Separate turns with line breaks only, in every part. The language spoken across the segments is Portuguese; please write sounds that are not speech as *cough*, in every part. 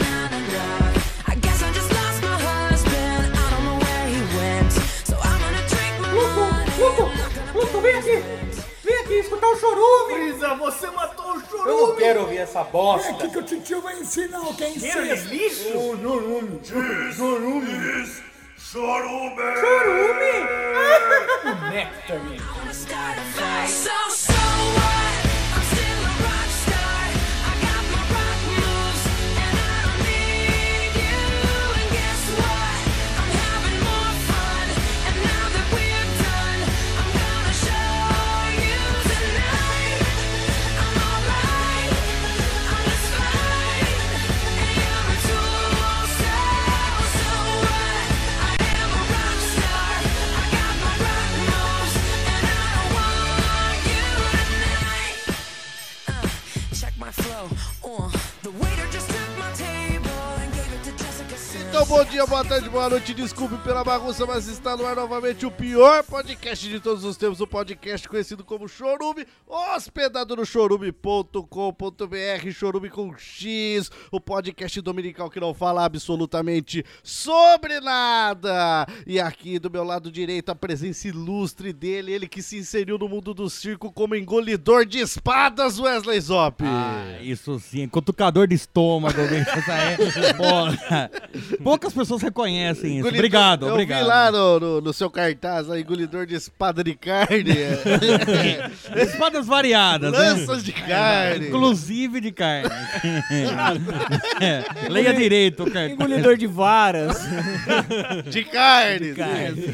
I guess I just lost my husband. I don't know where he went. So I'm gonna drink my
Luto, Luto, vem aqui! Vem aqui escutar o chorume!
Brisa, você matou o chorume!
Eu não quero ouvir essa
É aqui
bosta.
que o titio vai ensinar o que é
Aqueles
ensino.
lixos!
Chorume.
*laughs*
Chorume!
gonna start a fight. So so what? I'm still a rock star. I got my rock moves, and I don't need you. And guess what? I'm having more fun. And now that we're done, I'm gonna show you tonight. I'm alright. I'm just fine. And you're a tool, so so what? I am a rock star. I got my rock moves, and I don't want you tonight. Uh, check my flow. Uh, the waiter just took my table and gave it to Jessica.
Então, bom dia, boa tarde, boa noite. Desculpe pela bagunça, mas está no ar novamente o pior podcast de todos os tempos, o podcast conhecido como Chorume, hospedado no chorume.com.br, chorume com X, o podcast dominical que não fala absolutamente sobre nada. E aqui do meu lado direito, a presença ilustre dele, ele que se inseriu no mundo do circo como engolidor de espadas, Wesley Zop.
Ah, isso sim, cutucador de estômago, *laughs* alguém que essa é. Porra. Poucas pessoas reconhecem isso.
Engolidor-
Obrigado,
eu
obrigado.
vi lá no, no- no seu cartaz, lá, engolidor de espada de
*laughs*
carne.
Espadas variadas, né?
lanças de carne.
Inclusive de carne. É, Leia direito, o cartaz.
Engolidor de varas.
De carne.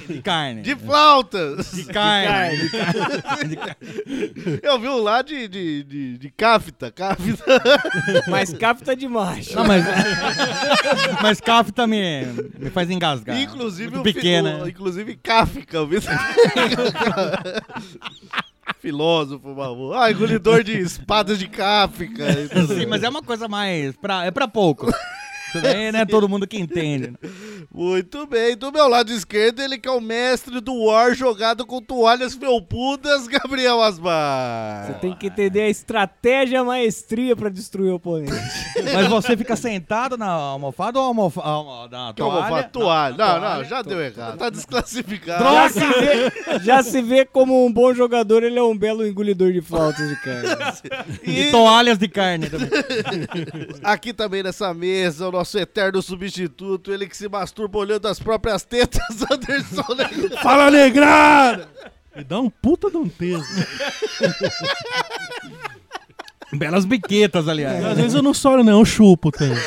De carne.
De flautas.
De carne. De carne. De carne.
Eu vi um lá de, de, de, de cafta. Cafta.
Mas capta de macho.
Não, mas. *laughs* Mas capta me, me faz engasgar.
inclusive,
Ah,
um-
Muito
o fi-
pequena. né?
o- inclusive Kafka.
*laughs*
eu vi. Filósofo, por favor. Ah, engolidor de espadas de Kafka.
Sim, mas é uma coisa mais. Pra, é pra pouco. Isso daí não é todo mundo que entende. né?
Muito bem, do meu lado esquerdo, ele que é o mestre do War jogado com toalhas felpudas, *laughs* Gabriel Asmar.
Você tem que entender a estratégia e a maestria pra destruir o oponente.
*laughs* Mas você fica sentado na almofada ou almofa, almo- na
que eu vou
toalha?
falar? Toalha. Não, não, já deu errado. Tá desclassificado.
Já se, vê, já se vê como um bom jogador, ele é um belo engolidor de flautas de carne.
*laughs* E toalhas de carne também.
Aqui também nessa mesa, o nosso eterno substituto, ele que se masturba olhando as próprias tetas, *laughs* Anderson né? Negro.
Fala, negrada!
Me dá um puta de um peso. Belas biquetas, aliás.
Às vezes eu não soro, não, eu chupo também.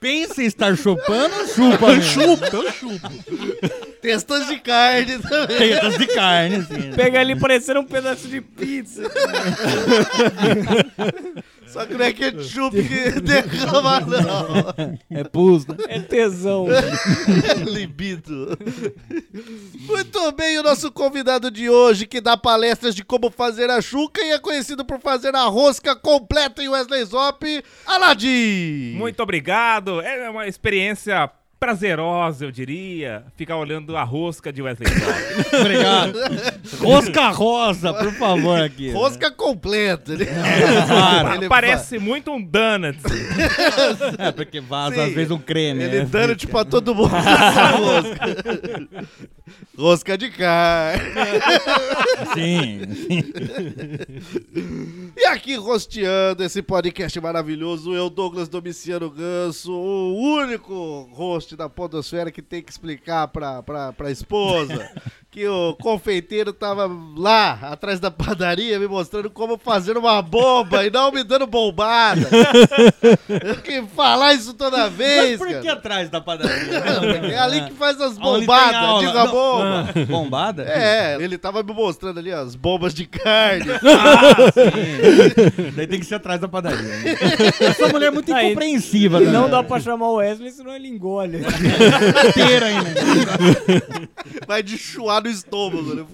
Pensa em estar chupando, chupa.
*laughs*
Eu chupo.
Testas de carne também.
Tetas de carne, assim, né? sim.
Pega ali parecendo um pedaço de pizza.
Só que não é ketchup que derrama, não.
É pus, né?
É tesão.
*laughs* Libido. Muito bem, o nosso convidado de hoje, que dá palestras de como fazer a chuca e é conhecido por fazer a rosca completa em Wesley Zop, Aladim.
Muito obrigado, é uma experiência prazerosa, eu diria, ficar olhando a rosca de Wesley
*laughs*
Snipes.
Obrigado. Rosca rosa, por favor, aqui. né?
Rosca completa. né?
é,
claro.
Ele
Parece muito um donuts.
É, porque vaza
Sim.
às vezes um creme.
Ele
né?
dando tipo pra todo mundo *laughs* essa rosca. Rosca de carne. tá-
Sim, sim.
E aqui rosteando esse podcast maravilhoso, eu, Douglas Domiciano Ganso, o
*laughs*
único host da podosfera que tem que explicar pra, pra, pra esposa que o confeiteiro tava lá atrás da padaria me mostrando como fazer uma bomba e não me dando
*laughs*
bombada. Eu que falar É isso toda vez,
Por que
cara.
atrás da padaria?
É ali que faz as
Onde tem
bombadas,
aula.
diga a
Não.
bomba.
Ah, Bombada?
É, ele tava me mostrando ali as bombas de
*laughs*
carne.
Daí tem que ser atrás da padaria. né? Essa mulher é muito
Aí,
incompreensiva,
E não
né?
dá pra chamar o Wesley, senão ele engole.
*laughs*
inteira ainda.
Vai de chuar no estômago, né?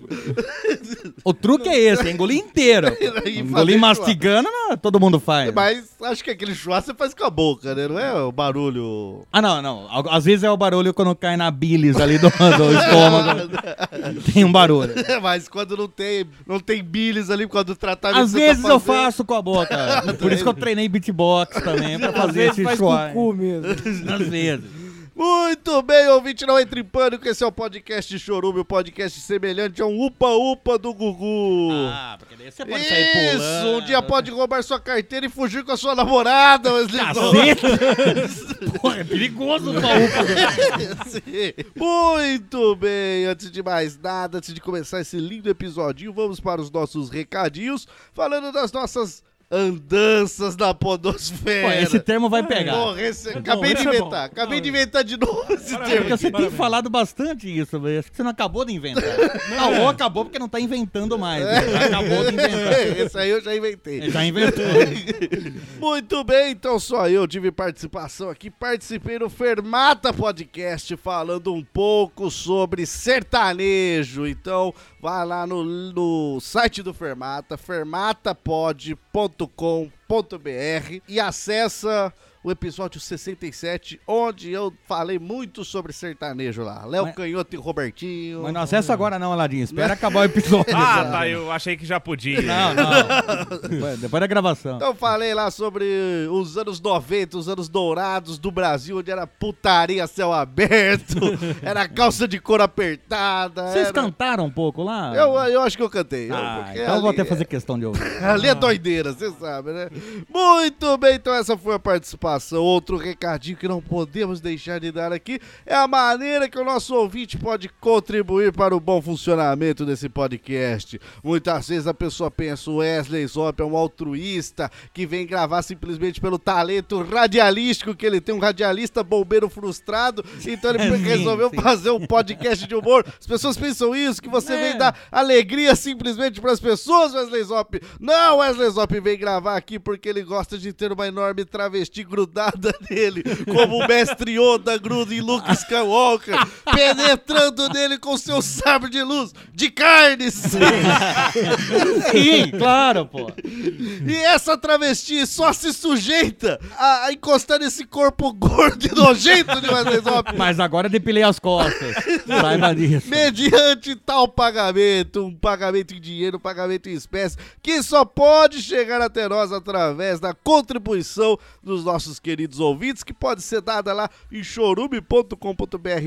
O truque é esse, é
*laughs*
engolir inteiro.
E fazer
Engolir
chuá.
mastigando, não, todo mundo faz.
Mas acho que aquele chuá você faz com a boca, né? Não é o barulho.
Ah, não, não. Al- Às vezes é o barulho quando cai na bilis ali do, do estômago.
*laughs*
Tem um barulho.
É, Mas quando não tem, não tem bilis ali por causa do tratamento.
Às
que você
vezes
tá
eu
fazendo.
faço com a boca. Por isso que eu treinei beatbox também, pra
Às
fazer
vezes
esse
faz com
chuá.
o cu mesmo.
*laughs* Às vezes.
Muito bem, ouvinte, não entre em pânico. Esse é o podcast Chorume, o podcast semelhante a um upa-upa do Gugu.
Ah, porque daí você pode sair pulando.
Isso, um dia pode roubar sua carteira e fugir com a sua namorada, Wesley
Ah,
Safadão.
Cacete! Porra, é perigoso o baú.
Sim. *laughs* Muito bem, antes de mais nada, antes de começar esse lindo episódio, vamos para os nossos recadinhos, falando das nossas andanças na
Pô,
podosfera.
esse termo vai pegar.
Porra, esse- Acabei
esse
de
é bom.
inventar, acabei de inventar de novo esse
É Porque
termo.
você tem falado bastante isso, velho. Acho que você não acabou de inventar. Não, ou acabou porque não tá inventando mais. né? Acabou de inventar.
*laughs*
É,
Esse aí eu já inventei.
Já inventou.
*laughs* Muito bem, então só eu tive participação aqui. Participei no Fermata Podcast falando um pouco sobre sertanejo. Então vá lá no, no site do Fermata, fermatapod.com.br e acessa o episódio 67, onde eu falei muito sobre sertanejo lá. Léo
Mas-
Canhoto e Robertinho.
Mas não acessa agora não, Aladinho. Espera acabar o episódio.
Ah, tá, eu achei que já podia.
Não, não. Depois, depois da gravação.
Então falei lá sobre os anos 90, os anos dourados do Brasil, onde era putaria a céu
*laughs*
aberto, era calça de cor apertada.
Vocês
era-
cantaram um pouco lá?
Eu, eu acho que eu cantei. eu-
Ah,
porque
então eu vou
ali
até fazer questão de ouvir.
*laughs* Ali é doideira, você sabe, né? Muito bem, então essa foi a participação. Outro recadinho que não podemos deixar de dar aqui é a maneira que o nosso ouvinte pode contribuir para o bom funcionamento desse podcast. Muitas vezes a pessoa pensa, o Wesley Zop é um altruísta que vem gravar simplesmente pelo talento radialístico que ele tem, um radialista bombeiro frustrado, então
*laughs*
ele
É, Sim,
resolveu
sim.
fazer um podcast de humor. As pessoas pensam isso, que você
É.
vem dar alegria simplesmente para as pessoas, Wesley Zop. Não, Wesley Zop vem gravar aqui porque ele gosta de ter uma enorme travesti grudada *laughs* nele, como o mestre Yoda gruda em Luke Skywalker, penetrando nele com seu sabre de luz de carnes.
Sim, claro, pô.
E essa travesti só se sujeita a, a encostar nesse corpo gordo e nojento de Wesley Zop.
Mas agora eu depilei as costas. Saiba disso.
mediante tal pagamento, um pagamento em dinheiro, um pagamento em espécie, que só pode chegar até nós através da contribuição dos nossos queridos ouvintes, que pode ser dada lá em chorume.com.br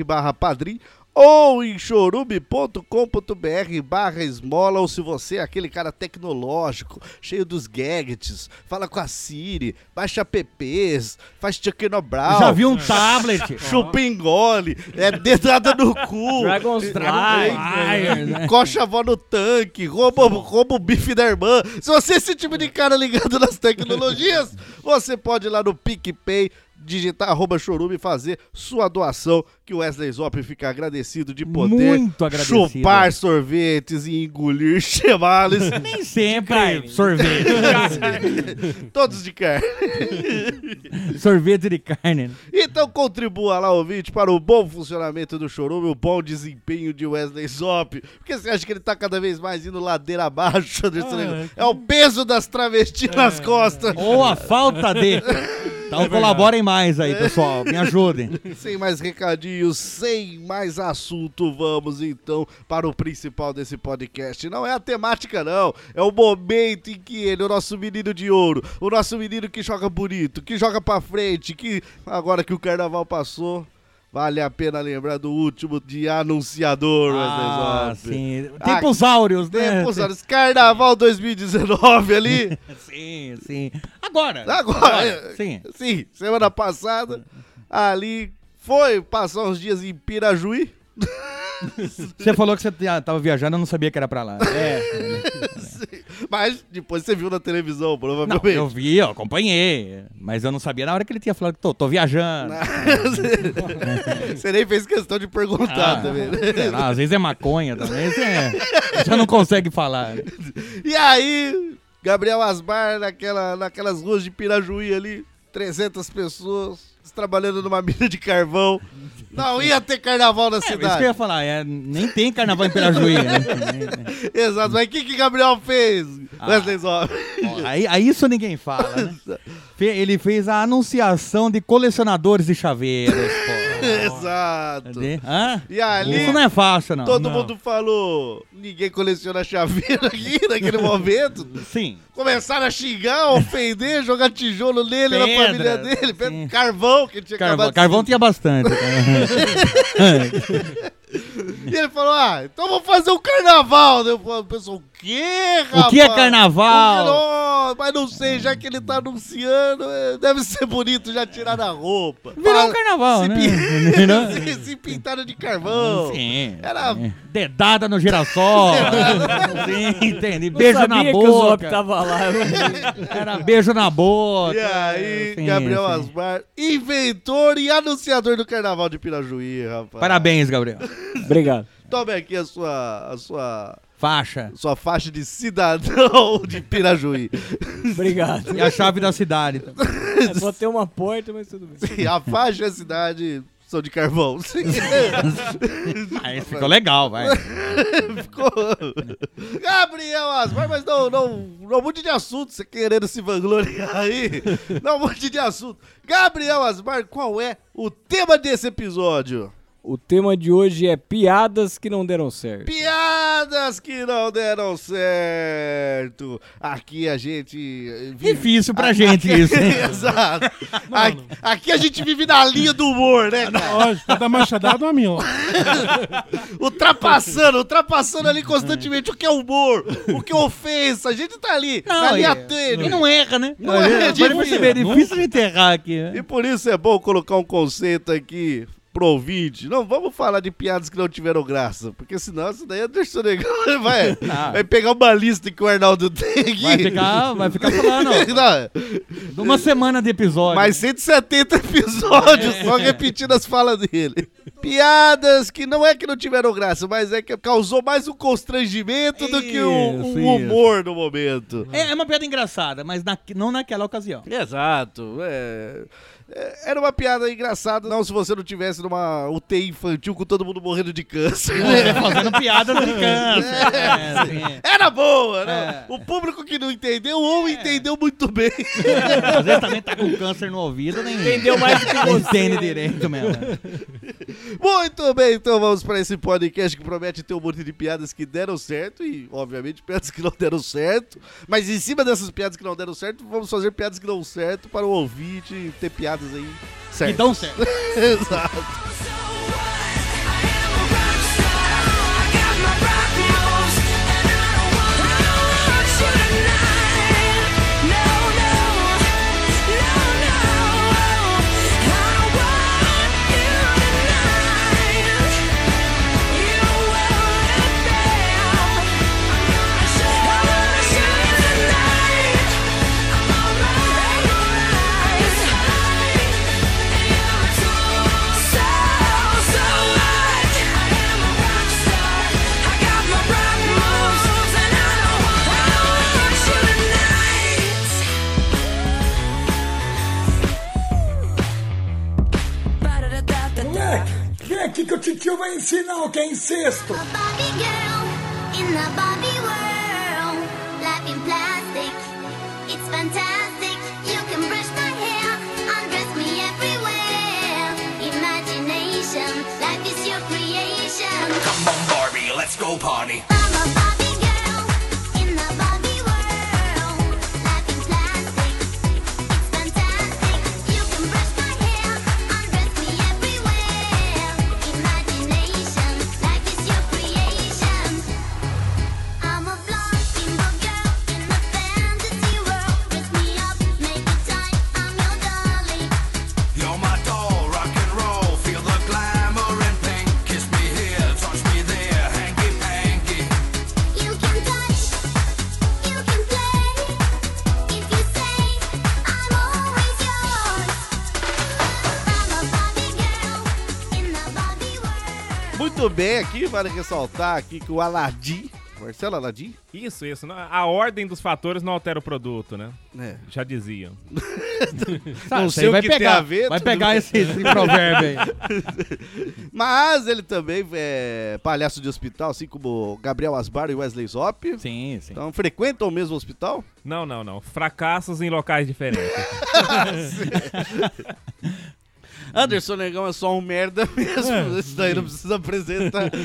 barra padrim ou em chorume.com.br barra esmola, ou se você é aquele cara tecnológico, cheio dos gadgets, fala com a Siri, baixa apps, faz Chuckinobral,
Já vi um tablet.
chupingole, é dedada no cu,
Dragon's
Dragonfly, né?
Coxa a avó no tanque, rouba, rouba o bife da irmã. Se você é esse tipo de cara ligado nas tecnologias, você pode ir lá no PicPay, digitar arroba chorume e fazer sua doação, que o Wesley Zop fica agradecido de poder
Muito agradecido.
chupar sorvetes e engolir *laughs* chevales,
Nem sempre sorvete.
todos de carne.
sorvete de carne. né?
Então contribua lá, ouvinte, para o bom funcionamento do Chorume, o bom desempenho de Wesley Zop. Porque você acha que ele tá cada vez mais indo ladeira abaixo desse negócio? É o peso das travestis nas costas.
Ou a falta de. Então colaborem mais aí, pessoal. Me ajudem.
Sem mais recadinhos, sem mais assunto, vamos então para o principal desse podcast. Não é a temática, não. É o momento em que ele, o nosso menino de ouro, o nosso menino que joga bonito, que joga pra frente, que agora que o carnaval passou, vale a pena lembrar do último de anunciador,
Ah,
Wesley Zop.
sim. Tempos áureos, né?
Tempos, olha, esse carnaval 2019
*laughs*
ali.
Sim, sim. Agora.
Agora, eh,
Sim.
Sim, semana passada, ali foi passar uns dias em Pirajuí.
Você falou que você ah, tava viajando, eu não sabia que era pra lá. É,
Mas depois você viu na televisão,
não,
provavelmente.
eu vi, eu acompanhei. Mas eu não sabia na hora que ele tinha falado que tô, tô viajando.
*laughs* Você nem fez questão de perguntar
Ah,
também. né?
sei lá, às vezes é maconha também. Você, é, você não consegue falar. É
E aí, Gabriel Asmar, naquela, naquelas ruas de Pirajuí ali, 300 pessoas trabalhando numa mina de carvão. Não ia ter carnaval na
É, isso que
cidade.
eu ia falar, é, nem tem carnaval em Pirajuí. Né?
Exato, mas o que que Gabriel fez?
Ah.
Wesley Zop.
Aí, aí isso ninguém fala, né? Fe- Ele fez a anunciação de colecionadores de chaveiros, pô.
Exato.
Entendeu? Hã?
E ali,
Isso não é fácil, não.
todo
Não.
mundo falou, ninguém coleciona chaveiro aqui naquele momento.
Sim.
Começaram a xingar, ofender, *laughs* jogar tijolo nele, na
Pedra,
família dele. pedra-
sim.
Carvão, que tinha
Carvão,
acabado de
carvão tinha bastante. né?
E ele falou: Ah, então vou fazer um carnaval. Daí Eu falo, pessoal, o quê, rapaz?
O que é carnaval?
O que não? mas não sei, já que ele tá anunciando, é, deve ser bonito já tirar a roupa.
Virou um
Fala-
carnaval,
se
né?
pin-
*laughs*
*laughs*
Virou-
se, se pintaram de carvão.
Sim.
Era-
Dedada no girassol. Sim, entendi.
Não
Beijo na
sabia que o Zop
boca.
tava lá.
Era beijo na boca.
E aí,
Sim,
Gabriel
sim.
Asmar, inventor e anunciador do carnaval de Pirajuí, rapaz.
Parabéns, Gabriel.
Obrigado.
Tome aqui a sua, a sua,
Faixa.
sua faixa de cidadão *laughs* de Pirajuí.
Obrigado.
E a chave da cidade. também.
É, Só tem uma porta, mas tudo bem.
Sim, a faixa e a cidade são de carvão. *laughs* Sim.
Aí Ah, ficou legal, vai.
Ficou. Gabriel Asmar, mas não, não, não mude de assunto, você querendo se vangloriar aí. Não mude de assunto. Gabriel Asmar, qual é o tema desse episódio?
O tema de hoje é piadas que não deram certo.
Piadas que não deram certo. Aqui a gente.
Difícil pra gente
*laughs*
isso. hein?
Exato. A- Aqui a gente vive na linha do humor, né, cara?
Lógico, pra dar machadada uma minhoca.
*laughs* Ultrapassando, ultrapassando ali constantemente o que é humor, o que é ofensa. A gente tá ali, na linha
é-
tênue.
E não erra, né?
Não erra,
Pode perceber, é difícil de enterrar aqui. né?
E por isso é bom colocar um conceito aqui pro ouvinte. Não vamos falar de piadas que não tiveram graça, porque senão isso daí é Anderson Negão *laughs* vai,
Ah.
vai pegar uma lista que o Arnaldo tem aqui.
Vai ficar, vai ficar falando. ó,
*laughs* Não,
de Uma semana de episódio.
mais 170 episódios
É.
só repetindo as falas dele. Piadas que não é que não tiveram graça, mas é que causou mais um constrangimento do que um,
Isso,
um humor no momento.
É, é uma piada engraçada, mas na- não naquela ocasião.
Exato. é. É, Era uma piada engraçada, não se você não tivesse numa UTI infantil com todo mundo morrendo de câncer. né?
Você É, fazendo piada de câncer. É, sim.
Era boa, né?
É.
O público que não entendeu ou entendeu muito bem.
Às vezes também tá com câncer no ouvido, nem entendeu mais do que você. Entende direito mesmo.
muito bem, então vamos para esse podcast que promete ter um monte de piadas que deram certo e, obviamente, piadas que não deram certo. Mas em cima dessas piadas que não deram certo, vamos fazer piadas que dão certo para o ouvinte ter piadas aí certas.
Então, certo.
*laughs* Exato.
So what? I am a rock star. I got my rock moves, and I don't wanna hurt you tonight. No, no, no, no. I want you tonight. You will rebel. I'm gonna show you. I'm gonna show you tonight. I'm alright, alright.
Moleque, É, vem aqui que o titio vai ensinar o que é incesto.
Barbie girl in the Barbie world. Life in plastic, it's fantastic. You can brush my hair, undress me everywhere. Imagination, life is your creation. Come on, Barbie, let's go party. I'm a Barbie girl in the Barbie world. Life in plastic, it's fantastic. You can brush my hair, undress me everywhere. Imagination, life is your creation. I'm a blonde single girl in the fantasy world. Dress me up, make it tight. I'm your darling.
You're my doll, rock and roll, feel the glamour and pink. Kiss me here, touch me
Muito bem, aqui vale ressaltar aqui que o Aladim, Marcelo Aladim,
Isso, isso. Não, A ordem dos fatores não altera o produto, né?
É.
né?
Já diziam.
Sabe,
Não
isso
sei
aí
o
vai
que tem
pegar,
a ver,
vai
tudo
pegar
bem.
esse, esse provérbio aí.
Mas ele também é palhaço de hospital, assim como Gabriel Asbar e Wesley Zop.
Sim, sim.
Então frequentam o mesmo hospital?
Não, não, não. Fracassos em locais diferentes.
Anderson Negão é só um merda *laughs*
É.
mesmo. Isso daí não precisa apresentar. *laughs*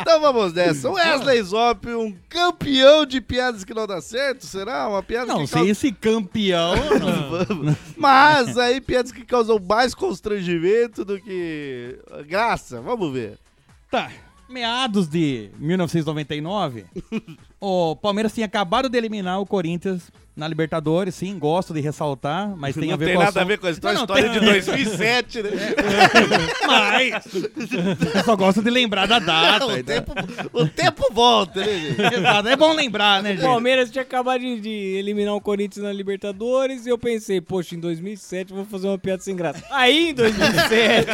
então vamos nessa. Wesley Zop, um campeão de piadas que não dá certo, será? Uma piada
Não,
que
se esse campeão.
Ah.
não. *laughs*
Mas aí piadas que causam mais constrangimento do que graça. Vamos ver.
Tá. Meados de 1999, o Palmeiras tinha acabado de eliminar o Corinthians na Libertadores, sim, gosto de ressaltar, mas tem a
não
ver
tem
com
nada
assunto-
a ver com a história,
Não, não,
história
tem- É
de
*laughs*
2007, né?
Mas eu só gosto de lembrar da data.
o,
então.
tempo, o tempo volta, né, gente?
*laughs* Exato, é bom lembrar,
O
né, *laughs* gente?
Palmeiras tinha acabado de, de eliminar o Corinthians na Libertadores e eu pensei, poxa, em 2007 eu vou fazer uma piada sem graça. Aí,
*laughs*
em 2007,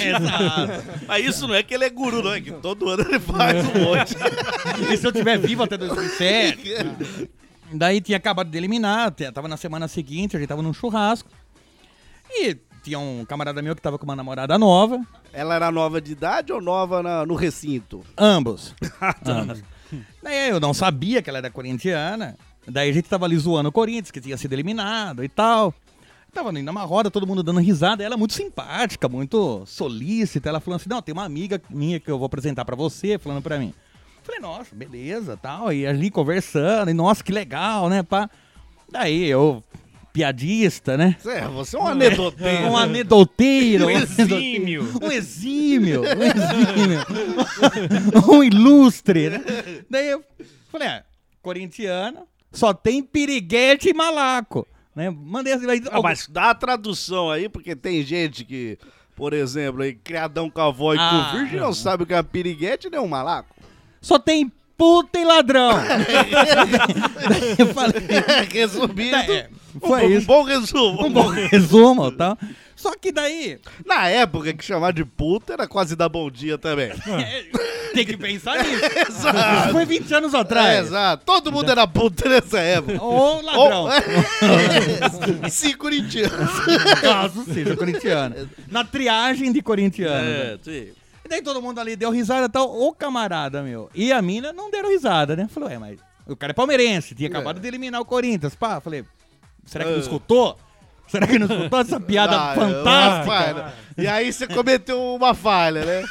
Mas isso não é que ele é guru, não. É que todo ano ele faz um monte.
E se eu tiver vivo até 2007? Daí tinha acabado de eliminar, te- tava na semana seguinte, a gente tava num churrasco. E tinha um camarada meu que tava com uma namorada nova,
*laughs* Ela era nova de idade ou nova na- no recinto?
ambos. ambos. Daí eu não sabia que ela era corintiana. Daí a gente tava ali zoando o Corinthians, que tinha sido eliminado e tal. Tava indo numa roda, todo mundo dando risada. Ela é muito simpática, muito solícita. Ela falando assim: Não, tem uma amiga minha que eu vou apresentar pra você, falando pra mim. Falei, nossa, beleza, tal. E ali conversando, e nossa, que legal, né, pá. Daí eu, piadista, né?
É, você é um anedoteiro. *laughs*
Um anedoteiro. Um
exímio.
Um exímio. *laughs* Um exímio. um ilustre. Né? Daí eu falei, ah, corintiano, só tem piriguete e malaco. Né? Mandei assim, mas,
Ah, mas dá a tradução aí, porque tem gente que, por exemplo, aí, criadão com a avó e
Ah.
com o virgem não sabe o que é piriguete nem um malaco.
só tem puta e
*laughs*
ladrão. Daí eu falei,
Resumindo,
tá, é,
um,
foi
bo- um
isso.
bom resumo.
Um bom resumo, tá? Só que daí,
Na época que chamar de puta era quase dar bom dia
*laughs*
também.
tem que pensar nisso. *laughs* Isso
exato.
foi 20 anos
É,
atrás.
exato. é, Todo mundo era puta nessa
*laughs*
época.
Ou ladrão.
Ou- *laughs* Sim, corintianos.
*laughs* caso seja corintiano. Na triagem de corintiano. né?
É, sim.
E daí todo mundo ali deu risada e tal. O camarada, meu. E a mina não deram risada, né? Falou, é, mas o cara é palmeirense, tinha acabado de eliminar o Corinthians. Pá, falei, será que não
Ah.
escutou? Será que não escutou essa piada
Ah, uma
fantástica?
falha. E aí você cometeu uma falha, né?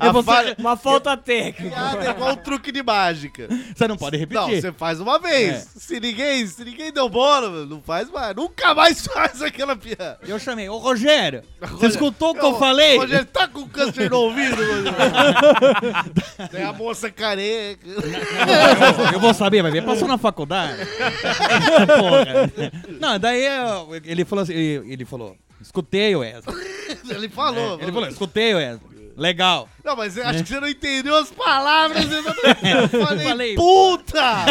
Eu
A
vou ser-
falha
uma falta técnica.
piada é igual um truque de mágica.
Você não pode repetir.
Não, você faz uma
É.
vez. Se ninguém, se ninguém deu bola, não faz mais. Nunca mais *laughs* faz aquela piada.
Eu chamei, ô Rogério, você
Rogério,
escutou o que eu,
Ô,
falei?
Rogério, tá com câncer no ouvido,
*laughs*
Rogério. Tem a moça careca. *laughs*
Eu vou saber, vai ver. Passou na faculdade. Porra. Não, daí eu- ele falou assim, ele ele falou, escutei o Wesley.
Ele falou.
É, Ele falou, É. escutei o Wesley. Legal.
Não, mas eu acho que você não entendeu as palavras. né? Eu
*laughs*
falei,
Falei.
puta!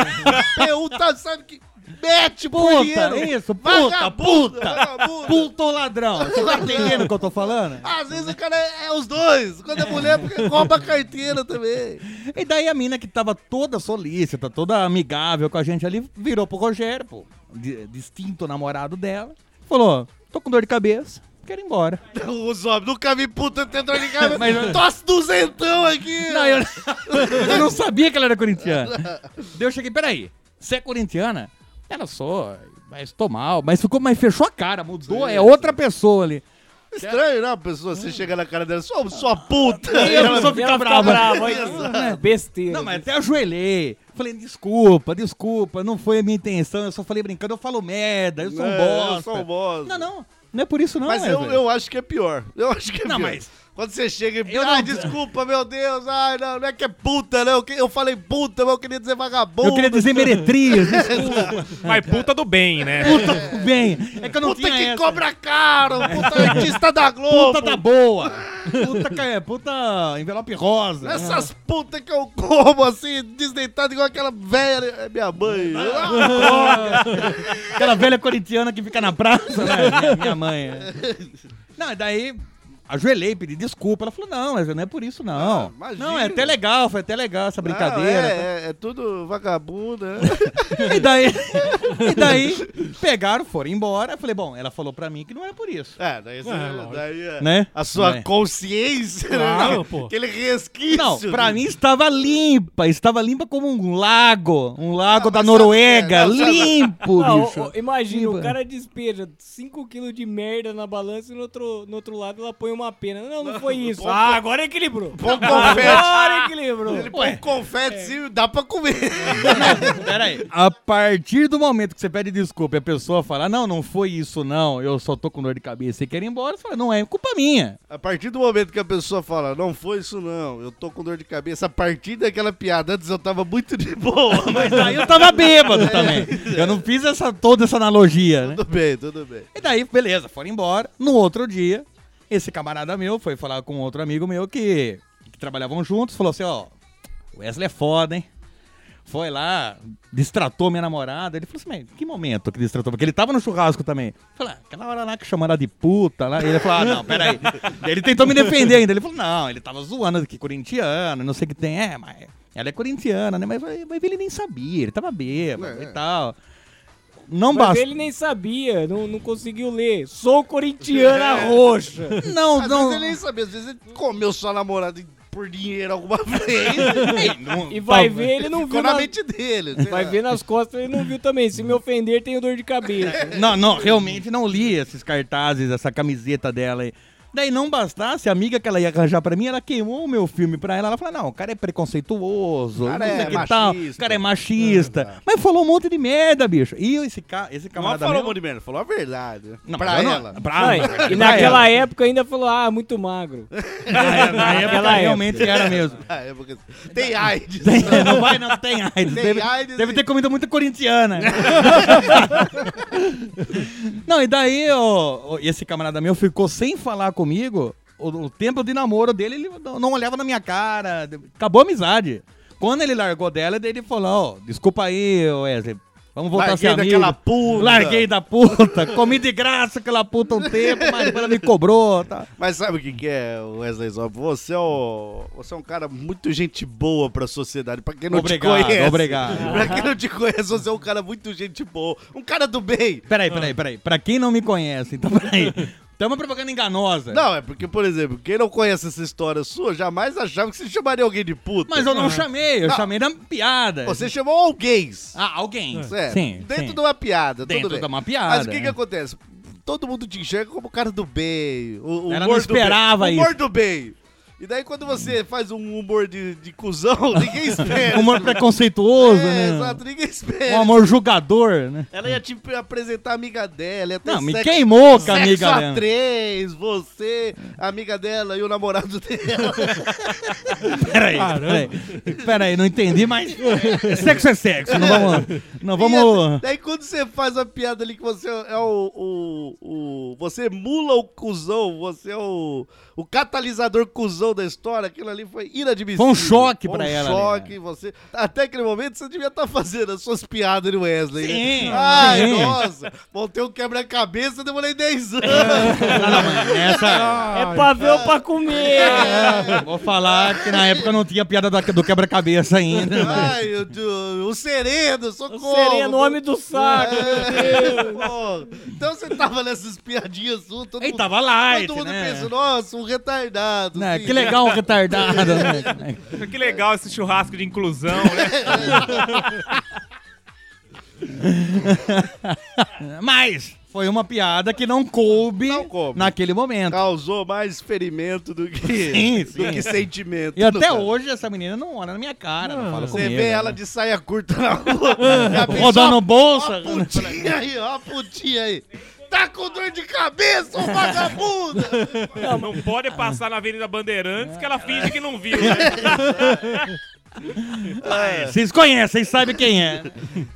Pergunta, sabe que... Mete
Puta,
punheiro.
isso, puta,
Vagabundo,
puta.
vagabundo.
Puto ladrão. Você tá entendendo o que eu tô falando?
Às vezes o cara é, é os dois. Quando é mulher, porque rouba a carteira também.
E daí a mina que tava toda solícita, toda amigável com a gente ali, virou pro Rogério, pô, di- distinto namorado dela, falou, tô com dor de cabeça, quero ir embora. *laughs*
Os homens, nunca vi puta tentando ligar. *laughs* Mas... é Tosse duzentão aqui.
Não, eu, eu não *laughs* sabia que ela era corintiana. Daí eu cheguei, peraí, você é corintiana? Ela sou, mas tô mal. Mas ficou, mas fechou a cara, mudou, é outra pessoa ali. É
Estranho, não, pessoa?
Hum.
Você chega na cara dela, sua, sua puta.
*laughs* eu não sou ficar brava.
É Besteira.
*laughs* Não, mas até ajoelhei. Falei, desculpa, desculpa, não foi a minha intenção, eu só falei brincando, eu falo merda, eu sou um
É,
bosta.
eu sou um bosta.
Não, não, não é por isso não,
Mas eu,
Wesley.
eu acho que é pior. Eu acho que é
Não,
pior.
mas-
Quando você chega e...
Eu
Ai,
não-
desculpa, meu Deus. Ai, não, não é que é puta, não. Eu que- Eu falei puta, mas eu queria dizer vagabundo.
Eu queria dizer
*laughs*
meretriz, desculpa,
Mas puta do bem, né?
bem. É que eu não
Puta
tinha
que
essa.
cobra caro, puta artista
*laughs*
da Globo.
Puta da boa. Puta, que é, puta envelope rosa.
Essas putas que eu como assim, desdeitado igual aquela velha. É minha mãe.
Aquela velha corintiana que fica na praça, né? Minha, minha mãe. é. Não, e daí Ajoelhei, pedi desculpa. Ela falou: não, mas não é por isso,
Ah,
não.
imagina.
não, é até legal, foi até legal essa brincadeira. né?
Não, é, é, é tudo vagabundo,
*laughs*
né?
E daí, *laughs* e daí pegaram, foram embora. Eu falei, bom, ela falou pra mim que não era por isso.
É, daí, você-
É, lógico.
daí é-
Né?
a sua
Não é.
consciência, né?
Claro, pô.
aquele resquício.
Não, pra
né?
mim estava limpa, estava limpa como um lago, um lago
Ah,
da
mas
Noruega,
sabe- é, não, sabe-
limpo,
Ah,
bicho.
o- o- imagina,
Limpa.
o cara despeja 5kg de merda na balança e no outro, no outro lado ela põe uma pena. Não, não foi isso.
bom-
Ah, agora equilibrou.
Põe um confete.
Agora equilibrou.
Ele
é
põe um confete e dá pra comer.
*laughs* Peraí. A partir do momento que você pede desculpa e a pessoa fala, não, não foi isso, não, eu só tô com dor de cabeça e quero ir embora, você fala, não é culpa minha.
*laughs* A partir do momento que a pessoa fala, não foi isso não, eu tô com dor de cabeça, a partir daquela piada, antes eu tava muito de boa, *laughs* mas
Aí Tá, eu *laughs* tava bêbado também. Eu não fiz essa, toda essa analogia, né?
tudo bem, tudo bem.
E daí, beleza, foram embora. No outro dia, esse camarada meu foi falar com outro amigo meu que, que trabalhavam juntos, falou assim, ó, o Wesley é foda, hein? Foi lá, distratou minha namorada. Ele falou assim, mas que momento que distratou? Porque ele tava no churrasco também. Falei, ah, aquela hora lá que chamou ela de puta lá. E ele falou, ah, não,
*laughs*
peraí. Daí ele tentou me defender ainda. Ele falou, não, ele tava zoando que corintiano, não sei o que tem. É, mas ela é corintiana, né? Mas, mas ele nem sabia, ele tava
É.
bêbado e tal. Não
um
Mas
basta.
ele nem sabia, não, não conseguiu ler. Sou
*laughs*
corintiana
É.
roxa.
Não,
Às
não.
vezes ele nem sabia, às vezes ele comeu sua namorada por dinheiro alguma vez,
*laughs*
E
Tá
vai ver, ele não
ficou
viu.
na
na-
mente dele. sei
Vai
lá.
ver nas costas, ele não viu também. Se me ofender, tenho dor de cabeça.
Não, não, realmente não li esses cartazes, essa camiseta dela aí. Daí não bastasse, a amiga que ela ia arranjar pra mim, ela queimou o meu filme pra ela. Ela falou, não, o cara é preconceituoso,
O cara
não
é
sei que tal, o
machista."
cara é machista. Mas falou um monte de merda, bicho. E esse, ca esse
Não
camarada
falou um
meu...
monte de merda, falou a verdade.
Não,
pra
eu não-
ela.
pra-
Ah,
Não,
pra
e
ela.
naquela época ainda falou, ah, muito magro.
*laughs* Na, na época
naquela
realmente era mesmo.
Ah, é porque- Tem AIDS. *laughs*
Tem- não vai, não *laughs* tem AIDS.
Tem
deve,
AIDS
deve
e-
ter comido muita corintiana. *laughs* não, e daí ó, ó, esse camarada meu ficou sem falar comigo. O, o tempo de namoro dele, ele não não olhava na minha cara. Acabou a amizade. Quando ele largou dela, daí ele falou, ó, desculpa aí, Wesley. Vamos voltar
Larguei
a ser amigo.
daquela puta.
Larguei da puta. Comi de graça aquela puta um tempo, mas depois ela me cobrou. Tá.
Mas sabe o que, que é, Wesley Zop? Você é, o- você é um cara muito gente boa pra sociedade. Pra quem não
Obrigado,
te conhece.
obrigado.
*laughs* Pra quem não te conhece, você é um cara muito gente boa. Um cara do bem.
Peraí, peraí, peraí. Pra quem não me conhece, então peraí. Tem uma propaganda enganosa.
Não, é porque, por exemplo, quem não conhece essa história sua, jamais achava que você chamaria alguém de puta.
Mas eu não chamei, eu
Não.
chamei na piada.
Você chamou alguém.
Ah, alguém.
É,
Sim.
dentro
sim.
de uma piada,
Dentro
tudo bem.
de uma piada,
Mas o que, que
é.
acontece? Todo mundo te enxerga como o cara do bem. O, o
Ela não
humor do bem.
esperava
O humor
isso.
do bem. E daí quando você faz um humor de, de cuzão, *laughs* ninguém espera.
Humor preconceituoso,
É,
né?
Exato, ninguém espera.
Um amor julgador, né?
Ela ia te apresentar a amiga dela, ia ter
Não, me
sexo,
queimou com
sexo
a amiga
a
dela.
três, você, a amiga dela e o namorado *laughs* dela.
Peraí,
Caramba.
peraí. Peraí, não entendi, mas. é sexo é sexo. Não vamos. Não
E
*laughs* vamos.
daí quando você faz a piada ali que você é o. o, o- você emula o cuzão, você é o, o catalisador cuzão da história, aquilo ali foi inadmissível.
Foi um choque
Foi
pra
um
ela, né?
choque, você. Até aquele momento você devia estar fazendo as suas piadas do Wesley. né?
Sim,
Ai,
sim.
nossa, montei um quebra-cabeça, demorei
*laughs*
10 anos.
Não, não, mas essa.
É pra ver ou pra comer?
É, vou falar que na época não tinha piada da- do quebra-cabeça ainda. mas-
Ai, o, o, o sereno, socorro.
Seria nome do saco.
É, pô. Então você tava nessas piadinhas suas, todo
Aí
mundo,
tava light,
todo mundo assim.
né?
pensa, nossa, um retardado.
Né,
sim.
que legal um
*laughs*
retardado, né?
Que legal esse churrasco de inclusão, né?
Mas foi uma piada que não coube,
Não coube.
naquele momento.
Causou mais ferimento do que,
Sim, sim.
Do que sentimento.
E até
Não,
hoje essa menina não olha na minha cara, não, fala
Você
comigo. né? É, Tá
vê ela de saia curta na rua.
*laughs*
já pensou,
Rodando bolsa.
Ó, ó a putinha aí, ó a putinha aí. Tá com dor de cabeça, ô vagabunda!
Não pode passar na Avenida Bandeirantes que
É.
ela finge que não viu, né?
é.
Vocês conhecem, vocês sabem
*laughs*
quem é.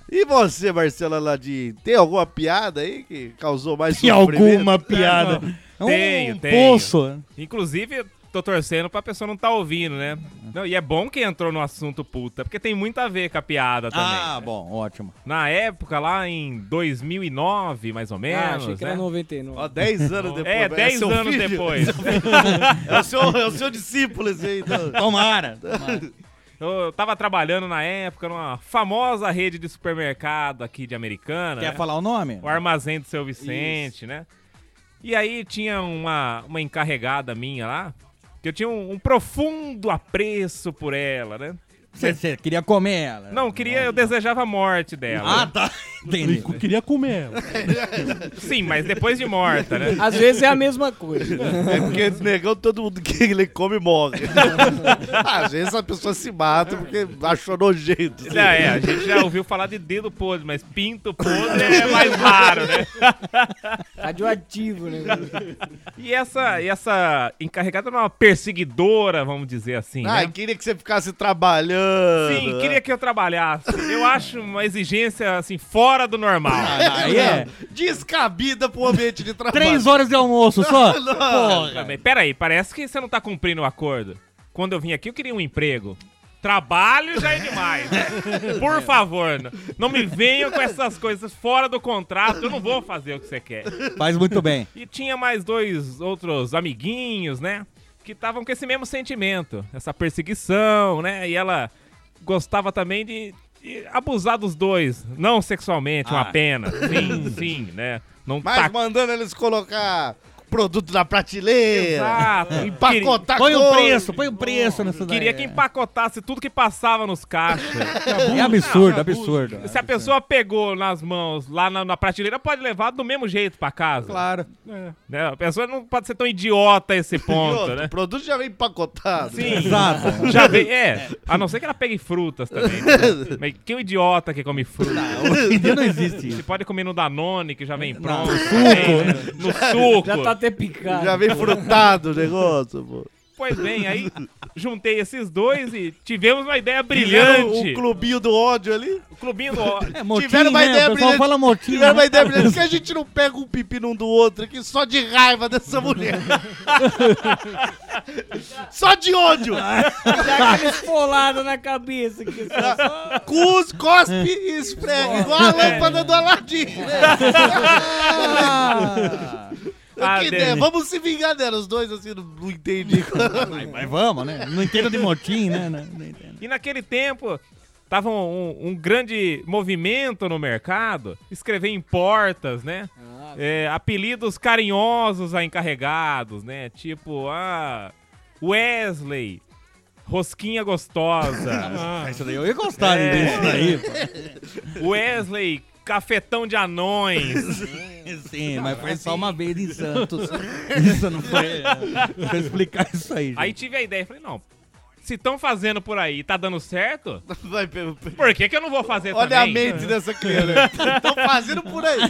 E você, Marcela Ladim, tem alguma piada aí que causou mais
Que
sofrimento? né,
alguma piada. É um
Tenho, tenho.
poço.
Inclusive, tô torcendo pra pessoa não tá ouvindo, né? Não, e é bom que entrou no assunto puta, porque tem muito a ver com a piada também.
Ah,
né?
bom, ótimo.
Na época, lá em 2009, mais ou menos,
Ah, achei que era
né?
99.
Ó, 10 anos depois. né?
É,
mas
10
seu
anos
filho? *laughs*
depois.
É o seu, é o seu discípulo esse aí, então.
Tomara.
*laughs*
tomara.
Eu tava trabalhando na época numa famosa rede de supermercado aqui de Americana.
Quer
né?
falar o nome?
O armazém do seu Vicente, né? E aí tinha uma, uma encarregada minha lá, que eu tinha um, um profundo apreço por ela, né?
Você você queria comer ela?
Não, eu queria, eu desejava a morte dela.
Ah, tá. Entendi.
Eu queria comer ela.
Sim, mas depois de morta, né?
Às vezes é a mesma coisa. né?
É porque esse negão, todo mundo que ele come morre.
*laughs*
Ah, Às vezes a pessoa se mata porque achou nojento. assim.
Já é, a gente já ouviu falar de dedo podre, mas pinto podre é mais raro, né?
Radioativo, né?
E essa, e essa encarregada era uma perseguidora, vamos dizer assim,
Ah,
né?
queria que você ficasse trabalhando.
Sim, queria que eu trabalhasse. Eu acho uma exigência, assim, fora do normal.
Aí é.
Descabida pro ambiente de trabalho.
Três horas de almoço só? Porra.
Também. Pera aí, parece que você não tá cumprindo o acordo. Quando eu vim aqui, eu queria um emprego. Trabalho já é demais. Por favor, n- não me venham com essas coisas fora do contrato. Eu não vou fazer o que você quer.
Faz muito bem.
E tinha mais dois outros amiguinhos, né? Que estavam com esse mesmo sentimento, essa perseguição, né? E ela gostava também de, de abusar dos dois, não sexualmente, uma
Ah.
pena. Sim, sim, né? Não
Mas
tacar-
mandando eles colocar produto na prateleira.
Exato. E queria-
Empacotar
Põe
coisa.
um preço, põe um preço nessa daí.
Queria que empacotasse tudo que passava nos caixas.
É absurdo, absurdo.
Se a pessoa pegou nas mãos lá na, na prateleira, pode levar do mesmo jeito pra casa.
Claro.
né? A pessoa não pode ser tão idiota a esse
E
ponto,
outro,
né?
O produto já vem empacotado.
Sim.
Exato.
Já vem, é. A não ser que ela pegue frutas também. né? Mas que um idiota que come fruta.
*laughs* Hoje em dia não existe
Você
isso.
pode comer no Danone, que já vem pronto.
no
também, né? No suco.
Já tá até picado.
Já vem frutado o negócio, pô.
Pois bem, aí juntei esses dois e tivemos uma ideia
Fizeram O
brilhante.
clubinho do ódio ali.
O clubinho do ódio.
É motim,
Tiveram uma
né?
ideia
o pessoal
brilhante.
fala motim.
Tiveram uma
né?
ideia brilhante. Por que a gente não pega um pepino um do outro aqui só de raiva dessa mulher? só de ódio.
Dá aquela esfolada na cabeça. Que só- só-
Cus, cospe e esfrega. Igual a lâmpada do Aladim.
Ah,
Ah,
que ideia.
Denis.
Vamos se vingar dela. Os dois assim não, não entendi.
Mas vamos, né? Não entendo de motim, né? Não, não entendo.
E naquele tempo, tava um, um grande movimento no mercado, escrever em portas, né?
Ah.
É, apelidos carinhosos a encarregados, né? Tipo, ah, Wesley, Rosquinha Gostosa,
Ah, isso daí eu ia gostar disso daí. pô.
Wesley, Cafetão de Anões.
*laughs* Sim, mas foi só uma vez em Santos. *laughs* Isso não foi. Não sei explicar isso aí. gente.
Aí tive a ideia, falei, não, se estão fazendo por aí e tá dando certo,
Vai, pelo- pelo-
por que que eu não vou fazer
Olha a
também?
mente dessa criança. Estão fazendo por aí.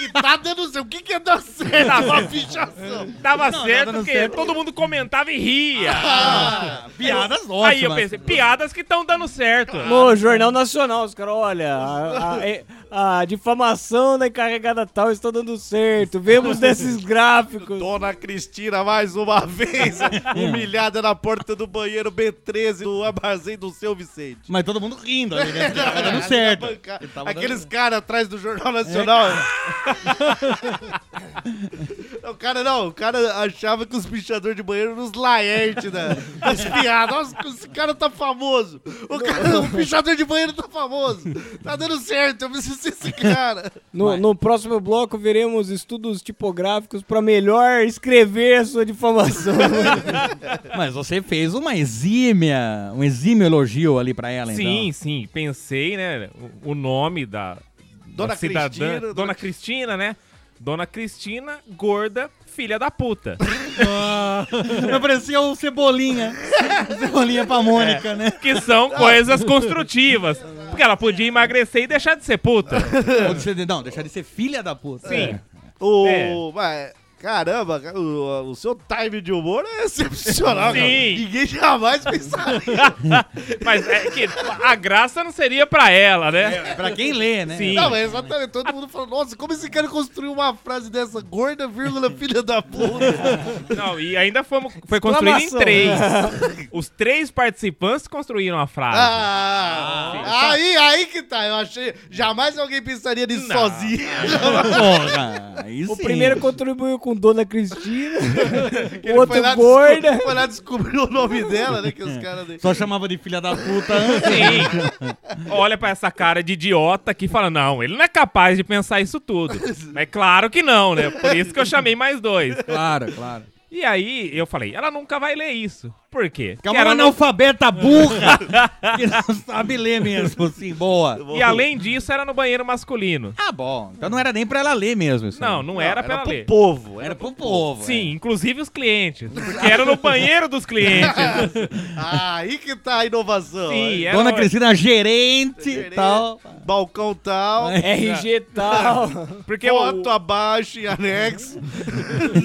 E tá dando certo. O que que é dar certo? Uma fichação.
Tava
Não,
certo
tava dando
porque
certo.
todo mundo comentava e ria.
Ah, piadas ótimas.
Aí eu pensei, piadas que estão dando certo.
No Jornal Nacional, os caras, olha, a, a- é- a difamação da encarregada tal está dando certo. Vemos desses gráficos.
Dona Cristina, mais uma *laughs* vez, humilhada na porta do banheiro B13 do armazém do seu Vicente.
Mas todo mundo rindo ali, né? Porque Tava dando certo. tá Porque tava
Aqueles
dando-
caras atrás do Jornal Nacional. o cara não, o cara achava que os pichadores de banheiro eram os laerte da, das piadas. Nossa, esse cara tá famoso. O, cara, o pichador de banheiro tá famoso. Tá dando certo, eu preciso ser esse cara.
No, no próximo bloco veremos estudos tipográficos para melhor escrever a sua
*laughs*
difamação.
Mas você fez uma exímia, um exímio elogio ali pra ela,
Sim,
então.
sim, pensei, né? O, o nome da, da
Dona
cidadã.
Cristina,
Dona,
Dona-
Cristina, né? Dona Cristina, gorda, filha da puta.
Mas Ah. parecia o Cebolinha. Cebolinha pra Mônica, né?
Que são coisas construtivas. Porque ela podia emagrecer e deixar de ser puta.
Ou de ser- Não, deixar de ser filha da puta.
Sim.
O,
É.
mas Caramba, ca- o, o seu time de humor é excepcional, cara.
Sim.
Ninguém jamais pensaria.
Mas é que a graça não seria pra ela, né?
Pra quem lê, né?
Sim.
Não, é exatamente. Todo mundo falou, nossa, como esse cara construiu uma frase dessa gorda, vírgula, filha da puta?
Não, e ainda fomos, foi construído em
Exclamação.
três. Os três participantes construíram a frase.
Ah, aí, aí que tá. Eu achei. Jamais alguém pensaria nisso
Não.
sozinho.
Porra, aí
O
sim.
primeiro contribuiu com Dona Cristina, o
Ele foi
outro
lá
gorda.
desco- Foi lá descobrir o nome dela, né? Que os caras. daí-
Só chamava de filha da puta antes.
Sim. Olha pra essa cara de idiota aqui e fala: Não, ele não é capaz de pensar isso tudo. Mas claro que não, né? Por isso que eu chamei mais dois.
Claro, claro.
E aí eu falei: Ela nunca vai ler isso. Por quê?
Que é
Porque
uma
ela não *laughs*
analfabeta burra que não sabe ler mesmo, assim, boa.
E além disso, era no banheiro masculino.
Ah, bom. Então não era nem pra ela ler mesmo. Isso
Não, não era, pra ela
pro
ler.
povo. Era
Era pro povo. é.
Sim, inclusive os clientes. Porque era no banheiro dos clientes.
Aí que tá a inovação.
Sim,
Aí.
É.
era
Dona Cristina, gerente e
Gerente,
tal.
Balcão tal.
É.
RG tal.
Porque é o,
Foto abaixo em anexo.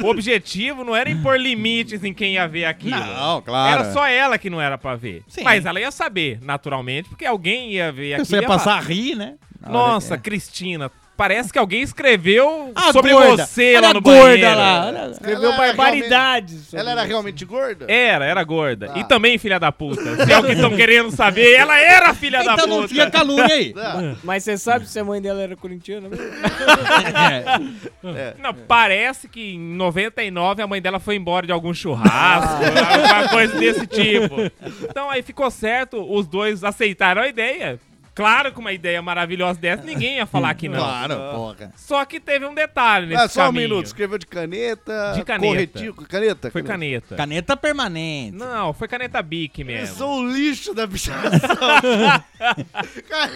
o objetivo não era impor limites em quem ia ver aquilo.
Não, claro.
Era só ela que não era pra ver.
Sim.
Mas ela ia saber, naturalmente, porque alguém ia ver aquilo.
Você
e
ia passar a
falar,
rir, né? Na hora
é Nossa,
que-
Cristina, parece que alguém escreveu
A
sobre
gorda.
você
Olha
lá
a
no
gorda
banheiro.
lá. olha-
Escreveu
Ela era
barbaridades. sobre
Ela era realmente gorda?
Era, era gorda.
Ah.
E também filha da puta. Se é o que estão querendo saber, ela era filha da
Então
puta.
não tinha calúnia aí.
Ah,
Mas você sabe se a mãe dela era corintiana? mesmo?
É.
Não, parece que em 99 a mãe dela foi embora de algum churrasco, *laughs* alguma coisa desse tipo. Então aí ficou certo, os dois aceitaram a ideia. Claro que uma ideia maravilhosa dessa ninguém ia falar que não.
Claro, porra.
Só que teve um detalhe nesse
Ah, só
caminho.
um minuto. Escreveu de caneta.
De caneta.
Corretivo. Caneta?
Foi caneta.
Caneta permanente.
Não, foi caneta Bic
Eles
mesmo.
são o lixo da bichação.
*laughs*
Cara,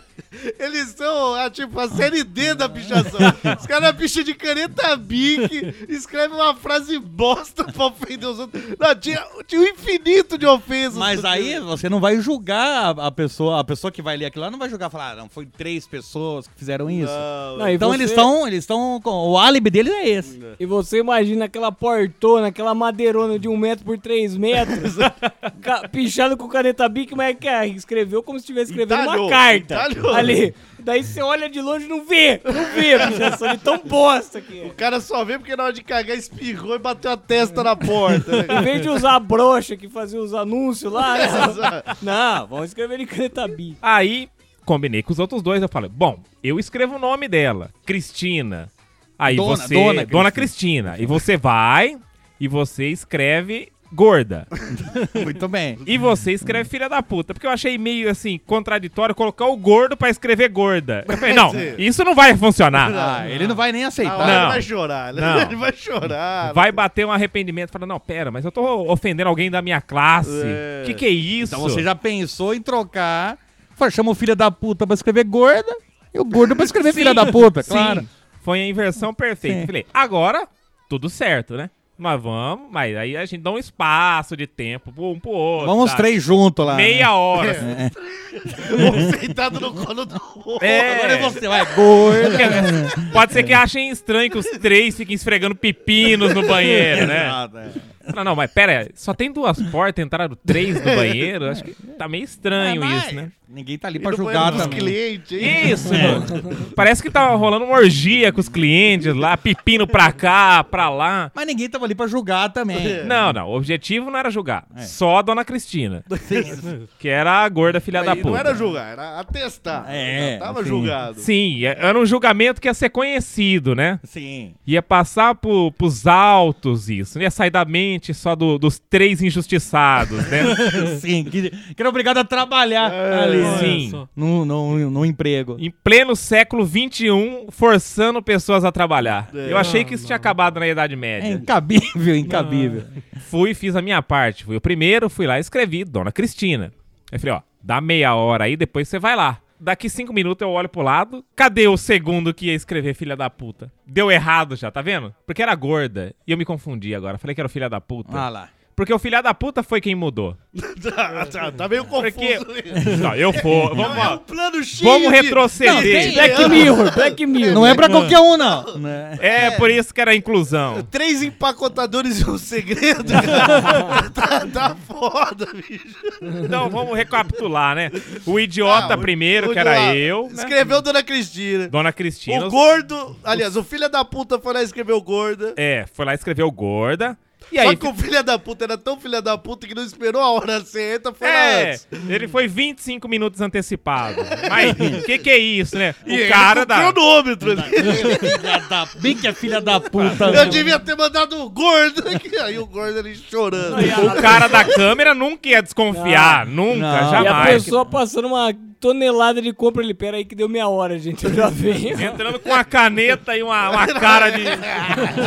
*laughs* eles são ah, tipo a série D da bichação. Os caras bicham de caneta bic, escrevem uma frase bosta pra ofender os outros. Não, tinha, tinha um infinito de ofensas.
Mas aí você não vai julgar a a pessoa, a pessoa que vai ler aquilo lá não vai julgar falar, ah, não, foi três pessoas que fizeram isso.
Não, e
Então
você-
eles estão, eles estão com o álibi deles é esse.
E você imagina aquela portona, aquela madeirona de um metro por três metros,
*laughs*
ca- pichado com caneta bic, mas que ah, escreveu como se estivesse escrevendo
Entalhou,
uma carta.
entalhou.
Ali. Daí você olha de longe e não vê. Não vê a pichação de tão bosta que é.
O cara só vê porque na hora de cagar espirrou e bateu a testa na porta.
Em
né?
vez de usar a brocha que fazia os anúncios lá,
*laughs*
né? Não, vamos escrever de caneta bic.
Aí combinei com os outros dois, eu falei, bom, eu escrevo o nome dela, Cristina. Aí
Dona-
você,
Dona
Dona, Cristina. e você vai e você escreve gorda.
Muito bem.
E você escreve filha da puta. Porque eu achei meio assim, contraditório colocar o gordo pra escrever gorda. Eu falei, não, isso não vai funcionar.
Ah, ele não vai nem
Na hora
aceitar.
ele
Não.
vai chorar. né?
Não.
Ele vai chorar.
Vai bater um arrependimento. Fala, não, pera, mas eu tô ofendendo alguém da minha classe.
É.
Que que é isso?
Então você já pensou em trocar. Fala, Chama o filho da puta pra escrever gorda e o gordo pra escrever filha da puta, claro.
Sim, foi a inversão perfeita.
É. Sim.
Falei, agora, tudo certo, né? Mas vamos, mas aí a gente dá um espaço de tempo pro- um pro outro.
Vamos né? os
sabe?
três juntos lá.
Meia hora.
Um sentado no colo do outro. né?
É.
Agora é você vai gorda.
Porque, né, *laughs* Pode ser que achem estranho que os três fiquem esfregando pepinos no banheiro, né?
é.
Não, não, mas pera, aí, só tem duas portas, entraram três no banheiro. Acho que tá meio estranho isso, né?
Ah, Ninguém tá ali
E
pra
no
julgar
banheiro dos
também.
clientes, hein?
Isso,
É.
mano. Parece que tava rolando uma orgia com os clientes lá, pepino pra cá, pra lá.
Mas ninguém tava ali pra julgar também.
É.
Não, não. O objetivo não era julgar. Só a dona
*laughs*
Cristina. que era a gorda filha da
Mas
puta.
não era julgar, era atestar.
É,
Já tava
assim.
julgado.
Sim, é- era um julgamento que ia ser conhecido, né?
Sim. *laughs*
Ia passar pro, pros altos isso. Não ia sair da mente só do- dos três injustiçados,
*laughs*
né?
Sim. Que, que era obrigado a trabalhar ali. né?
Sim.
No, no, no emprego.
Em pleno século XXI, forçando pessoas a trabalhar.
É.
Eu achei que isso
Ah,
tinha acabado na Idade
É
Média.
incabível, incabível.
Fui e fiz a minha parte. Fui o primeiro, fui lá e escrevi, Dona Cristina. Eu falei, ó, dá meia hora aí, depois você vai lá. Daqui cinco minutos eu olho pro lado. Cadê o segundo que ia escrever filha da puta? Deu errado já, tá vendo? Porque era gorda. E eu me confundi agora. Falei que era o filha da puta.
Ah lá.
Porque o filho da puta foi quem
*laughs*
mudou.
tá, tá, tá meio confuso.
Porque.
ali.
Não, eu for. Vamos
É um
lá.
plano cheio
Vamos
de-
retroceder.
Black Mirror, Black Mirror.
Não é pra qualquer um, não. Né?
É, por isso que era a inclusão.
Três empacotadores e
*laughs*
um segredo, *laughs* cara. tá, tá foda, bicho.
Então vamos recapitular, né? O idiota
Não, o-
primeiro,
o
que era
idiota.
eu. né?
Escreveu Dona Cristina.
Dona Cristina.
O gordo. Aliás, o filho da puta foi lá e escreveu gorda.
É, foi lá e escreveu gorda. E
Só
aí.
que o filho da puta era tão filho da puta que não esperou a hora certa, foi lá
É,
antes.
ele foi 25 minutos antecipado. Mas o que, que é isso, né? O
E ele
cara
com
da.
cronômetro ali.
Bem que é filha da puta.
Eu devia ter mandado o gordo aqui. Aí o gordo ali chorando.
O cara da câmera nunca ia desconfiar. nunca,
Não.
E a
jamais.
pessoa passando uma tonelada de compra, ele, pera aí que deu meia hora, gente, eu já venho.
Entrando com uma caneta e uma, uma cara de,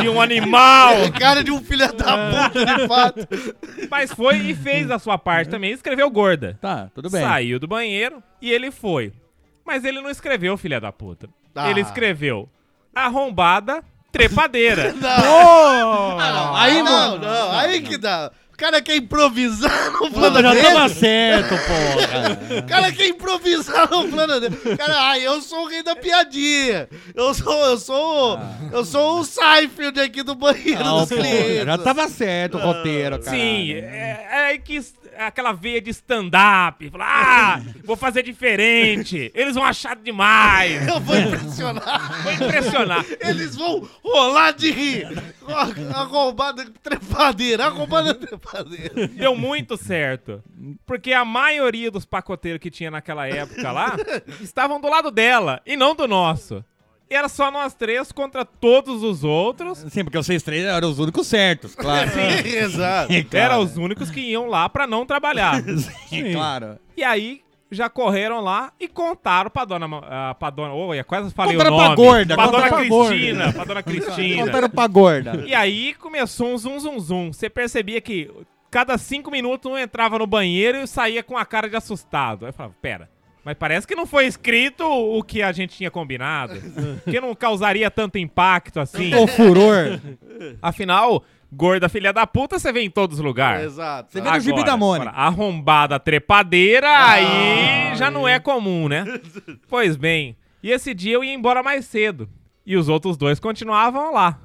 de um animal.
Cara de um filho
É.
da puta, de fato.
Mas foi e fez a sua parte também. Escreveu gorda.
Tá, tudo bem.
Saiu do banheiro e ele foi. Mas ele não escreveu, filha da puta.
Ah.
Ele escreveu arrombada, trepadeira.
Aí não, não. Aí que dá. O cara quer improvisar no plano
Pô, já
dele.
tava certo, porra.
O cara quer improvisar no plano dele. O Cara, ai, eu sou o rei da piadinha. Eu sou, eu sou, eu sou o Seinfeld aqui do banheiro
Não,
dos
porra.
clientes.
Ah, Já tá- tava certo o roteiro, cara.
Sim, é, é aí que s- aquela veia de stand-up. Fala, ah, vou fazer diferente. Eles vão achar demais.
Eu vou impressionar.
Vou impressionar.
Eles vão rolar de rir. Ó, Arrombada trepadeira, arrombada trepadeira.
Deu muito certo. Porque a maioria dos pacoteiros que tinha naquela época lá estavam do lado dela e não do nosso. E era só nós três contra todos os outros.
Sim, porque vocês três eram os únicos certos,
É.
claro.
Exato.
Eram os únicos que iam lá pra não trabalhar.
Sim, claro.
E aí já correram lá e contaram pra dona. Uh, pra dona olha, quase falei
Contaram
o
pra
nome.
gorda,
pra dona
contaram pra gorda.
Cristina. Pra dona Cristina.
Contaram pra gorda.
E aí começou um zum zum zum. Você percebia que cada cinco minutos um entrava no banheiro e saía com a cara de assustado. Aí eu falava, pera, mas parece que não foi escrito o que a gente tinha combinado. que não causaria tanto impacto assim.
O furor.
Afinal, gorda filha da puta, você vê em todos os lugares.
Exato.
Você vê no Gibi da Mônica.
agora, arrombada trepadeira, aí já não é comum, né? pois bem, e esse dia eu ia embora mais cedo. E os outros dois continuavam lá.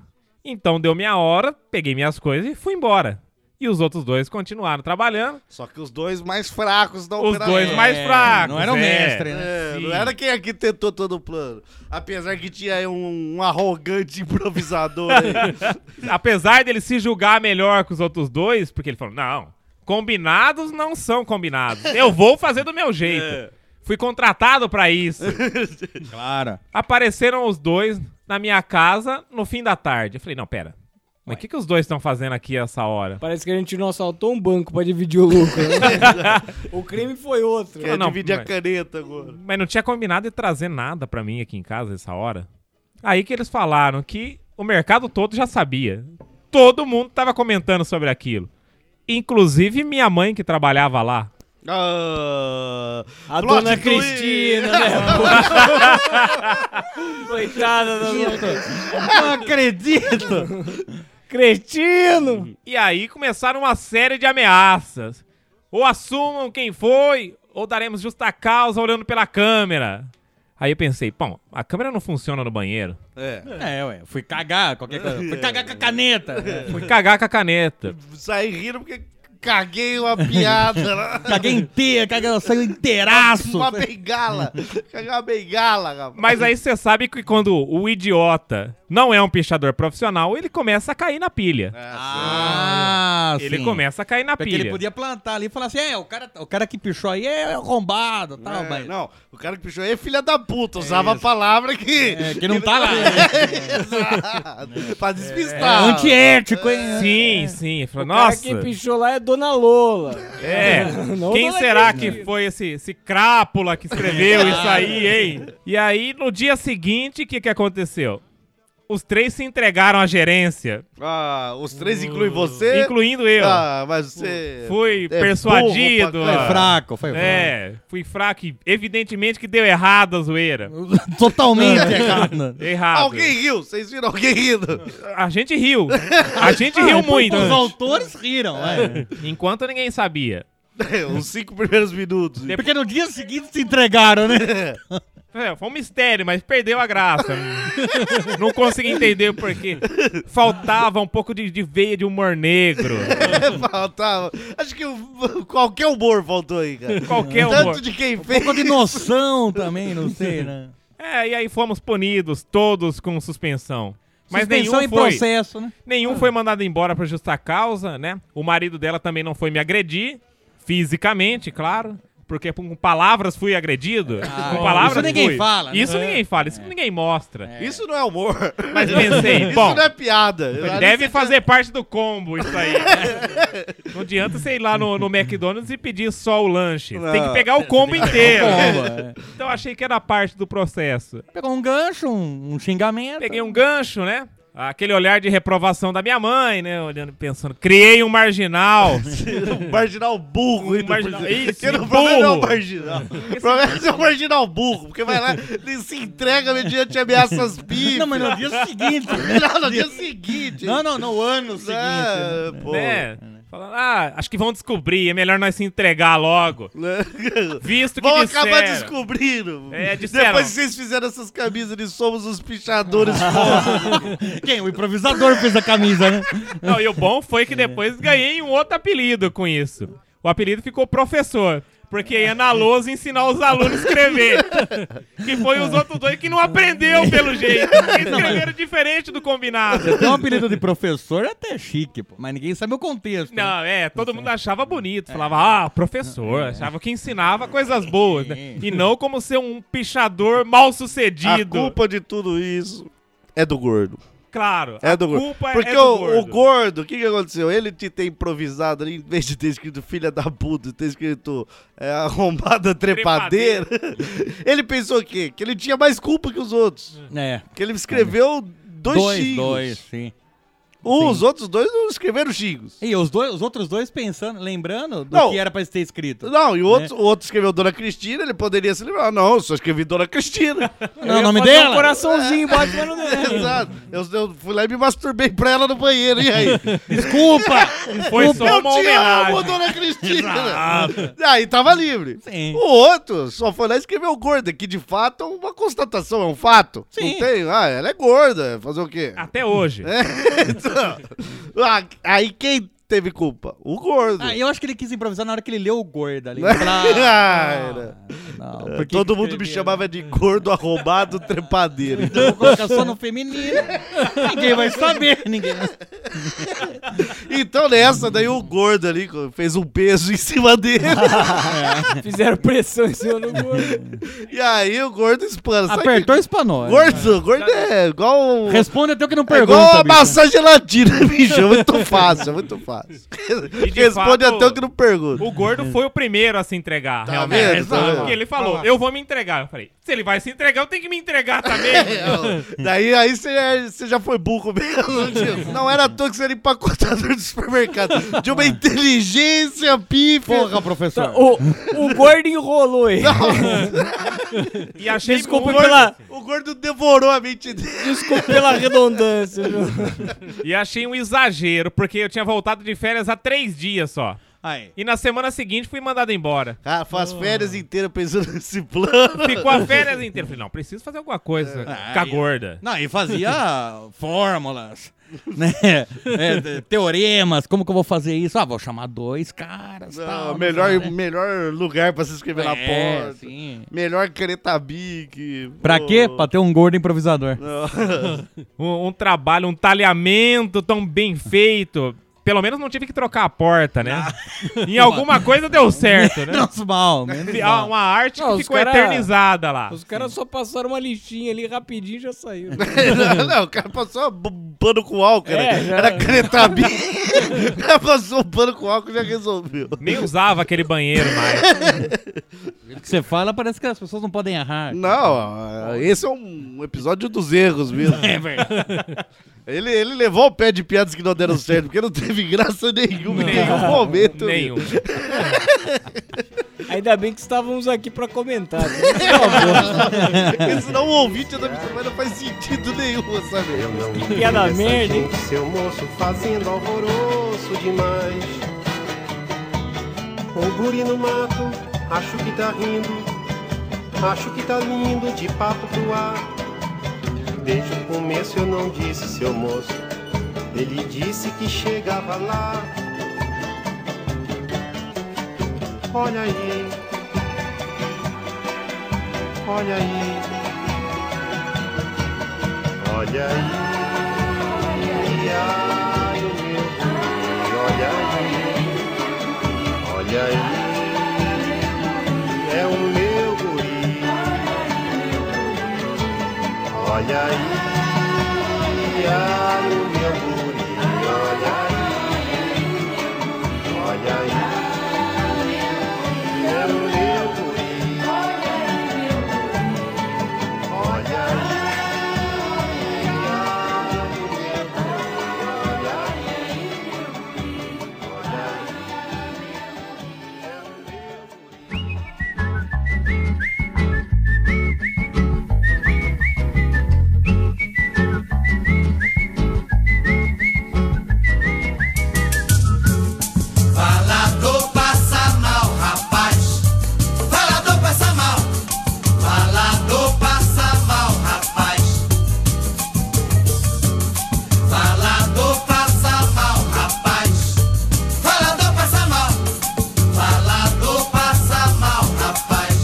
Então deu minha hora, peguei minhas coisas e fui embora. E os outros dois continuaram trabalhando.
Só que os dois mais fracos da
Os dois
operação.
mais fracos.
Não era o
é.
mestre, né?
É, não
Sim.
era quem arquitetou todo o plano. Apesar que tinha aí um, um arrogante
*laughs*
improvisador aí.
Apesar dele se julgar melhor que os outros dois, porque ele falou: não, combinados não são combinados. Eu vou fazer do meu jeito. Fui contratado pra isso.
Claro.
Apareceram os dois na minha casa no fim da tarde. Eu falei, não, pera. Mas o que, que os dois estão fazendo aqui essa hora?
Parece que a gente não assaltou um banco pra dividir o lucro. né? o crime foi outro.
Quer
não,
dividir a
mas-
caneta agora.
Mas não tinha combinado de trazer nada pra mim aqui em casa essa hora. Aí que eles falaram que o mercado todo já sabia. Todo mundo tava comentando sobre aquilo. Inclusive minha mãe que trabalhava lá.
Ah,
A
plot
dona
twist.
Cristina, né? pô? *laughs* Coitada da dona.
Não acredito.
*laughs* Cretino!
E aí começaram uma série de ameaças. Ou assumam quem foi, ou daremos justa causa olhando pela câmera. Aí eu pensei, bom, a câmera não funciona no banheiro.
É.
É, ué. Fui cagar qualquer coisa. Fui cagar com a caneta.
Fui cagar com a caneta.
Saí rindo porque caguei uma piada. lá.
Caguei inteira, caguei, saiu inteiraço.
uma bengala. Caguei uma bengala, rapaz.
Mas aí você sabe que quando o idiota não é um pichador profissional, ele começa a cair na pilha.
Ah,
ele
É, sim.
começa a cair na
Porque
pilha.
ele podia plantar ali e falar assim, é, o cara, o cara que pichou aí é arrombado e tal,
É,
mas...
Não, o cara que pichou aí é filha da puta. Usava a palavra que.
É, que não tá lá. É,
Exato. *laughs* Pra
é
despistar.
antiético, hein?
Sim, sim. Ele falou,
O cara
Nossa,
que pichou lá é Dona Lola.
é.
*laughs* Não,
Quem
não é
será
que-
que foi esse, esse
*laughs*
crápula que escreveu isso aí, hein? E aí, no dia seguinte, o que, que aconteceu? os três se entregaram à gerência,
Ah, os três incluem você?
incluindo eu.
Ah, mas você... é
fui
burro
persuadido.
pra
Foi
caralho.
fraco, foi fraco.
É, fui fraco e evidentemente que deu errado a zoeira.
Totalmente errado.
Errado.
Alguém riu, vocês viram alguém rindo?
A gente riu. A gente
*laughs*
riu muito.
Os autores riram, é.
Enquanto ninguém sabia.
Os É, cinco
*laughs*
primeiros minutos.
Porque no dia seguinte se entregaram, *laughs* né?
É, foi um mistério, mas perdeu a graça. Não consegui entender o porquê. Faltava um pouco de, de veia de humor negro.
Faltava. É, tá, Acho que o- qualquer humor faltou aí, cara.
Qualquer
Tanto
humor.
de quem
Um pouco
fez.
de noção também, não sei, *laughs* né?
É, e aí fomos punidos, todos com suspensão. Mas
Suspensão
nenhum
em
foi.
processo, né?
Nenhum foi mandado embora por justa causa, né? O marido dela também não foi me agredir, fisicamente, claro. Porque com palavras fui agredido. com palavras
Ah, isso ninguém
fui.
fala, né?
Isso ninguém fala, isso ninguém mostra.
Isso não é humor.
Mas pensei,
*laughs* Isso
bom,
não é piada. é
deve fazer parte do combo isso aí. né? *laughs* não adianta você ir lá no, no McDonald's e pedir só o lanche. Você Tem que
Não.
pegar o combo inteiro.
Pomba, é.
Então achei que era parte do processo.
Pegou um gancho, um, um xingamento.
Peguei um gancho, né? Aquele olhar de reprovação da minha mãe, né? Olhando e pensando, criei um *laughs* marginal.
Um *laughs* marginal burro.
Um
ainda por
marginal-
cima.
Isso,
Porque
um
o problema não é o
burro.
marginal. O problema é o marginal burro. Porque vai lá, ele se entrega mediante ameaças bíblicas.
Não, mas no *laughs* dia seguinte. né?
*laughs* Não, no dia seguinte.
Não, não, no ano seguinte.
É, pô.
né? Falando, ah, acho que vão descobrir, é melhor nós se entregar logo.
*laughs*
Visto que
Vão
disseram.
acabar descobrindo.
É, disseram.
Depois que vocês fizeram essas camisas de somos os pichadores.
Quem? O improvisador fez a camisa, né?
Não, e o bom foi
*laughs* É.
que depois ganhei um outro apelido com isso. O apelido ficou professor. Porque ia na lousa ensinar os alunos a escrever.
*laughs*
que foi os outros dois que não aprendeu, pelo
*laughs*
jeito. Escreveram diferente do combinado.
Tem um apelido de professor é até chique, pô. Mas ninguém sabe o contexto. né?
Não, é, todo mundo achava bonito,
É.
falava, ah, professor, achava que ensinava coisas boas, né? E não como ser um pichador mal
A
sucedido.
culpa de tudo isso é do gordo.
Claro,
É
a
do gordo.
culpa
Porque
é do
o,
gordo.
o gordo, o que, que aconteceu? Ele te ter improvisado ali, em vez de ter escrito filha da puta, ter escrito é, arrombada trepadeira. *laughs* ele pensou o quê? Que ele tinha mais culpa que os outros.
É.
Que ele escreveu dois,
Dois,
xingos.
dois, sim.
Um,
sim.
os outros dois não escreveram xingos.
E os, dois, os outros dois pensando, lembrando do
Não.
que era pra ter escrito.
Não, e o
É.
outro, o outro escreveu Dona Cristina, ele poderia se lembrar. Não, eu só escrevi Dona
*laughs*
Cristina.
Não, o nome
Fazer
dela?
Um
*laughs*
coraçãozinho, bate lá no
É.
dedo.
Exato. Eu, eu fui lá e me masturbei pra ela no banheiro,
*laughs*
e aí?
Desculpa!
Foi só
eu
uma
te
homenagem.
amo,
*laughs*
Dona Cristina. aí tava livre.
Sim.
O outro só foi lá e escreveu gorda, que de fato é uma constatação, é um fato.
Sim. Ah,
Não tem, ah, ela é gorda, fazer o quê?
Até hoje.
*laughs* Então, ah, aí quem teve culpa? O gordo.
Ah, eu acho que ele quis improvisar na hora que ele leu o gordo *laughs* ali.
Né?
Ele
*laughs*
falou,
Ah,
"Ah,
era.
não, por que
Todo
que é.
mundo me
escreveram?"
chamava de gordo arrombado trepadeiro. Então,
Vou colocar só no *laughs* feminino. Ninguém vai saber. Ninguém vai saber.
então nessa, daí o gordo ali fez um peso em cima
*laughs*
dele.
Fizeram pressão em cima
*laughs*
do gordo.
e aí o gordo espana. Sabe
Apertou
que-
e espanou.
Gordo, gordo é igual.
Responde até o que
É
não
igual
pergunta. bicho.
amassar gelatina, *laughs* bicho. É muito fácil, é muito fácil.
de
*laughs* Responde
fato,
até o que não *laughs* pergunta.
O
Uhum.
gordo foi o primeiro a se entregar,
Tá
realmente.
vendo? Tá vendo?
Porque ele falou, eu vou me entregar. Eu falei, se ele vai se entregar, eu tenho que me entregar
*laughs*
também.
É, ó, Daí aí você já- você já foi burro mesmo. tio. Não era à toa que você era empacotador de supermercado. De uma inteligência pífia.
Porra, professor.
O, o gordo enrolou ele.
e achei
Desculpa
muito-
pela,
O gordo devorou a mente dele. *laughs*
desculpa pela redundância. viu?
E achei um exagero, porque eu tinha voltado de férias há três dias só.
Aí.
E na semana seguinte fui mandado embora.
Cara, faz férias inteiras pensando
*laughs*
nesse plano.
Ficou a férias inteira. Falei, não, preciso fazer alguma coisa
É.
com a
aí-
gorda.
Não, e fazia fórmulas, *laughs* né? É, te- teoremas, como que eu vou fazer isso? Ah, vou chamar dois caras.
Ah,
tal, não
melhor,
sei, né?
melhor lugar pra se inscrever na
É,
porta.
sim.
Melhor Creta Bic.
Pra
Pô.
quê? Pra ter um gordo improvisador.
Um, um trabalho, um talhamento tão bem feito. Pelo menos não tive que trocar a porta, né?
Ah.
Em alguma coisa deu certo, né?
*laughs* Menos mal, menos
Fi- ah,
mal.
Uma arte
Não,
que
os
ficou
cara-
eternizada lá.
Os caras só passaram uma lixinha ali rapidinho e já saiu.
*laughs* não, não, o cara passou um pano com álcool, né?
É, já-
Era *laughs* cretabinha. o cara passou um pano com álcool e já resolveu.
Nem usava aquele banheiro mais.
*laughs* O que você fala parece que as pessoas não podem
*laughs*
errar.
Não, esse é um episódio dos erros mesmo. É verdade. Ele, ele levou o pé de piadas que não deram certo, porque não teve graça nenhuma em nenhum momento.
Nenhum.
Ainda bem que estávamos aqui pra comentar. né?
Porque senão o ouvinte da mistura não faz sentido nenhum essa merda.
Que piada merda, hein?
é um Seu moço fazendo alvoroço demais. O guri no mato, acho que tá rindo. Acho que tá lindo de papo pro ar. Desde o começo eu não disse, seu moço. Ele disse que chegava lá. Olha aí. Olha aí. Olha aí. Ai, o meu bem, olha aí, olha aí, é o meu guri. Olha aí, ai, o meu guri, olha aí, olha aí, é o meu guri. Olha aí, ai, o meu guri.
Falador passa mal, rapaz. Falador passa mal. Falador passa mal, rapaz. Falador passa mal, rapaz. Falador passa mal. Falador passa mal, rapaz.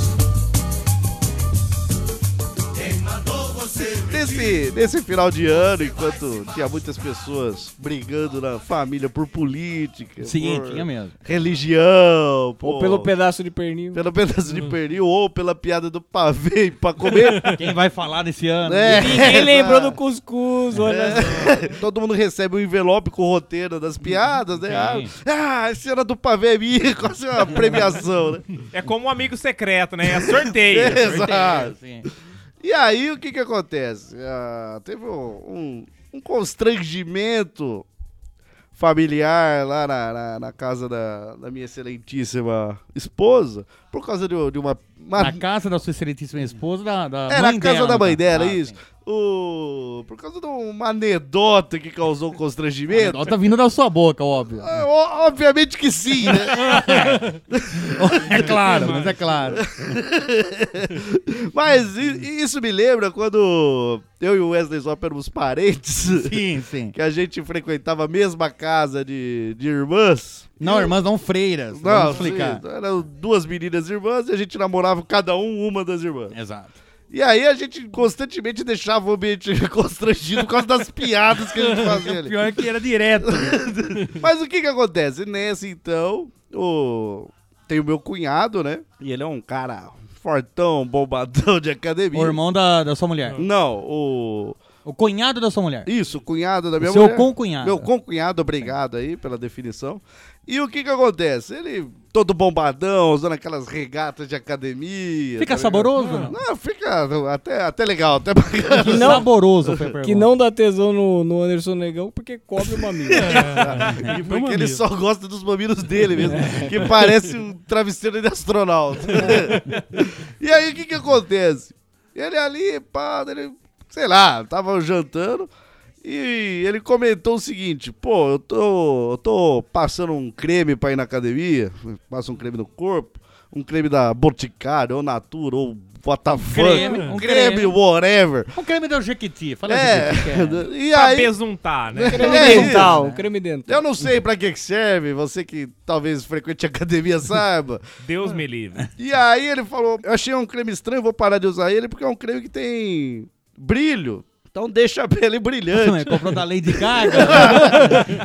Quem mandou você
Nesse, nesse final de ano, enquanto tinha muitas pessoas brigando na família por política,
Sim,
por
tinha mesmo.
religião,
Ou
é
por-
pelo pedaço de pernil.
pelo pedaço
Hum.
de pernil ou pela piada do pavê
*laughs*
pra comer.
Quem vai falar desse ano?
né?
Ninguém lembrou
*laughs*
do né? cuscuz, olha só.
Todo mundo recebe um envelope com o roteiro das piadas, né? Ah, ah, cena do pavê é minha, quase uma
*laughs*
premiação, né?
É como um amigo secreto, né? É
*laughs*
sorteio. é sorteio.
Exato.
Sim.
E aí, o que que acontece? Ah, teve um, um- um constrangimento familiar lá na, na- na casa da, da minha excelentíssima esposa, por causa de, de uma... uma-
Na casa da sua excelentíssima esposa, da, da
é,
mãe
na casa
dela,
da
no
mãe
caso.
dela,
Ah,
isso.
sim.
O, por causa de uma anedota que causou um constrangimento.
Ó, tá vindo da sua boca, óbvio.
Ah, o- Obviamente que sim, né?
*laughs* É claro, mas é
*laughs*
claro.
Mas i- i- isso me lembra quando eu e o Wesley Zop éramos parentes,
Sim, sim.
que a gente frequentava a mesma casa de, de irmãs.
Não, irmãs não freiras.
Não,
vamos explicar.
sim, eram duas meninas irmãs e a gente namorava cada um uma das irmãs.
Exato.
E aí a gente constantemente deixava o ambiente *laughs* constrangido por causa das piadas que a gente fazia ali.
Pior é que era direto.
Mas o que que acontece? Nesse, então, o... tem o meu cunhado, né? E ele é um cara fortão, bombadão de academia.
o irmão da, da sua mulher.
Não, o...
O cunhado da sua mulher.
Isso, o cunhado da minha
seu
mulher.
concunhado.
Meu concunhado, obrigado aí pela definição. E o que que acontece? Ele todo bombadão, usando aquelas regatas de academia. tá
Fica
ligado?
saboroso? Não.
Não, fica até, até legal, até bacana.
Que não... Saboroso, foi a pergunta.
Que não dá tesão no, no Anderson Negão porque cobre uma
É,
mina.
E porque ele só gosta dos mamilos dele mesmo, que parece um travesseiro de
*laughs*
astronauta. e aí, o que que acontece? Ele ali, pá, ele, sei lá, tava jantando e ele comentou o seguinte, pô, eu tô, eu tô passando um creme pra ir na academia, passo um creme no corpo, um creme da Boticário, ou Natura, ou what the fuck,
creme, um
um creme,
creme.
whatever.
O creme deu Jequiti. Fala
É,
Jequiti. que é.
*laughs* e
Pra
aí...
besuntar, né?
creme
É isso,
dental, creme dental.
Eu não sei pra que que serve, você que talvez frequente a academia saiba.
Deus me
*laughs*
livre.
E aí ele falou: Eu achei um creme estranho, vou parar de usar ele porque é um creme que tem brilho. Então deixa a
*laughs*
pele brilhante.
Comprou da Lady Gaga.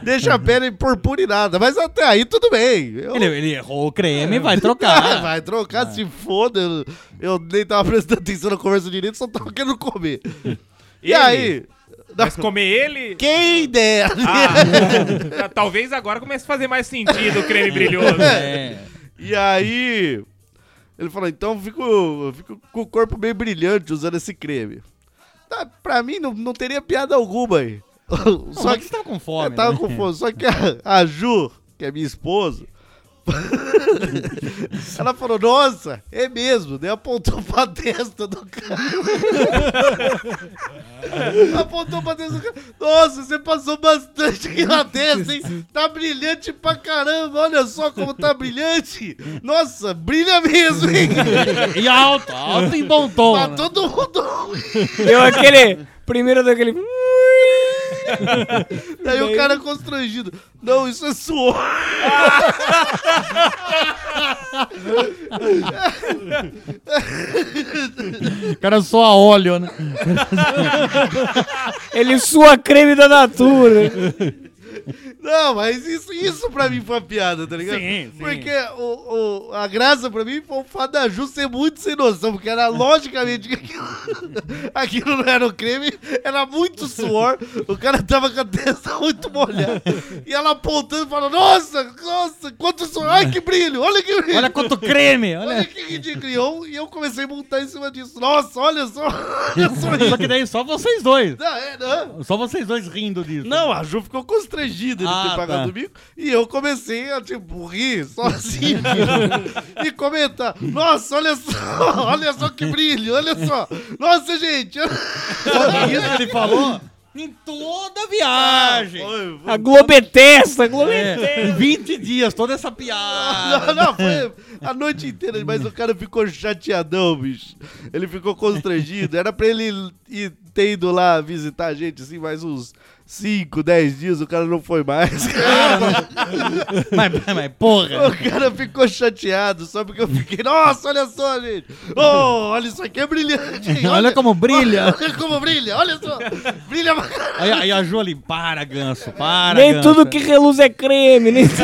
deixa a pele purpurinada. Mas até aí tudo bem. Eu- *laughs* Ah,
Ele, ele errou o creme,
*laughs*
vai trocar.
vai
Ah.
trocar, se foda. Eu, eu nem tava prestando atenção na conversa direito, só tava querendo
*laughs*
comer. E
Ele?
aí?
Mas comer ele.
Quem dera!
Ah, *laughs* talvez agora comece a fazer mais sentido o creme brilhoso.
É.
E aí, ele falou, então eu fico, eu fico com o corpo meio brilhante usando esse creme. Tá, pra mim, não, não teria piada alguma aí.
Só
Só
que
que
você tava com
eu
fome.
tava
né?
com fome. Só que a, a Ju, que é minha esposa, *laughs* ela falou, nossa, é mesmo. Daí apontou pra testa do cara. *laughs* apontou pra testa do cara. Nossa, você passou bastante aqui na testa, hein? Tá brilhante pra caramba. Olha só como tá brilhante. Nossa, brilha mesmo,
*laughs*
hein?
E alto, alto em bom tom. *laughs*
Pra
né?
todo mundo.
Deu aquele. Primeiro deu
*laughs*
aquele.
Daí o cara constrangido. Não, isso é suor.
O cara só a óleo, né?
Ele sua creme da natura.
Não, mas isso, isso pra mim foi uma piada, tá ligado?
Sim, sim.
Porque o, o- a graça pra mim foi o fato da Ju ser muito sem noção, porque era logicamente que aquilo, *laughs* aquilo não era o creme, era muito suor, o cara tava com a testa muito molhada. E ela apontando e falando, nossa, nossa, quanto suor, ai que brilho, olha que brilho.
Olha quanto creme,
Olha
olha.
que ridículo. E eu, e eu comecei a montar em cima disso. Nossa, olha só. *laughs* Olha só isso.
Só que daí só vocês dois.
Não, é, não.
Só vocês dois rindo disso.
Não, a Ju ficou constrangida de
Ah,
ter
tá.
pagado o mico. E eu comecei a, tipo, rir
*laughs*
sozinho. e comentar. Nossa, olha só. *laughs* Olha só que brilho. Olha só. Nossa, gente.
Sabe isso que ele falou? Em toda a viagem.
Foi-
A globetesta, globetesta.
É, 20 dias, toda essa
Não,
piada.
não, foi a noite inteira, mas o cara ficou chateadão, bicho. Ele ficou constrangido. Era pra ele ir, ter ido lá visitar a gente, assim, mais uns 5, 10 dias. O cara não foi mais. *laughs*
Mas, mas- mas, porra.
O cara ficou chateado só porque eu fiquei. Nossa, olha só, gente. Oh, olha isso aqui é brilhante. hein?
*laughs* Olha como brilha.
*laughs* Olha como brilha, olha só. Brilha pra caralho.
Aí, aí a Ju ali, para, ganso, para.
Nem
ganso.
tudo que reluz é creme. Nem tudo.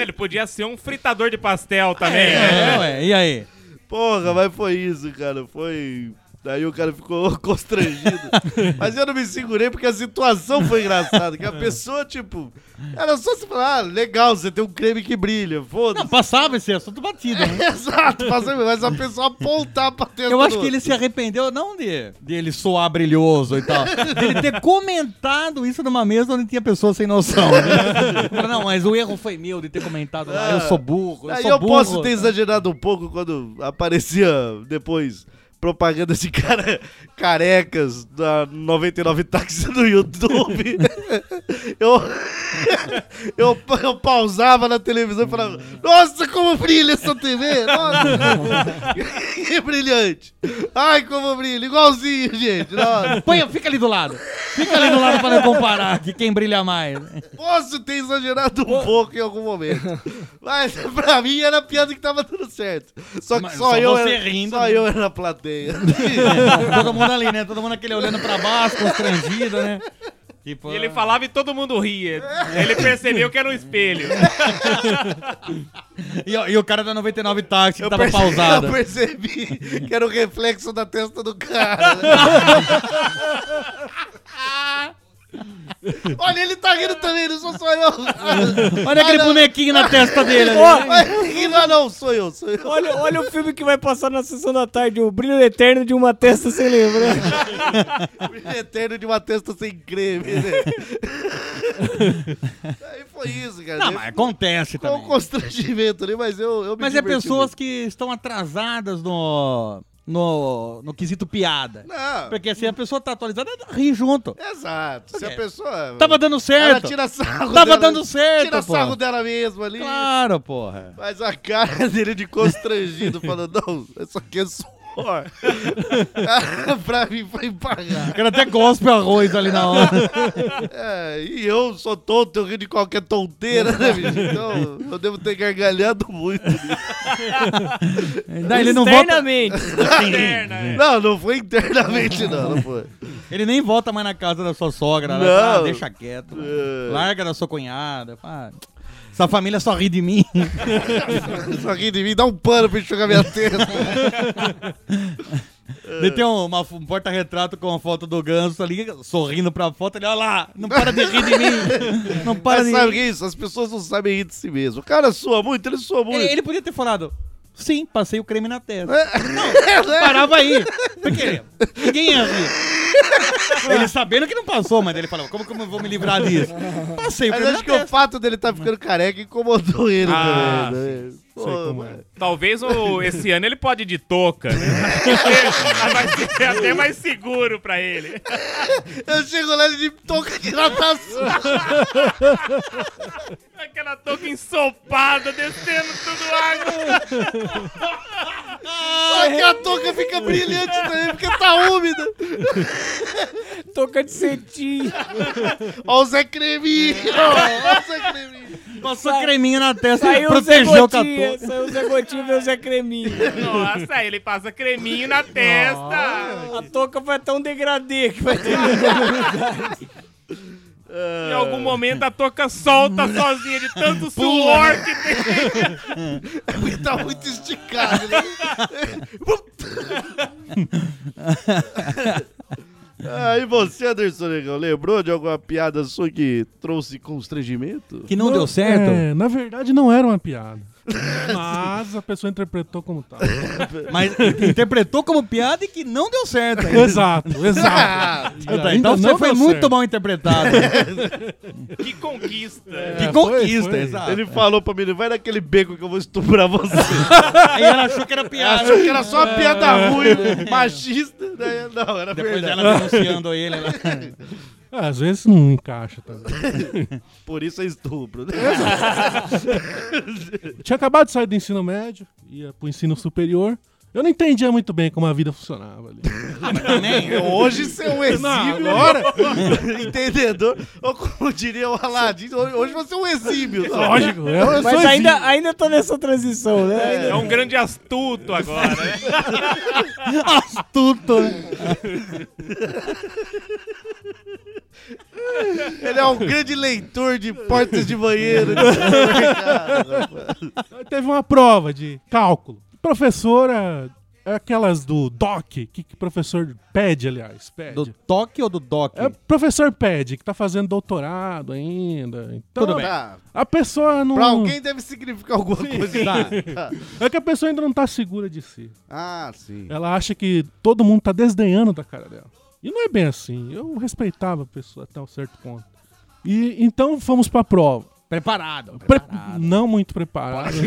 Ele podia ser um fritador de pastel também. né?
É, ué, e aí?
Porra, mas foi isso, cara. Foi. Daí o cara ficou *laughs* constrangido. Mas eu não me segurei porque a situação foi engraçada. Que
É.
a pessoa, tipo, era só se falar, ah, legal, você tem um creme que brilha.
Não,
Foda-se. *laughs*
passava esse assunto batido, né?
Exato, fazer- mas a pessoa apontar pra testa
*laughs* Eu acho
do
que ele se arrependeu não de, de ele soar brilhoso e tal, dele ter comentado isso numa mesa onde tinha pessoas sem noção. *laughs* né? Falou, Não, mas o erro foi meu de ter comentado, ah, eu sou burro, eu
Aí
sou
eu
burro. né?
posso ter exagerado um pouco quando aparecia depois propaganda de cara carecas da 99 táxi no
*laughs*
YouTube. eu, eu, eu pausava na televisão e falava: Nossa, como brilha essa TV!
*laughs*
Nossa! *laughs* que brilhante! Ai, como brilha! Igualzinho, gente! Nossa.
Põe, fica ali do lado. Fica ali do lado pra eu comparar de quem brilha mais.
Posso ter exagerado um pouco em algum
*laughs*
momento. Mas pra mim era a piada que tava dando certo. Só que
Mas
só,
só
eu
você
era,
rindo,
só
né?
eu era na
*laughs*
plateia.
Todo mundo ali, né? Todo mundo aquele olhando pra baixo, constrangido, né? Tipo,
E ele
ah,
falava e todo mundo ria. Ele percebeu que era um espelho.
E, e o cara da 99 táxi que
Eu
tava
perce-
pausado.
*laughs* Eu percebi que era o reflexo da testa do
*laughs*
cara. né? Olha, ele tá rindo também, não sou só eu.
Olha aquele
Ah, não.
bonequinho na testa dele. né? ali.
Ó,
Mas, não, ah, não, sou eu, sou eu.
olha, olha o filme que vai passar na sessão da tarde: O Brilho Eterno de uma Testa Sem Lembrança.
Brilho eterno de uma testa sem creme.
*laughs*
né? Aí foi isso, cara.
Não, Ah, mas acontece
Foi um
também.
constrangimento ali, mas eu, eu me
Mas é
diverti
pessoas que estão atrasadas no, no, no quesito piada.
muito. Não,
Porque assim, a pessoa tá atualizada, ri junto.
exato. Se a pessoa...
Tava dando
ela
certo.
tira sarro
Tava
dela-
dando certo,
Tira sarro
pô.
dela mesmo ali.
Claro, porra.
*laughs* Mas a cara dele de constrangido, falando, não, isso aqui é suor. *laughs* Ó, pra mim foi pagar.
O cara até gospe o arroz ali na hora.
É, e eu sou tonto, eu rio de qualquer tonteira, né, bicho? Então, eu devo ter gargalhado muito.
Daí ele não volta-
Não, não foi internamente, não. não foi.
Ele nem volta mais na casa da sua sogra. né?
Não.
Fala, "Ah, deixa quieto.
É,
Larga da sua cunhada. Fala, Essa família só ri de mim.
Só ri de mim, dá um pano pra enxugar minha testa. É.
Ele tem uma, f- um porta-retrato com a foto do Ganso ali, sorrindo pra foto. Ele, olha lá, não para de rir
*laughs*
de mim. Não para
Mas
de
sabe o
rir.
que é isso? As pessoas não sabem rir de si mesmo. O cara sua muito, ele sua muito. *laughs*
Ele, ele podia ter falado, sim, passei o creme na testa.
É,
Não, parava aí. Porque ninguém ia rir. Ele sabendo que não passou, mas ele falou, como que eu vou me livrar disso? Passei o
Mas
creme
acho
na
que
testa.
o fato dele tá ficando careca incomodou ele
Ah,
também. né? Pô, mano.
Talvez o, esse ano ele pode ir de touca, né? Mas vai ser até mais seguro pra ele.
Eu chego lá ele de toca de natação.
Aquela touca ensopada, descendo tudo água.
Só que a touca fica brilhante também, porque tá úmida.
Toca de
*laughs*
cetim.
Ó o Zé Creminho. Ó o Zé Creminho.
Passou creminho na testa e
Saiu o Zé
protegeu o
Gotinha.
catu.
Saiu o Zé Gotinha e veio o Zé Creminho.
Nossa, aí ele passa creminho na testa.
A touca foi até um degradê que vai ter.
Em algum momento a touca solta sozinha de tanto suor que tem.
Porque tá muito esticado, *laughs* né? Ah, e você, Anderson Negão, lembrou de alguma piada sua que trouxe constrangimento?
Que não, deu certo?
É, na verdade não era
*laughs*
uma piada. Mas a pessoa interpretou como tal.
Mas interpretou como piada e que não deu certo. ainda.
exato,
*laughs*
exato.
Ah,
Então,
Ainda
você
não
foi
deu
muito
certo.
mal interpretado.
Que conquista.
que conquista,
É, foi, foi.
exato.
Ele falou pra mim, vai naquele beco que eu vou estuprar você.
Aí ela achou que era piada.
Achou que era só uma piada ruim, machista. Né? Não, era
Depois
verdade.
ela denunciando ele. Ela...
Ah, Às vezes não encaixa também.
Por isso é estupro. Né?
Tinha acabado de sair do ensino médio, ia pro ensino superior. Eu não entendia muito bem como a vida funcionava ali.
Também.
Hoje você é um exímio
agora-
*laughs* entendedor. Ou como diria o Aladim, hoje hoje você é um exímio. sabe?
Lógico, É, eu, eu
Mas
sou
ainda, ainda tô nessa transição, né?
É um grande astuto agora, né?
Astuto. né?
Ele é um grande leitor de portas de banheiro.
Aí Teve uma prova de cálculo. Professora, é aquelas do DOC, que, que professor pede, aliás, pede.
Do toque ou do doc?
É professor pede, que tá fazendo doutorado ainda. Então,
Tudo bem.
Tá,
A pessoa não.
pra alguém deve significar alguma coisa. Tá.
É que a pessoa ainda não tá segura de si.
Ah, sim.
Ela acha que todo mundo tá desdenhando da cara dela. E não é bem assim. Eu respeitava a pessoa até um certo ponto. E então fomos pra prova.
Preparado. é,
Pre- Não muito preparado. *laughs*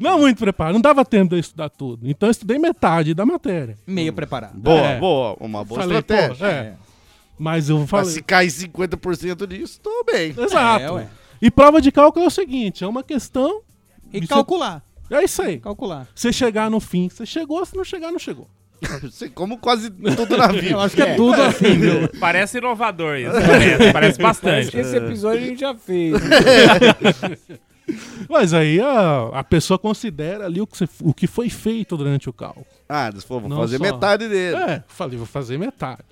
não muito preparado. Não dava tempo de eu estudar tudo. Então eu estudei metade da matéria.
Meio preparado.
Boa,
É.
boa. Uma boa
Falei, pô,
estratégia.
é. Mas eu
Mas
falei.
se cair 50% disso, tô bem.
Exato.
É, ué.
e prova de cálculo é o seguinte: é uma questão.
E
Isso-
calcular.
É isso aí.
Calcular.
Você chegar no fim, você chegou, se não chegar, não chegou.
Você como quase tudo na
*laughs*
vida.
Eu acho que é, tudo assim, viu?
*laughs* Parece inovador isso. Parece, parece
Acho que
bastante.
É.
esse episódio a gente já
*laughs*
fez.
Mas aí a, a pessoa considera ali o que, você- o que foi feito durante o cálculo.
Ah, eles foram
Não
fazer
só.
metade dele.
É, falei, vou fazer metade.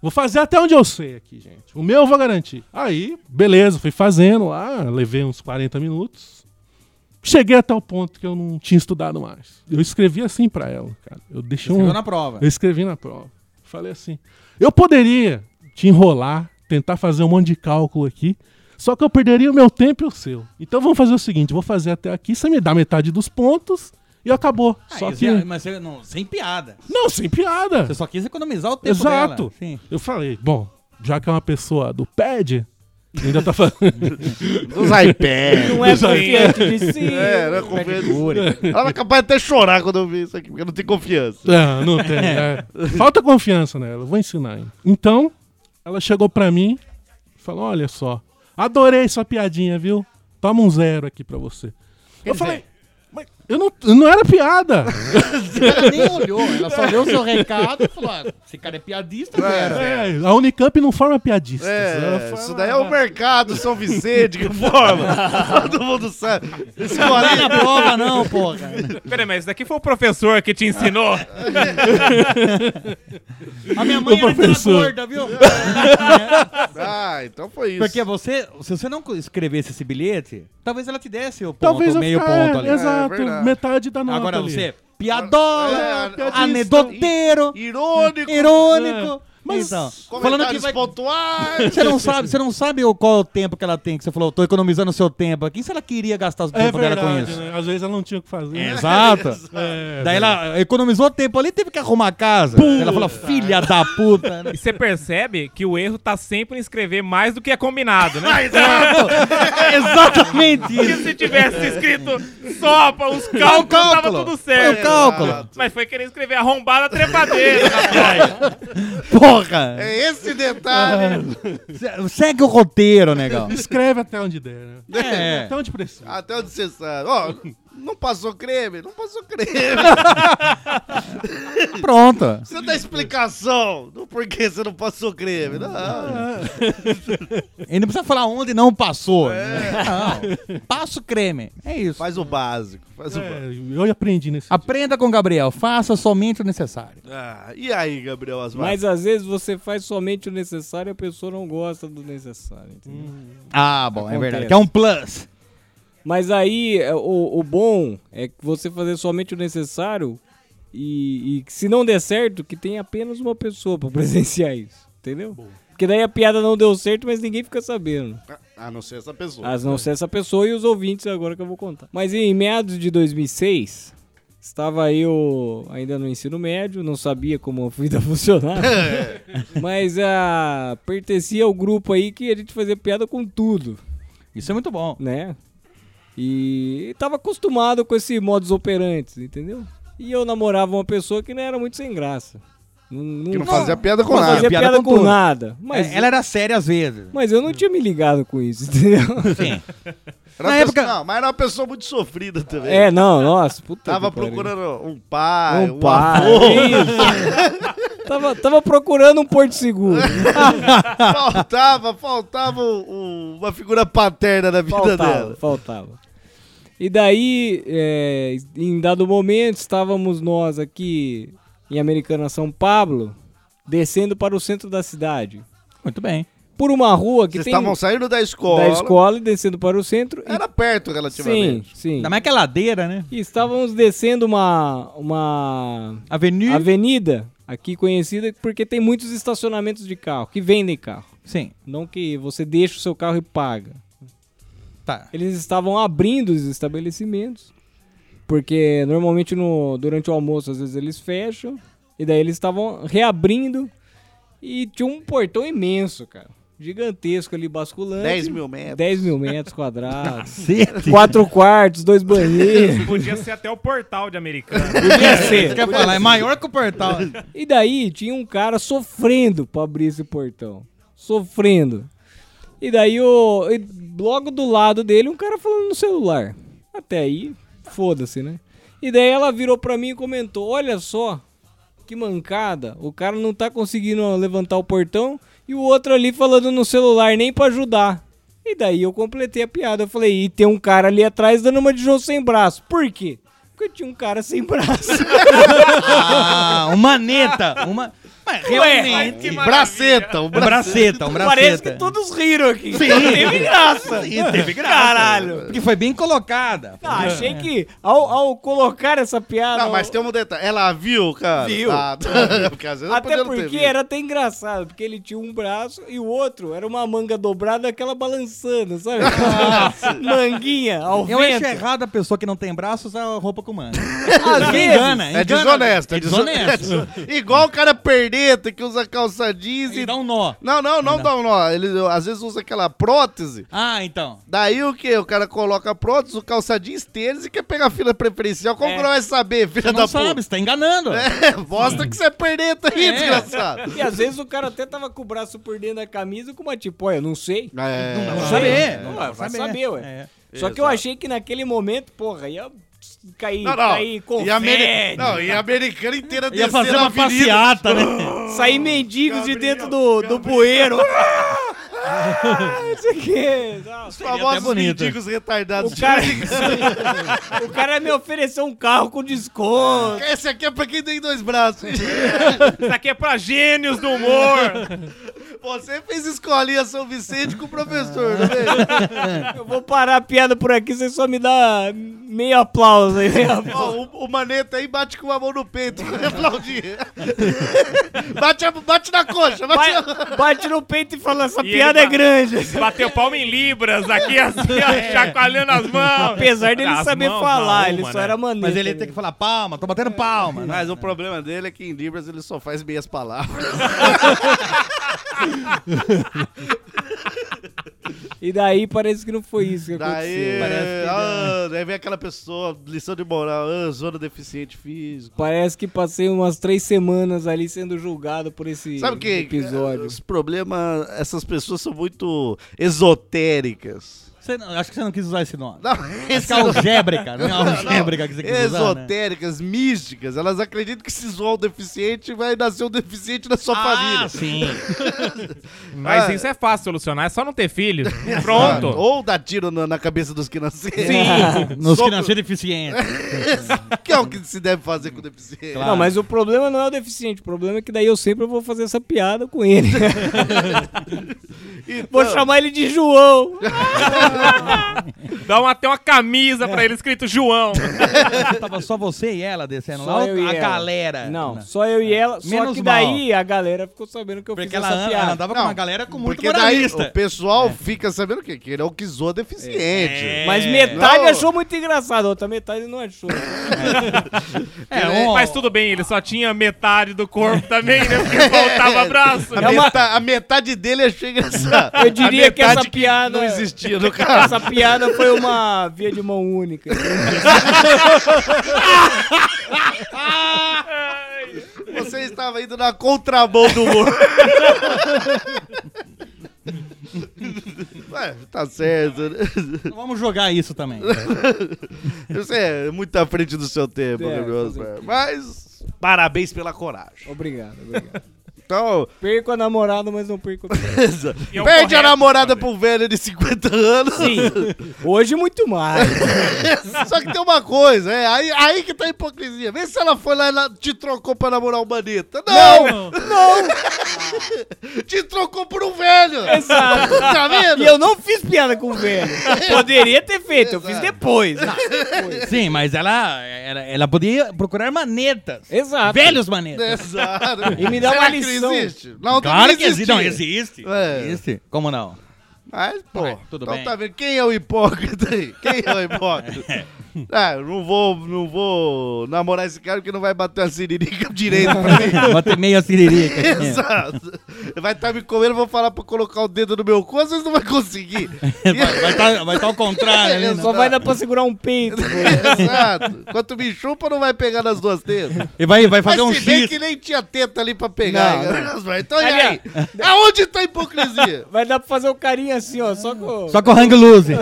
Vou fazer até onde eu sei aqui, gente. O meu eu vou garantir. Aí, beleza, fui fazendo lá, levei uns 40 minutos. Cheguei até o ponto que eu não tinha estudado mais. Eu escrevi assim pra ela, cara. Eu deixei um.
Escreveu na prova.
Eu escrevi na prova. Falei assim: eu poderia te enrolar, tentar fazer um monte de cálculo aqui, só que eu perderia o meu tempo e o seu. Então vamos fazer o seguinte: vou fazer até aqui, você me dá metade dos pontos e acabou.
Ah,
só
isso
que.
é- Mas você não, sem piada.
Não, sem piada.
Você só quis economizar o tempo
Exato.
dela. Sim.
Eu falei: bom, já que é uma pessoa do pad, ainda tá falando.
Dos iPads.
Não é confiante de si.
É, não é confiança. Ela vai capaz de até chorar quando eu ver isso aqui, porque eu não tenho confiança.
*laughs* Não, não tem.
*laughs*
é. Falta confiança nela, eu vou ensinar. hein. Então, ela chegou pra mim e falou: Olha só, adorei sua piadinha, viu? Toma um zero aqui pra você. eu falei: Mas
Eu não, não era piada.
Ela nem olhou, ela só leu o seu recado e falou: ah, esse cara é piadista, cara.
né?
É, a Unicamp não forma piadistas. ela
É, isso daí é o mercado São Vicente que
*laughs*
forma. Todo mundo sabe.
é
dá na prova, não,
porra.
Peraí, mas isso daqui foi o professor que te ensinou.
A minha mãe era gorda, viu?
ah, então foi isso.
Porque você, se você não escrevesse esse bilhete, talvez ela te desse o ponto,
Talvez
o
eu
meio
ficar-
ponto
é,
ali.
Exato,
verdade.
metade da nota.
Agora
ali. É,
você, piadola,
piadista.
anedoteiro,
é,
irônico,
irônico.
Mas
então, falando
tá
que
Comentários
vai *laughs*
pontuais.
Você não sabe, você não sabe o- qual é o tempo que ela tem, que você falou, tô economizando o seu tempo aqui. E se ela queria gastar o
É
tempo dela com
verdade,
isso? É.
né? Às vezes ela não tinha o que fazer. né?
Exato.
É,
Daí ela economizou tempo ali, teve que arrumar a casa. Ela falou, filha da puta. né?
E você percebe que o erro tá sempre em escrever mais do que é combinado, né?
*laughs* Exatamente
Porque se tivesse escrito só pra uns cálculos, tava
cálculo.
tudo certo.
Foi o cálculo.
Mas foi querer escrever arrombada *laughs* trepadeira, rapaz.
Porra!
É esse detalhe.
Se- É, Segue o roteiro, negão.
Escreve até onde der, né?
É.
Até onde precisa.
Até onde você sabe. Ó, não passou creme? Não passou creme.
Pronto.
Você dá explicação do porquê você não passou creme. Não.
Ele não precisa falar onde não passou. Não. Passa o creme. É isso.
Faz o básico. Faz o
É,
básico.
eu aprendi nesse.
Aprenda com o Gabriel. Faça somente o necessário.
Ah, e aí, Gabriel Asmar?
Mas às vezes você faz somente o necessário e a pessoa não gosta do necessário. entendeu?
Hum.
Ah, bom, é
Acontece.
verdade. Que é um plus.
Mas aí é, o, o bom é que você fazer somente o necessário e, e que se não der certo, que tem apenas uma pessoa pra *laughs* presenciar isso, entendeu? Porque daí a piada não deu certo, mas ninguém fica sabendo.
Ah, A não ser essa pessoa.
A não ser essa pessoa e os ouvintes agora que eu vou contar. Mas em meados de 2006, estava eu ainda no ensino médio, não sabia como a vida *laughs* funcionava.
É.
mas ah, pertencia ao grupo aí que a gente fazia piada com tudo,
Isso é muito bom.
né? E tava acostumado com esse modus operantes, entendeu? E eu namorava uma pessoa que não era muito sem graça.
Que não fazia piada com
não
nada.
fazia piada, com,
tudo.
nada. Mas,
É, Ela era séria às vezes.
mas eu não tinha me ligado com isso, *laughs* entendeu?
Sim.
Era
Na
uma pessoa-
época-
Não, mas era uma pessoa muito sofrida também.
É, não, nossa, puta
Tava
que pariu.
procurando um pai, um,
um pai.
avô.
Isso. *laughs* tava, tava procurando um porto
*laughs*
seguro.
Faltava, faltava um- um- uma figura paterna na vida
Faltava,
dela.
faltava. E daí, é, em dado momento, estávamos nós aqui em Americana, São Pablo, descendo para o centro da cidade.
Muito bem.
Por uma rua que
Vocês
tem
estavam saindo da escola.
da escola e descendo para o centro. e-
Era perto
sim,
relativamente.
sim.
Ainda mais que é ladeira, né?
E estávamos descendo uma, uma
Avenida.
avenida aqui conhecida porque tem muitos estacionamentos de carro, que vendem carro.
Sim.
Não que você deixa o seu carro e paga.
Tá.
Eles estavam abrindo os estabelecimentos, porque normalmente no, durante o almoço às vezes eles fecham, e daí eles estavam reabrindo e tinha um portão imenso, cara. Gigantesco ali, basculante.
10 mil metros.
10 mil metros quadrados.
Cacete.
quatro quartos, dois banheiros.
Podia ser até o portal de americano.
*laughs* Podia
Você
ser.
quer falar? É maior que o portal.
E daí tinha um cara sofrendo pra abrir esse portão. Sofrendo. E daí o. e logo do lado dele, um cara falando no celular. Até aí, foda-se, né? E daí ela virou pra mim e comentou: Olha só, que mancada. O cara não tá conseguindo levantar o portão e o outro ali falando no celular, nem pra ajudar. E daí eu completei a piada. Eu falei: E tem um cara ali atrás dando uma de João sem braço. Por quê? Porque tinha um cara sem braço.
*laughs* Ah, uma neta. Uma. Mas realmente.
que
Um Braceta, um
Um braceta, um braceta.
Parece que todos riram aqui.
Sim.
*laughs* Teve graça. teve graça. Caralho.
Porque foi bem colocada.
Ah, achei que ao, ao colocar essa piada.
Não, mas tem um detalhe. Ela viu, cara?
Viu.
Ah, *laughs* tá. porque às vezes
Até
podia não ter
porque
visto.
era até engraçado, porque ele tinha um braço e o outro era uma manga dobrada, aquela balançando, sabe? *laughs* Manguinha ao
Eu acho
vento.
errado É a pessoa que não tem braço usar roupa com *laughs*
*laughs*
manga.
Às vezes,
engana.
É desonesto, é
É desonesto.
desonesto. *laughs* Igual o cara perneta que usa calça jeans e.
E dá um nó.
Não, não, não dá um nó. Ele às vezes usa aquela prótese.
Ah, então.
Daí o que? O cara coloca a prótese, o calça jeans, tênis e quer pegar a fila preferencial.
É.
Como que não vai saber, filha
Você
da
não
puta?
sabe, você tá enganando.
*laughs* É, mostra que você é perneta aí,
É.
desgraçado.
e às vezes o cara até tava com o braço por dentro da camisa e com uma tipóia, não sei.
É.
Não saber. né?
Ué, vai saber, ué.
É.
Só que eu achei que naquele momento, porra, ia cair,
Não, não.
cair confete.
E a Ameri- não, e a americana inteira
né? Ia
descendo
fazer
a
uma
avenida.
passeata, *laughs* né? Sair mendigos de dentro do, do bueiro. Isso aqui.
Os famosos mendigos retardados.
O cara, o cara me ofereceu um carro com desconto. *laughs*
Esse aqui é pra quem tem dois braços.
Isso aqui é pra gênios do humor.
Você fez escolinha São Vicente com o professor, não
*laughs*
é?
Eu vou parar a piada por aqui, você só me dá meio aplauso aí. meio aplauso.
Ó, o, o maneta aí bate com a mão no peito *laughs* pra aplaudir. bate, a- bate na coxa, bate na...
Ba- Bate no peito e fala, essa
E
piada é
ele ba-
grande.
Bateu palma em libras aqui, assim, ó, chacoalhando as mãos.
Apesar dele
As
saber
mãos,
falar,
não,
ele
uma,
só
né?
era maneiro.
Mas ele tem que falar palma, tô batendo palma. né?
Mas o problema dele é que em Libras ele só faz meias palavras.
E daí parece que não foi isso que
Daí, é-
aconteceu. Parece que,
ah, daí vem aquela pessoa, lição de moral, ah, zona deficiente físico.
parece que passei umas três semanas ali sendo julgado por esse
Sabe o que? é?
episódio.
Os problemas, essas pessoas são muito esotéricas.
Você não- acho que você não quis usar esse nome.
*laughs* Não,
Acho que é algébrica, *laughs* não é algébrica que você quis usar, né?
Esotéricas, místicas, elas acreditam que se zoar um deficiente vai nascer um deficiente na sua família.
Ah, *laughs* sim.
Mas
Ah.
isso é fácil solucionar, é só não ter filho.
É.
Pronto.
Ou dá tiro na, na cabeça dos que nasceram.
Sim, nos que
Soco-
nasceram deficientes.
*laughs* que é o que se deve fazer com o deficiente.
Claro.
Não, mas o problema não é o deficiente, o problema é que daí eu sempre vou fazer essa piada com ele.
Então,
vou chamar ele de João.
Dá uma- até uma camisa pra ele escrito João.
*laughs* Tava só você e ela
*laughs*
descendo
Só
lá,
eu
ou
e
a
ela.
galera. Né?
Não, só eu e ela. só
Menos
que
mal.
daí a galera ficou sabendo que eu
Porque
fiz
ela,
essa
an- ela
piada.
andava com
Não,
uma galera com muito
Porque daí
moralista.
o pessoal fica sabendo o quê? Que ele é o que zoa deficiente.
Mas metade
Não.
achou muito engraçado, a outra metade não achou.
É, um-
Mas tudo bem, ele só tinha metade do corpo também, né? Porque faltava braço.
A,
É uma-
meta- a metade dele é achei engraçado.
Eu diria que essa
metade
piada.
Não existia no caso.
Essa piada foi uma via de mão única.
Você estava indo na contramão do humor. *laughs* Ué, tá certo. né?
Então Vamos jogar isso também.
Você é muito à frente do seu tempo,
É,
né, meu
fazer
Osmar? Mas parabéns pela coragem.
Obrigado, obrigado.
Então,
Perco a namorada, mas não perco a
E é o
perde a
correto
namorada
fazer.
pro velho de 50 anos.
Hoje muito mais.
*laughs* Só que tem uma coisa, é aí, aí que tá a hipocrisia. Vê se ela foi lá e ela te trocou pra namorar o Manita. Não! Não! te trocou por um velho!
Exato.
Tá vendo?
E eu não fiz piada com o velho. Poderia ter feito, eu fiz
Exato.
depois.
Sim, mas ela, ela, ela podia procurar
*laughs*
manetas.
Exato.
Velhos manetas.
*laughs* Exato.
E me dá
Será
uma
que
lição.
não existe? Não,
Claro que existe.
existia.
Não, existe.
É.
Existe. Como não?
Mas, pô,
Ué, tudo
então
bem.
tá vendo? Quem é o hipócrita aí? Quem é o
*laughs*
hipócrita? ah, eu não vou, não vou namorar esse cara porque não vai bater uma siririca direito pra
*laughs*
mim.
Bota meia siririca.
*laughs*
aqui.
Exato. Vai estar me comendo, eu vou falar pra colocar o dedo no meu cu, às vezes não vai conseguir.
*laughs* Vai- Vai estar vai tá ao contrário. né?
Só vai dar pra segurar um peito.
Exato. Quanto me chupa, não vai pegar nas duas tetas.
E vai, vai
Mas
*laughs* fazer um
se bem
X.
que nem tinha teta ali pra pegar.
Não,
hein, *laughs* galera? Então e aí?
Aliás-
Aonde tá a hipocrisia?
Vai dar pra fazer o carinho assim, ó, só com,
Só com o
*laughs*
hang loose.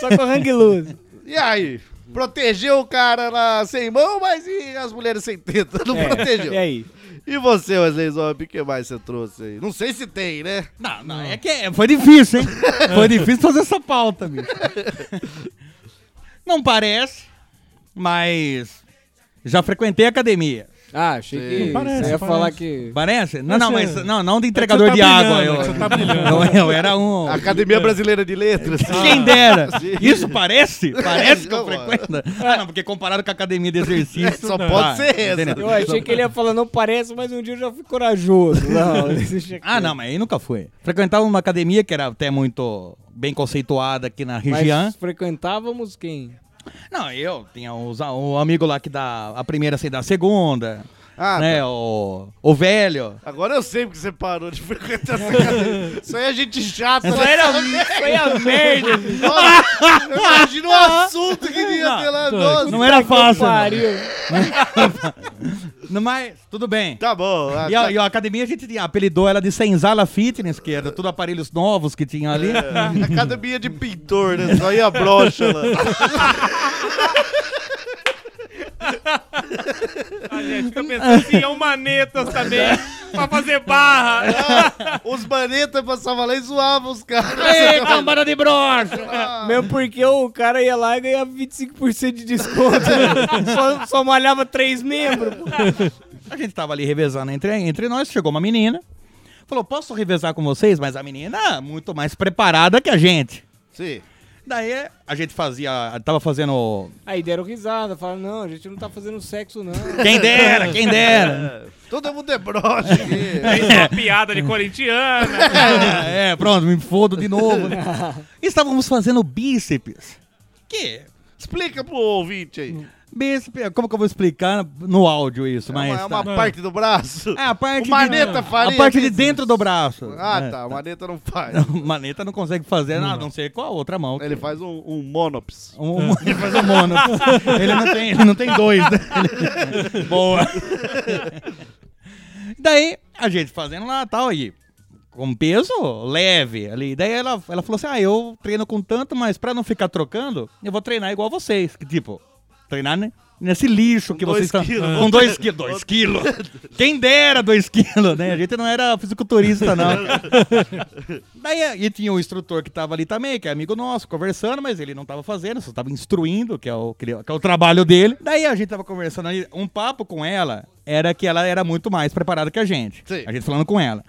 só com hang loose.
E aí? Protegeu o cara lá sem mão, mas e as mulheres sem teta? Não
É,
protegeu.
E aí?
E você, Wesley Zop, o que mais você trouxe aí? Não sei se tem, né?
Não, não, é que é- foi difícil, hein? Foi difícil fazer essa pauta, bicho. Não parece, mas já frequentei academia.
Ah, achei que
Parece,
você ia
parece.
falar que.
Parece? Não, não, mas
Parece-
não, não
é
de entregador
tá
de água.
brilhando,
Eu,
você tá brilhando.
não, eu era um.
é.
Academia Brasileira de né? Letras.
Quem dera!
Sim.
Isso parece? Parece que
Não,
eu
mano.
frequento. Ah, não, porque comparado com a academia de exercício.
É, Só
não.
pode
Tá,
ser essa.
entendeu?
Eu achei que ele ia falar, não parece, mas um dia eu já fui corajoso. Não, deixa
Ah, não, mas aí nunca foi. Frequentava uma academia que era até muito bem conceituada aqui na região.
Mas frequentávamos quem?
Não, eu tinha uns, um amigo lá que dá a primeira sem dar a segunda.
tá.
Ah,
né? O, o velho.
Agora eu sei porque você parou de frequentar essa academia. Isso aí é gente chata. Só
Era, um- foi a é merda. Ah.
Eu imagino o assunto que ia ter lá. Nossa.
Não era fácil. Não.
Pariu.
*laughs* Não, Mas tudo bem.
Tá bom. ah,
E a,
tá-
e a academia a gente tinha- apelidou ela de Senzala Fitness, que era tudo aparelhos novos que tinha ali.
Academia de pintor, né? Só ia brocha lá.
A gente fica pensando assim, é um manetas também, pra fazer barra.
Os manetas passavam lá e zoavam os caras.
Ei, cambada de brocha!
Ah,
Mesmo porque o cara ia lá e ganhava 25% de desconto. *laughs* né? só, só malhava três membros. pô.
A gente tava ali revezando entre, entre nós, chegou uma menina. Falou, posso revezar com vocês? Mas a menina, muito mais preparada que a gente.
Sim.
Daí a gente fazia. Tava fazendo.
Aí deram risada, falaram, não, a gente não tá fazendo sexo, não.
Quem dera,
*laughs*
quem dera.
Todo mundo é broche. aqui.
Fez uma piada de corintiana.
é, pronto, me fodo de
*laughs*
novo. né? Estávamos fazendo bíceps. Que?
Explica pro ouvinte aí.
Bíceps, como que eu vou explicar no áudio isso?
É uma,
mas
é
tá.
uma parte do braço?
É, a parte
O maneta
de,
faria
A parte de
bíceps?
dentro do braço.
Ah,
É. *laughs*
tá. A maneta não faz.
Maneta não consegue fazer nada, a não ser com a outra mão.
Ele faz um, um monops.
Um- Ele faz um *laughs* mono. ele, não tem, ele não tem dois, *laughs* né? Ele- Boa. *laughs* Daí, a gente fazendo lá tal, e com peso leve ali. Daí ela, ela falou assim: ah, eu treino com tanto, mas pra não ficar trocando, eu vou treinar igual vocês. Que tipo, treinar ne- nesse lixo que
dois
vocês estão.
quilos.
Com dois quilos.
*laughs*
Dois quilos. Quem dera dois quilos, né? A gente não era fisiculturista, não.
*laughs*
Daí e tinha um instrutor que tava ali também, que é amigo nosso, conversando, mas ele não tava fazendo, só tava instruindo, que é o, que ele- que é o trabalho dele. Daí a gente tava conversando ali, um papo com ela era que ela era muito mais preparada que a gente.
Sim.
A gente falando com ela.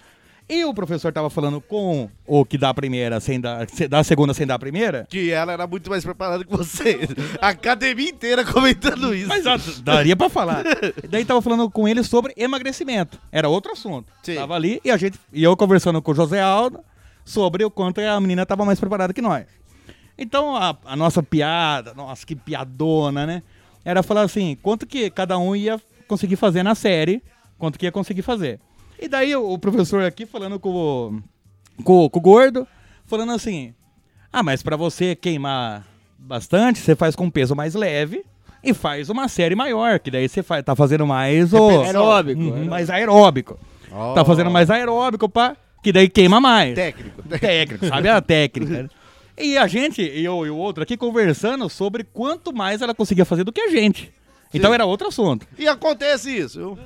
E o professor tava falando com o que dá a primeira sem dar, se- dá a segunda sem dar a primeira.
Que ela era muito mais preparada que você. A academia inteira comentando isso.
Mas ah, *laughs* daria pra falar. Daí tava falando com ele sobre emagrecimento. Era outro assunto.
Sim.
Tava ali e a gente e eu conversando com o José Aldo sobre o quanto a menina tava mais preparada que nós. Então a, a nossa piada, nossa que piadona, né? Era falar assim, quanto que cada um ia conseguir fazer na série, quanto que ia conseguir fazer. E daí o, o professor aqui falando com o, com, com o gordo, falando assim: "Ah, mas pra você queimar bastante, você faz com um peso mais leve." E faz uma série maior, que daí você fa- tá fazendo mais
É
o.
Aeróbico,
Uhum,
aeróbico.
mais aeróbico. Tá fazendo mais aeróbico, pá, que daí queima mais.
Técnico.
Técnico, sabe a técnica. né? E a gente, eu e o outro aqui, conversando sobre quanto mais ela conseguia fazer do que a gente. Então era outro assunto.
E acontece isso, viu?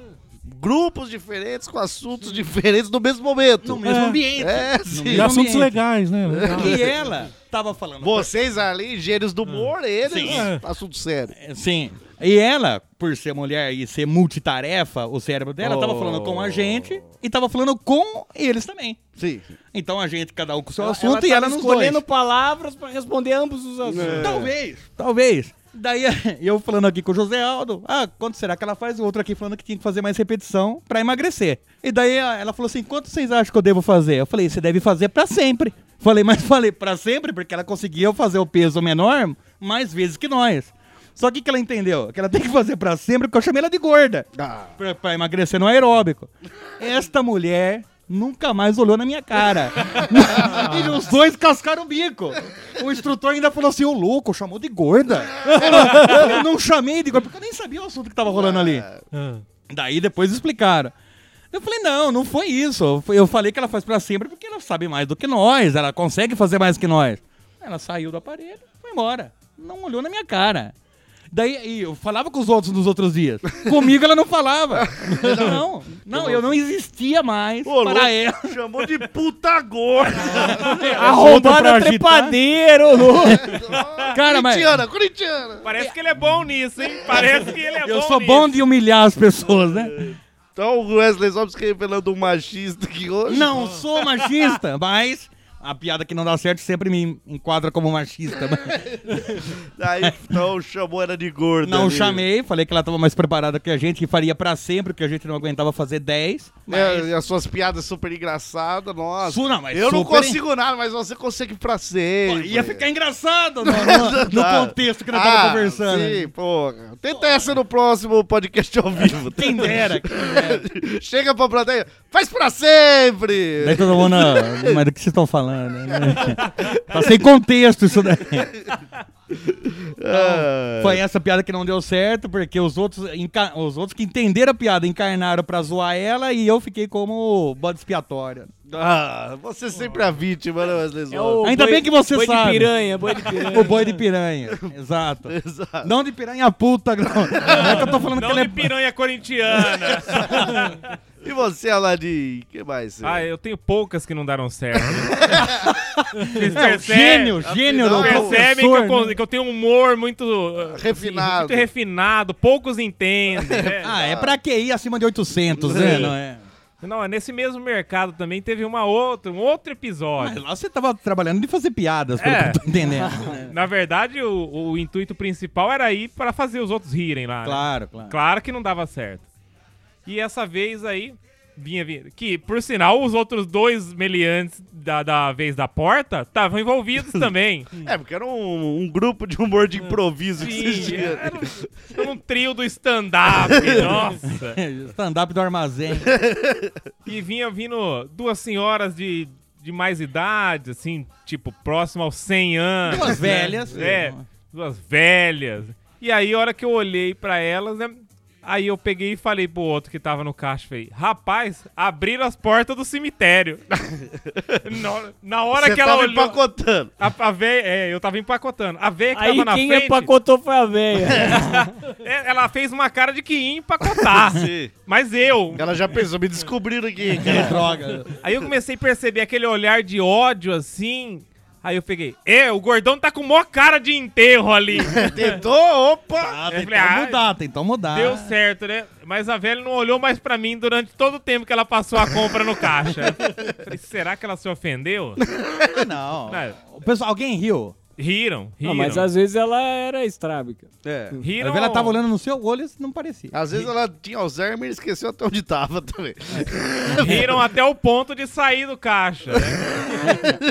Grupos diferentes com assuntos diferentes no mesmo momento. No
mesmo ambiente.
É,
E
sim.
mesmo-
assuntos
ambiente.
legais, né? Legal.
Então, E ela tava falando.
Vocês ali, gênios do humor, eles.
Sim.
Assunto sério.
É, Sim. E ela, por ser mulher e ser multitarefa, o cérebro dela tava falando com a gente e tava falando com eles também.
Sim.
Então a gente, cada um com o seu
Ela-
assunto e
tava
ela nos dois. É.
escolhendo palavras pra responder ambos os assuntos.
Talvez, talvez. Daí *laughs* eu falando aqui com o José Aldo, ah, quanto será que ela faz? O outro aqui falando que tinha que fazer mais repetição pra emagrecer. E daí a- ela falou assim: quanto vocês acham que eu devo fazer? Eu falei: você deve fazer pra sempre. Falei, mas *laughs* falei pra sempre porque ela conseguia fazer o peso menor mais vezes que nós. Só que o que ela entendeu? Que ela tem que fazer pra sempre porque eu chamei ela de gorda.
Ah.
Pra, pra emagrecer no aeróbico. Esta mulher nunca mais olhou na minha cara. *laughs* e os dois cascaram o bico. O instrutor ainda falou assim: ô louco, chamou de gorda. *laughs* eu não chamei de gorda, porque eu nem sabia o assunto que tava rolando ali.
Ah.
Daí depois explicaram. Eu falei, não, não foi isso. Eu falei que ela faz pra sempre porque ela sabe mais do que nós, ela consegue fazer mais que nós. Ela saiu do aparelho, foi embora. Não olhou na minha cara. Daí e eu falava com os outros nos outros dias. Comigo ela não falava. Não, não, eu não existia mais
Ô, louco,
para ela.
*laughs* chamou de puta gorda.
Arrombada
Outro pra
trepadeira, é ô louco.
Cara, mas
corintiana, corintiana.
Parece que ele é bom nisso, hein? Parece que ele é bom
eu sou bom
nisso.
de humilhar as pessoas, né?
Então o Wesley só se revelando um machista aqui hoje.
Não sou machista, *laughs* mas a piada que não dá certo sempre me enquadra como machista.
É. Aí então chamou ela de gorda.
*laughs* Não
ali.
chamei, falei que ela tava mais preparada que a gente, que faria pra sempre, que a gente não aguentava fazer 10.
É, e as suas piadas super engraçadas, nossa.
Su- não, mas
eu não
super, hein?
consigo nada, mas você consegue pra
Pô,
sempre.
ia ficar
*laughs*
engraçado no, no- no
Tá.
contexto que nós tava
Ah,
conversando.
Sim, porra. Tenta essa no próximo podcast ao vivo. tá
Quem dera. quem dera.
*laughs* Chega pra plateia, faz pra sempre!
Daí todo mundo, "Não, mas do que vocês estão falando? né?" *laughs* tá sem contexto isso daí.
Ah,
Foi essa piada que não deu certo, porque os outros, enca- os outros que entenderam a piada encarnaram pra zoar ela e eu fiquei como bode expiatório.
Ah, você sempre é a vítima, né, Wesley Zona?
Ainda bem que você sabe. o boi de
piranha.
piranha. Exato.
Exato.
Não de piranha puta. Não, Não é que eu tô falando
Não
que
de
ele é...
piranha corintiana.
E você, Aladim? O que mais? você-
Ah, eu tenho poucas que não deram certo. Vocês
É, o
percebem-
gênio, gênio do
percebem é que
professor,
eu, con-
né?
que eu tenho um humor muito uh, assim,
Refinado.
muito refinado, poucos entendem. né?
*laughs* Ah, é pra QI acima de 800, né? Não é?
Não, nesse mesmo mercado também teve uma outra, um outro episódio.
Mas lá você tava trabalhando de fazer piadas, pelo
É.
que eu
*laughs*
tô entendendo.
Na verdade, o, o intuito principal era ir para fazer os outros rirem lá. né?
Claro, claro.
Claro que não dava certo. E essa vez aí, vinha, vinha. Que, por sinal, os outros dois meliantes da, da vez da porta estavam *laughs* envolvidos também.
É, porque era um, um grupo de humor de improviso que vocês
Sim,
tinham.
era um- era um trio do stand-up, *laughs* nossa.
*laughs* Stand-up
*laughs*
do armazém.
E vinha vindo duas senhoras de, de mais idade, assim, tipo, próximo aos 100 anos.
Duas
né?
velhas.
É, duas velhas. E aí, a hora que eu olhei pra elas, né? Aí eu peguei e falei pro outro que tava no caixa, falei, rapaz, abriram as portas do cemitério. *laughs* na, hora- na hora
Você
que ela
tava
olhou...
empacotando.
A, a véia, é, eu tava empacotando. A véia que
Aí
tava na
quem é
frente...
empacotou foi a velha.
É, Ela fez uma cara de que ia
*laughs*
empacotar. mas eu.
Ela já pensou, me descobriram aqui, cara.
*laughs*
droga.
Aí eu comecei a perceber aquele olhar de ódio assim. Aí eu peguei. É, o gordão tá com mó cara de enterro ali.
Tentou, opa!
Ah,
Eu
tentou
falei, ah,
mudar, tentou mudar.
Deu certo, né? Mas a velha não olhou mais pra mim durante todo o tempo que ela passou a compra no caixa. Eu Falei, será que ela se ofendeu?
Ah, *laughs* não.
Não,
O pessoal, alguém riu?
riram, riram.
*laughs* Não, mas às vezes ela era estrábica.
É. Ah,
A
riram.
velha tava olhando no seu olho e não parecia.
Às vezes ela tinha Alzheimer e esqueceu até onde tava também.
*laughs* Riram até o ponto de sair do caixa, né?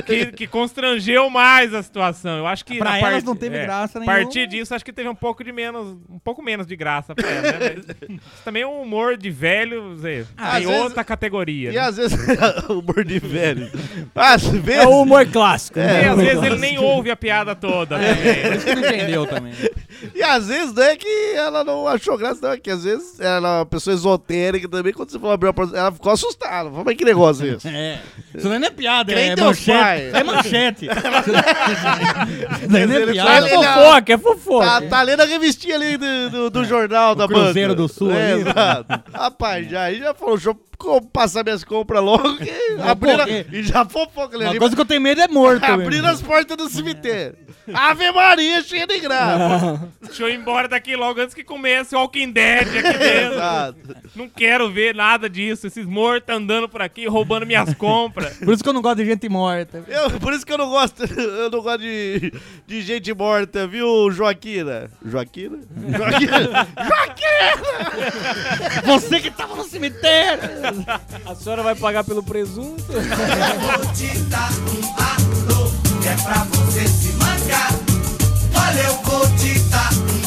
que, que constrangeu mais a situação. Eu acho que
Pra
na é,
elas não teve graça
A
nenhuma.
partir disso, acho que teve um pouco de menos, um pouco menos de graça pra elas, né? Mas isso também é um humor de velho, Zé,
Ah,
em
às vezes-
outra categoria.
E
né?
às vezes *laughs* o humor de velho. Às vezes.
É o humor clássico.
É.
E
né?
às vezes ele nem ouve a piada toda. né?
Por isso que não entendeu também.
E às vezes não é que ela não achou graça, não. É que às vezes ela é uma pessoa esotérica também. Quando você falou abrir a porta, ela ficou assustada. Falou, mas que negócio é esse?
*laughs* É. Isso não é nem piada,
Quem
é
teu
manchete.
pai? *laughs*
É manchete. Isso não é nem
Ele
piada.
foi-
É fofoca, é fofoca.
Tá, tá lendo a revistinha ali do, do, do jornal da banca.
né? É, Cruzeiro do Sul
É,
ali. né? É.
exato. Rapaz, já, aí já falou, deixa eu co- passar minhas compras logo que abriram,
porque-
e já fofoca ali.
Uma coisa que eu tenho medo é morto.
Abriram
mesmo.
as portas do cemitério. Ave Maria, cheia de
*laughs*
graça.
Deixa eu ir embora daqui logo antes que comece o Walking Dead aqui dentro.
Exato.
Não quero ver nada disso. Esses mortos andando por aqui, roubando minhas compras.
Por isso que eu não gosto de gente morta.
Eu- por isso que eu não gosto, *laughs* eu não gosto de, de gente morta, viu, Joaquina? Joaquina? Joaquina!
Você que tava no cemitério.
A senhora vai pagar pelo presunto?
Vou te dar um alô, que é pra você se mancar. Olha, eu vou te dar um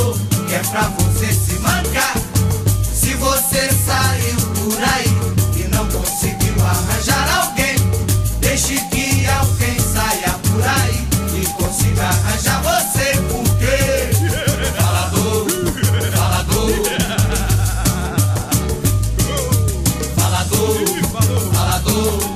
alô, que é pra você se mancar. Se você saiu por aí e não conseguiu arranjar alguém, deixe que alguém saia por aí e consiga arranjar você, porque falador, falador. Falador, falador.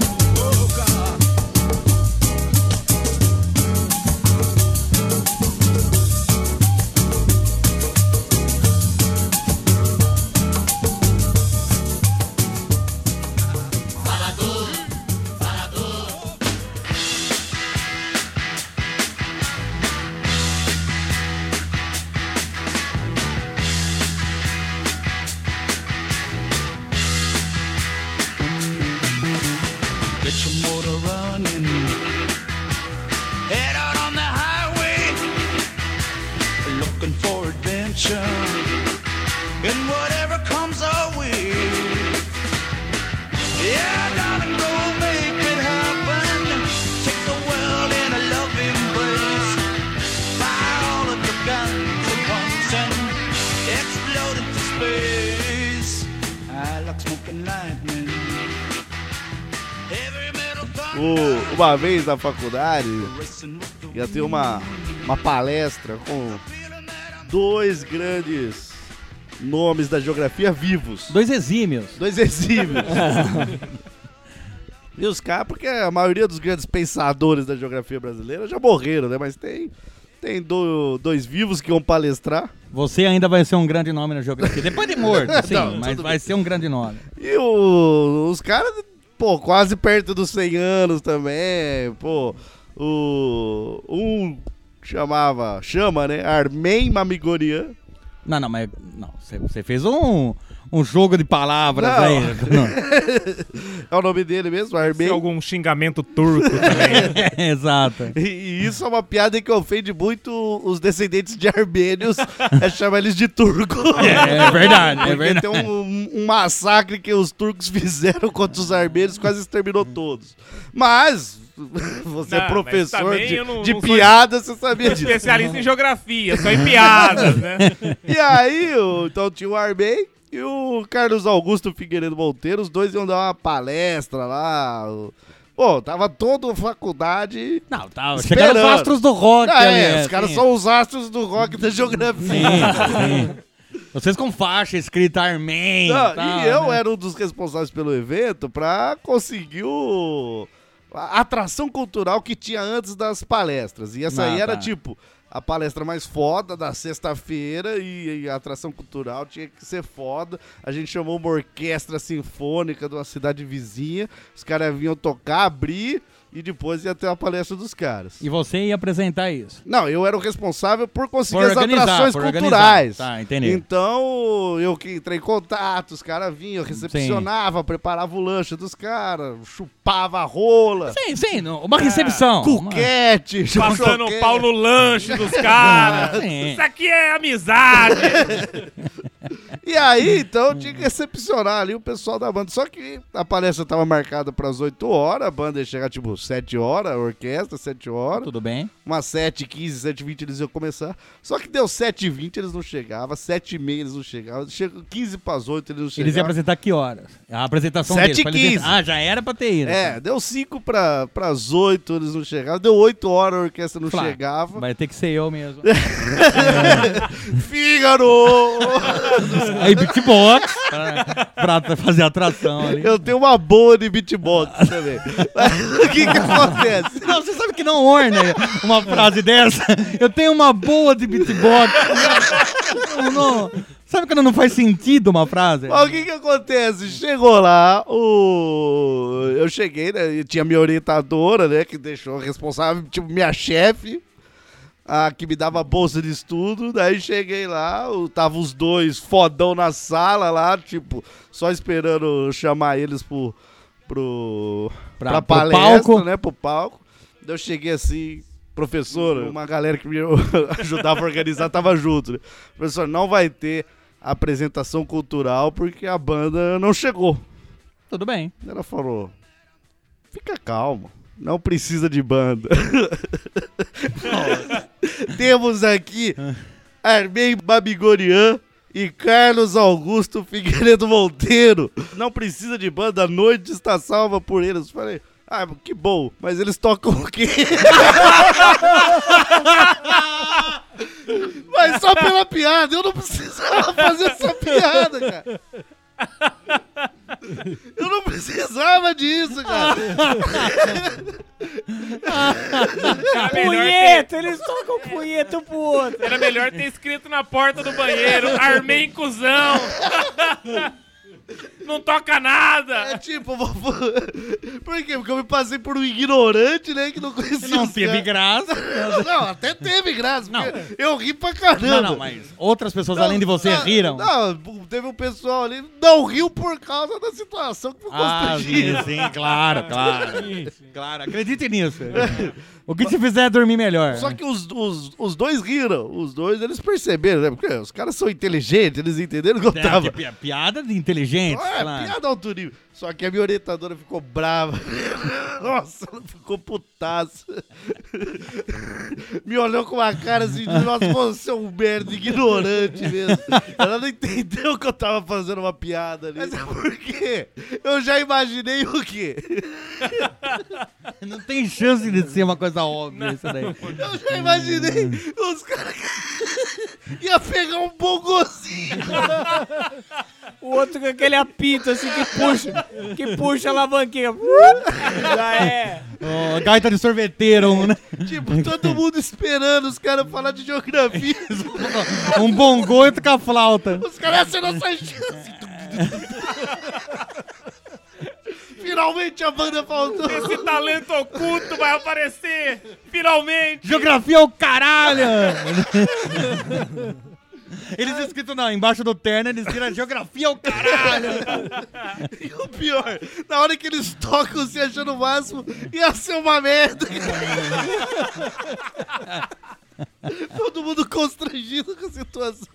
Get your motor running. Head out on the highway. Looking for adventure. And whatever comes our way. Yeah, darling, go make it happen. Take the world in a loving embrace. Fire all of your guns and pumps and explode into space. I like smoking lightning.
O- uma vez na faculdade, ia ter uma, uma palestra com dois grandes nomes da geografia vivos.
Dois exímios.
Dois exímios. *laughs* E os caras, porque a maioria dos grandes pensadores da geografia brasileira já morreram, né? Mas tem, tem do- dois vivos que vão palestrar.
Você ainda vai ser um grande nome na geografia. Depois de morto, sim,
*laughs* Não,
mas
tudo
vai ser um grande nome.
E o- os caras, pô, quase perto dos 100 anos também, pô. O, um chamava, chama, né? Armen Mamigorian. *laughs*
Não, não, mas não, você- você fez um, um jogo de palavras
Não.
aí. Não. *laughs*
é o nome dele mesmo, Armen.
algum xingamento turco também.
*laughs*
Exato.
E, e isso é uma piada que ofende muito os descendentes de
*laughs*
armênios, é chamar eles de turco.
É, é verdade, é
Porque
verdade.
tem um, um massacre que os turcos fizeram contra os armênios, quase exterminou todos. Mas, *laughs* você
Não,
é
mas
professor
também
de,
eu não-
de
não sou
piada, você sabia disso.
especialista em geografia, só em piadas, né?
E aí, o- então tinha o Armei e o Carlos Augusto Figueiredo Monteiro, os dois iam dar uma palestra lá. o- Pô, tava toda a faculdade.
Não, tava. Ah, chegaram os astros do rock
Ah,
ali,
é,
é,
os caras
sim.
são os astros do rock da geografia.
Sim, sim. Vocês com faixa escrita Armen.
Não,
tal,
e eu
né?
era um dos responsáveis pelo evento pra conseguir o- a atração cultural que tinha antes das palestras. E essa
Ah,
aí era
tá.
tipo a palestra mais foda da sexta-feira e, e a atração cultural tinha que ser foda. A gente chamou uma orquestra sinfônica de uma cidade vizinha. Os caras vinham tocar, abrir e depois ia ter a palestra dos caras.
E você ia apresentar isso.
Não, eu era o responsável por conseguir
Por
as
organizar,
atrações
por organizar.
culturais.
Tá, entendi.
Então, eu que entrei em contato, os caras vinham, eu recepcionava, preparava o lanche dos caras, chupava a rola.
Sim, sim, não- uma
Ah,
recepção.
Cuquete, *laughs*
Passando
choquete.
o pau no lanche dos caras.
Sim.
Isso aqui é amizade.
E aí, então, eu tinha que recepcionar ali o pessoal da banda. Só que a palestra tava marcada para as 8 horas, a banda ia chegar tipo 7 horas, a orquestra, 7 horas.
Tudo bem.
Umas 7, 15, 7, 20 eles iam começar. Só que deu 7 20 eles não chegavam, 7 meia eles não chegavam, chegou 15 para as 8 eles não chegavam.
Eles iam apresentar que horas? A apresentação
Sete
deles.
e
pra eles
quinze.
entrar- Ah, já era pra ter ido.
É, deu 5 para as 8 eles não chegavam, deu 8 horas a orquestra não
Flá,
chegava.
Vai ter que ser eu mesmo.
Fígaro!
Aí, beatbox. pra, pra fazer atração ali.
*laughs* Eu tenho uma boa de beatbox também. *laughs* o que que acontece?
Não, você sabe que não orna uma frase dessa. Eu tenho uma boa de beatbox. Não, não. Sabe quando não faz sentido uma frase?
Mas o que que acontece? Chegou lá, o... eu cheguei, né? e Tinha minha orientadora, né? Que deixou responsável, tipo, minha chefe, a que me dava bolsa de estudo. Daí cheguei lá, o- tava os dois fodão na sala lá, tipo, só esperando eu chamar eles pro, pro, pra,
Pra- pro
palestra,
palco.
né? Pro palco. Daí eu cheguei assim. Professor, uma galera que me *laughs* ajudava a organizar tava junto, né? Professor, não vai ter apresentação cultural porque a banda não chegou.
Tudo bem.
Ela falou: fica calmo, não precisa de banda. *laughs* Temos aqui Armei Babigorian e Carlos Augusto Figueiredo Monteiro. Não precisa de banda, a noite está salva por eles. Eu Falei. Ah, que bom, mas eles tocam o quê? *laughs* mas só pela piada, eu não precisava fazer essa piada, cara. Eu não precisava disso, cara.
Era melhor, ter,
Punheta, eles tocam punheta um pro outro.
era melhor ter escrito na porta do banheiro, armei cuzão. *laughs* Não toca
É
nada.
tipo, vou- vou- por quê? Porque eu me passei por um ignorante, né, que não conhecia
Não é.
os
teve
caras.
graça.
Não, até teve graça, porque eu ri pra caramba.
Não, não, mas outras pessoas além de você
não,
riram.
Não, teve um pessoal ali, não riu por causa da situação que foi
Ah, sim,
constrangida.
sim, É. claro, claro. Claro, acredite nisso. O que te fizer é dormir melhor.
Só que os, os, os dois riram, os dois eles perceberam, né? Porque os caras são inteligentes, eles entenderam que eu
É,
tava.
que pi- piada de inteligente.
Ah, é
claro.
piada alto nível. Só que a minha orientadora ficou brava. *laughs* Nossa, ela ficou putaça. Me olhou com uma cara assim de, nossa, você é um merda ignorante mesmo. Ela não entendeu que eu tava fazendo uma piada ali. Mas é porque eu já imaginei o quê?
Não tem chance de ser uma coisa óbvia isso daí.
Eu já imaginei os caras *laughs* ia pegar um bom gozinho.
Tá.
O outro com aquele apito assim que puxa, que puxa a alavanquinha. Já é.
Ó, gaita de sorveteiro, um, né?
*laughs* Tipo, todo mundo esperando os caras falar de geografia. *laughs*
Um bongo e outro com a flauta.
Os caras, essa é a nossa chance. *laughs* Finalmente a banda faltou.
Esse talento oculto vai aparecer! Finalmente!
Geografia é o caralho! Eles escrito não, embaixo do terno eles tiram geografia é o caralho!
E o pior, na hora que eles tocam se achando o máximo, ia ser uma *laughs* merda. Todo mundo constrangido com a situação.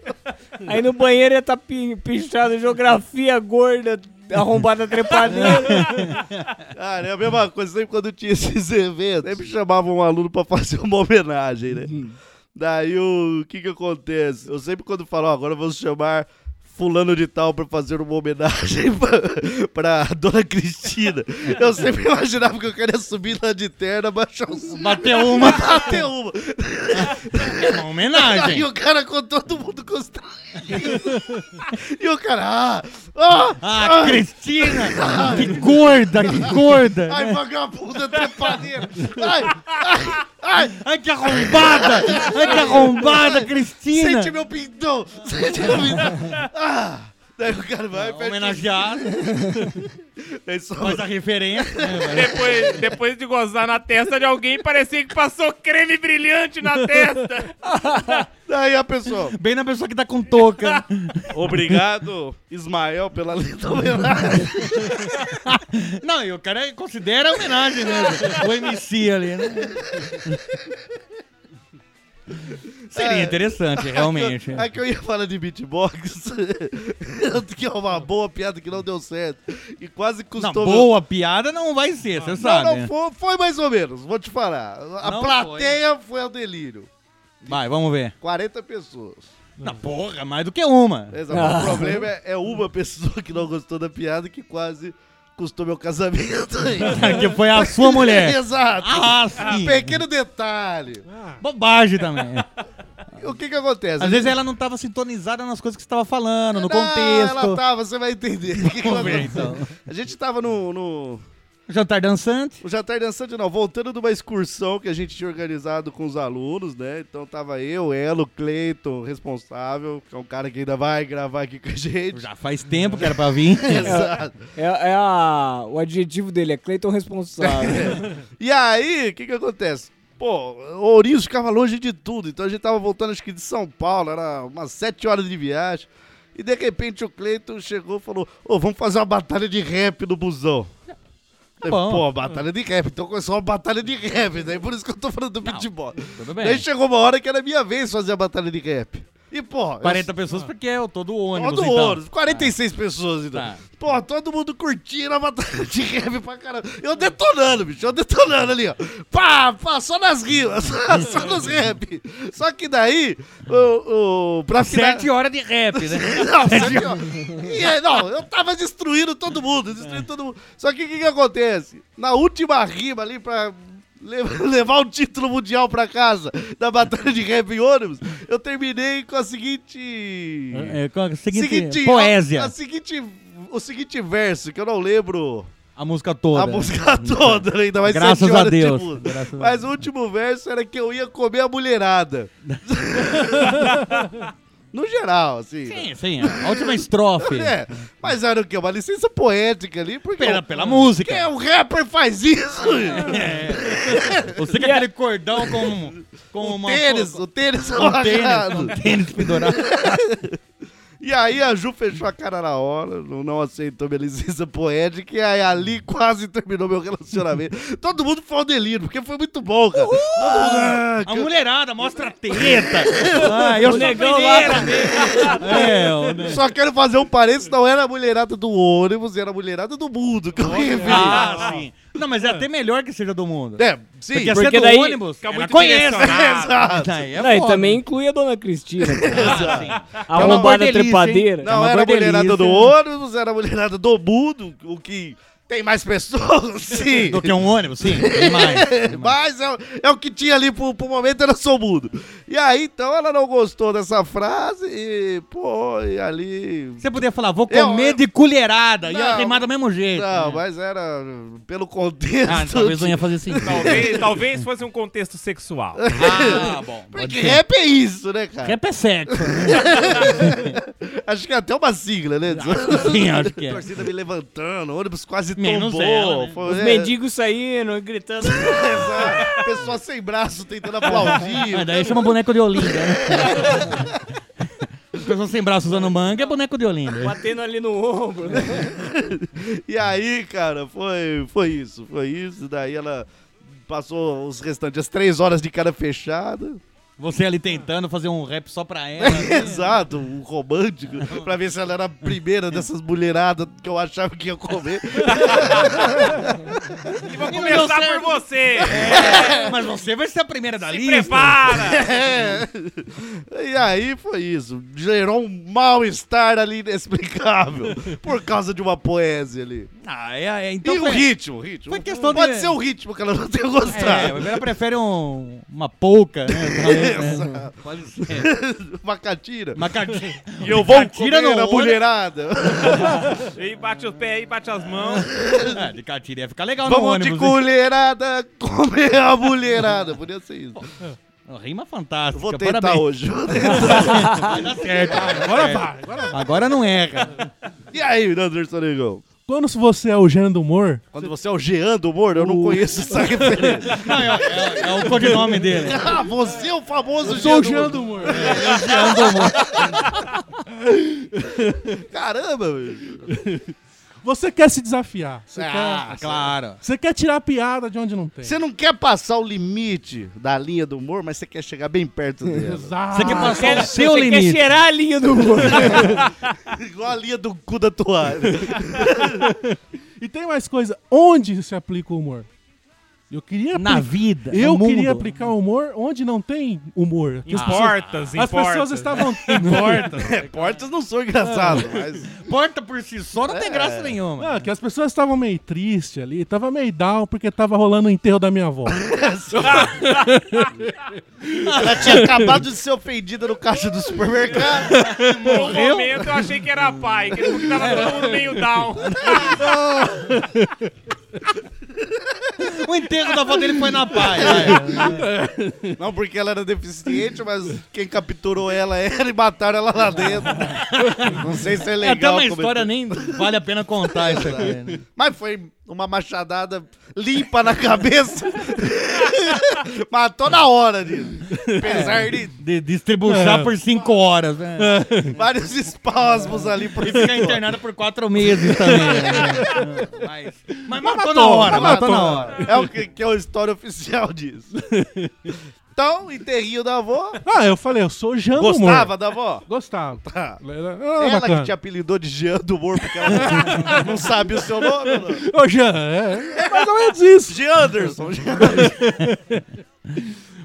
Aí no banheiro ia estar tá pi- pichado geografia gorda, arrombada trepadeira.
Cara, é a mesma coisa, sempre quando tinha *laughs* esses eventos, sempre chamavam um aluno pra fazer uma homenagem, né? Daí o que que acontece? Eu sempre quando falo, ó, agora vamos chamar fulano de tal pra fazer uma homenagem *laughs* pra, pra Dona Cristina. Eu sempre imaginava que eu queria subir lá de terna, baixar *laughs* um...
Bater uma.
Bater uma.
É uma
Aí
homenagem!
o cara com todo mundo constrangido. *laughs* e o cara, ah, ah,
Ah, Cristina! Que gorda, que gorda!
ai, vagabunda trepadeira. Ai, ai, ai.
Ai, que arrombada! Ai, que arrombada, Cristina!
Sente meu pintão! Sente meu
*laughs*
pintão! Ah! Daí o cara vai, É pede.
Homenageado,
Daí só-
faz a referência.
Depois, depois de gozar na testa de alguém, parecia que passou creme brilhante na testa.
Daí a pessoa.
Bem na pessoa que tá com touca.
Obrigado, Ismael, pela linda homenagem.
Não, e o cara considera homenagem, né? O MC ali, né? Seria *laughs* interessante, realmente.
É que eu ia falar de beatbox. *laughs* que é uma boa piada que não deu certo. E quase
Não,
custou. meu-
boa piada não vai ser, você
Não,
sabe.
não,
né?
foi, foi mais ou menos, vou te falar. A
Não
plateia foi. ao delírio.
Vai, vamos ver.
40 pessoas.
Na porra, mais do que uma.
Exato. O problema é, é uma pessoa que não gostou da piada que quase custou meu
*laughs*
casamento.
*laughs* Que foi a sua mulher.
*laughs* Exato. Um
Ah, sim.
Pequeno detalhe.
Bobagem também.
O que que acontece?
Às vezes ela não tava sintonizada nas coisas que você tava falando, no
Não, Ela
contexto.
tá, você vai entender. *laughs* O que que
Vamos ver, então.
aconteceu? A gente tava no, no,
Jantar dançante.
no jantar dançante, não, voltando de uma excursão que a gente tinha organizado com os alunos, né? Então tava eu, ela, o Cleiton, responsável, que é um cara que ainda vai gravar aqui com a gente.
Já faz tempo que era pra vir.
Exato.
É, é a, o adjetivo dele, é Cleiton
É.
responsável.
né?
*laughs*
E aí, o que que acontece? Pô, Ourinhos ficava longe de tudo, então a gente tava voltando acho que de São Paulo, era umas sete horas de viagem. E de repente o Cleiton chegou e falou: Ô, vamos fazer uma batalha de rap no busão. Falei,
Tá bom.
Pô, batalha de rap. Então começou uma batalha de rap, daí por isso que eu tô falando do beatbox.
Tudo
Daí
bem.
chegou uma hora que era minha vez fazer a batalha de rap. E, pô, eu
40 pessoas porque é o todo ônibus.
Todo
então.
ônibus, 46 pessoas então.
Tá.
Pô, todo mundo curtindo a batalha de rap pra caramba. Eu detonando, bicho, eu detonando ali, ó. Pá, pá, só nas rimas, *laughs* só, só nos rap. Só que daí, o. o pra final-
Sete horas de rap, né?
Não, sete horas. E aí, não, eu tava destruindo todo mundo, destruindo todo mundo. Só que o que, que acontece? Na última rima ali pra. le- *laughs* Levar o título mundial pra casa da batalha de rap em ônibus, eu terminei com a seguinte.
*laughs* É, com a seguinte,
Seguinte,
poésia.
a- a seguinte- o seguinte verso, que eu não lembro
A música toda.
a música *laughs* toda, né? ainda mais
Graças
sete
a
horas de
Deus.
música.
Graças a
Mas o último verso era que eu ia comer a
*laughs*
mulherada. no geral, assim.
Sim, sim. A última estrofe.
É, mas era o quê? Uma licença poética ali, porque...
Pela,
o-
pela música. Ah,
Quem é um rapper faz isso?
Você com aquele cordão com, um, com
o
uma.
é Um tênis,
com-
o tênis
com
*laughs*
um tênis,
amarrado.
um tênis
*laughs*
pendurado.
E aí a Ju fechou a cara na hora, não, não aceitou minha licença poética, e aí ali quase terminou meu
*laughs*
relacionamento. Todo mundo foi ao delírio, porque foi muito bom, cara. Todo mundo, ah,
A
que-
mulherada mostra a teta. Ah, eu sou
negão lá
mineira. *laughs* É, o ne-
Só quero fazer um parênteses, não era a mulherada do ônibus, era a mulherada do mundo que eu ia ver.
Ah, sim. Não, mas é até melhor que seja do mundo.
É, sim.
Porque,
Porque
você é do
daí
ônibus,
fica
ela
muito
conhece.
direcionado.
*laughs* Exato.
Daí é
Não, e
foda.
também inclui a dona Cristina. né? cara.
Ah, sim.
É
A
uma é
arrombada
gordelice, hein?
trepadeira. É
Não
uma
era a
gordelice.
mulherada do ônibus, era a mulherada do mundo, o que Tem mais pessoas? *laughs* Sim.
Do que um ônibus? Sim, tem mais, tem
*laughs* Mas é, o- é o que tinha ali pro, pro momento, eu não sou mudo. E aí, então, ela não gostou dessa frase e, pô, e ali...
Você podia falar, vou comer de colherada. e ia rimar do mesmo jeito.
É, Não,
né?
mas era pelo contexto.
*laughs* Ah,
*laughs*
talvez não ia fazer sentido. *laughs*
Talvez, talvez fosse um contexto sexual.
Ah, bom.
Porque rap é isso, né, cara?
Rap é sexo,
*laughs* acho que é até uma sigla, *laughs* né?
sim, acho que é.
Torcida me levantando, ônibus quase
Menos
tombou.
ela, né?
foi-
Os
é,
mendigos saindo, gritando.
*laughs* Exato. Pessoa sem braço
*laughs*
tentando aplaudir.
Mas Ah, daí chama boneco de Olinda. né? As pessoas sem braço usando manga é boneco de Olinda.
Batendo ali no ombro.
E aí, cara, foi, foi isso, foi isso. Daí ela passou os restantes as três horas de cara fechada.
Você ali tentando fazer um rap só pra ela.
Exato, um romântico, pra ver se ela era a primeira dessas mulheradas que eu achava que ia
*laughs*
comer.
E vou começar por você.
é Mas você vai ser a primeira da
Se
lista.
prepara.
É.
É. E aí foi isso. Gerou um mal-estar ali inexplicável. Por causa de uma poesia ali.
Ah, é, é, então
e o
foi-
ritmo, o ritmo.
foi questão
Pode
de-
ser o ritmo que ela não tenha
É,
gostado.
ela prefere um, uma pouca, né? Talvez, né?
Exato.
Pode ser.
Uma catira.
Uma cadeira.
E eu vou comer
catira não,
na
olha.
mulherada.
E bate o pé aí, bate as mãos.
Ah, de catira ia ficar
Tá
legal no
Vamos
ônibus.
de
hein?
colherada comer a mulherada. Podia ser isso.
Rima fantástica.
Vou tentar
parabéns.
hoje.
Vai dar certo. Agora vai. Agora não erra.
e aí, Anderson Negão?
Quando você é o gênero do humor,
Quando você é o Jean do humor, eu não conheço essa *laughs* referência.
Não, é, é- é o codinome dele.
ah, você é o famoso
eu sou o
Humor.
Jean do humor.
Caramba, velho.
Você quer se desafiar. Você,
Ah,
quer,
Claro.
você quer tirar a piada de onde não tem.
Você não quer passar o limite da linha do humor, mas você quer chegar bem perto dela.
Exato.
Você quer passar o seu
Você quer
limite.
cheirar a linha do humor.
*laughs* Igual a linha do cu da toalha.
E tem mais coisa. Onde se aplica o humor? Eu queria
Na
apli-
vida.
Eu
no mundo.
queria aplicar o humor onde não tem humor. Que
Em
as
portas, em
As pessoas
portas. *laughs*
estavam.
É, portas não são engraçadas, mas...
Porta por si só não tem graça nenhuma.
Ah, que as pessoas estavam meio tristes ali, tava meio down porque tava rolando o enterro da minha avó.
Ela tinha acabado de ser ofendida no caixa do supermercado.
No momento eu achei que era pai, que porque tava todo mundo meio down.
O enterro da avó dele foi na paz. vai.
Não porque ela era deficiente, mas quem capturou ela era e mataram ela lá dentro. Não sei se é
É até
legal.
uma
comentar.
história nem vale a pena contar isso aqui. né?
Mas foi uma machadada limpa na cabeça. *laughs* Matou na hora disso. Apesar de
De distribuchar
É.
por cinco horas. Né?
vários espasmos ali por
E ficar internada por quatro meses também. né? Mas, mas matou na
matou,
hora,
matou.
matou na hora.
É o que, que é a história oficial disso. Então, enterrinho da avó.
Tá
Ah, eu falei, eu sou o Jean do humor.
Gostava da avó?
Gostava.
Ah.
Tá.
Era- era
Ela
bacana.
que te apelidou de Jean do Humor porque ela *laughs* não sabe o seu nome. ou não?
Ô, Jean, é, é mais ou menos isso.
Jean Anderson. Jean-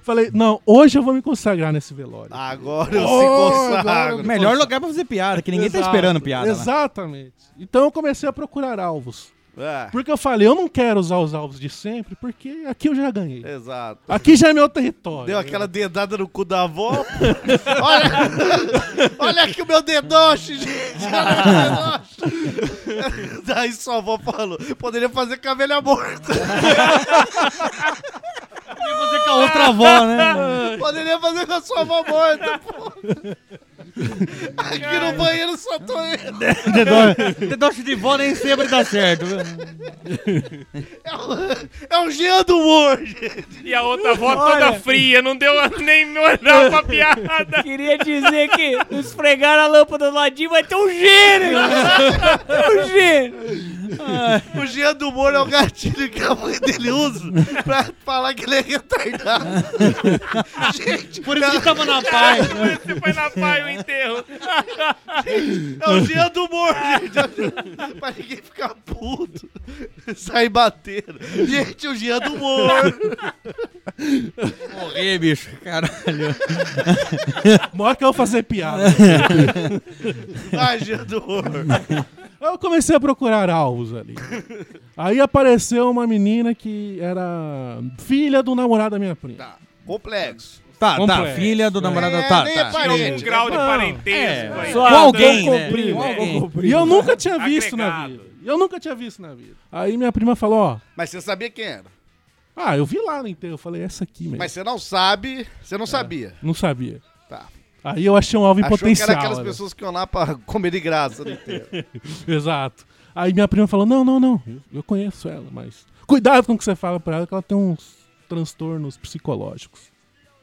Falei, não, hoje eu vou me consagrar nesse velório.
Agora eu
Oh,
se
agora-
consagro.
Ah, Melhor lugar pra fazer piada, que ninguém tá
Exato,
esperando piada. lá.
Exatamente. Então eu comecei a procurar alvos.
Ah,
Porque eu falei, eu não quero usar os alvos de sempre, porque aqui eu já ganhei.
exato.
Aqui já é meu território.
Deu aquela dedada no cu da avó. *laughs* olha, olha aqui o meu dedoche, gente. Olha o meu dedoche. Daí sua avó falou: poderia fazer com a velha morta.
Podia fazer com a *laughs* outra avó, né?
Poderia fazer com a sua avó morta, pô. Aqui no banheiro só tô eu.
Dedoche de vó nem sempre dá certo. viu?
É um- É um Jean do humor, gente.
E a outra avó toda fria, não deu nem me olhar pra piada.
Queria dizer que esfregaram a lâmpada do ladinho, vai ter um gênio! um gênio!
O Jean do humor é o gatilho que a mãe dele usa pra falar que ele é *laughs* retardado. gente,
Por isso que tava na paz.
Você foi na pai o enterro.
É
*laughs*
o dia do humor, gente. *laughs* pra ninguém ficar puto. *laughs* Sai batendo. Gente, o dia do humor.
Morrer, bicho. Caralho.
Mora que eu vou fazer piada.
Vai, dia do humor.
Eu comecei a procurar alvos ali. Aí apareceu uma menina que era filha do namorado da minha prima.
Tá, Complexo.
Tá, tá.
Complexo,
Filha do
é.
namorado.
É,
tá,
nem
tá.
parente, Tem algum né? grau de
Não,
parentesco
é.
aí.
Com
Só
alguém,
algum
né?
comprimo,
Com alguém.
algum comprimo. E eu nunca tinha visto na
Agregado.
vida. Eu nunca tinha visto na vida. Aí minha prima falou, ó,
Mas você sabia quem era?
ah, eu vi lá no enterro, eu falei, essa aqui mesmo.
Mas você não sabe, você
É.
não sabia.
Não sabia.
Tá.
Aí eu achei um alvo em
Achou
potencial.
que era aquelas
né?
pessoas que iam lá pra *laughs* comer de graça. Né?
Exato. Aí minha prima falou, não, não, não, eu, eu conheço ela, mas... Cuidado com o que você fala pra ela, que ela tem uns transtornos psicológicos.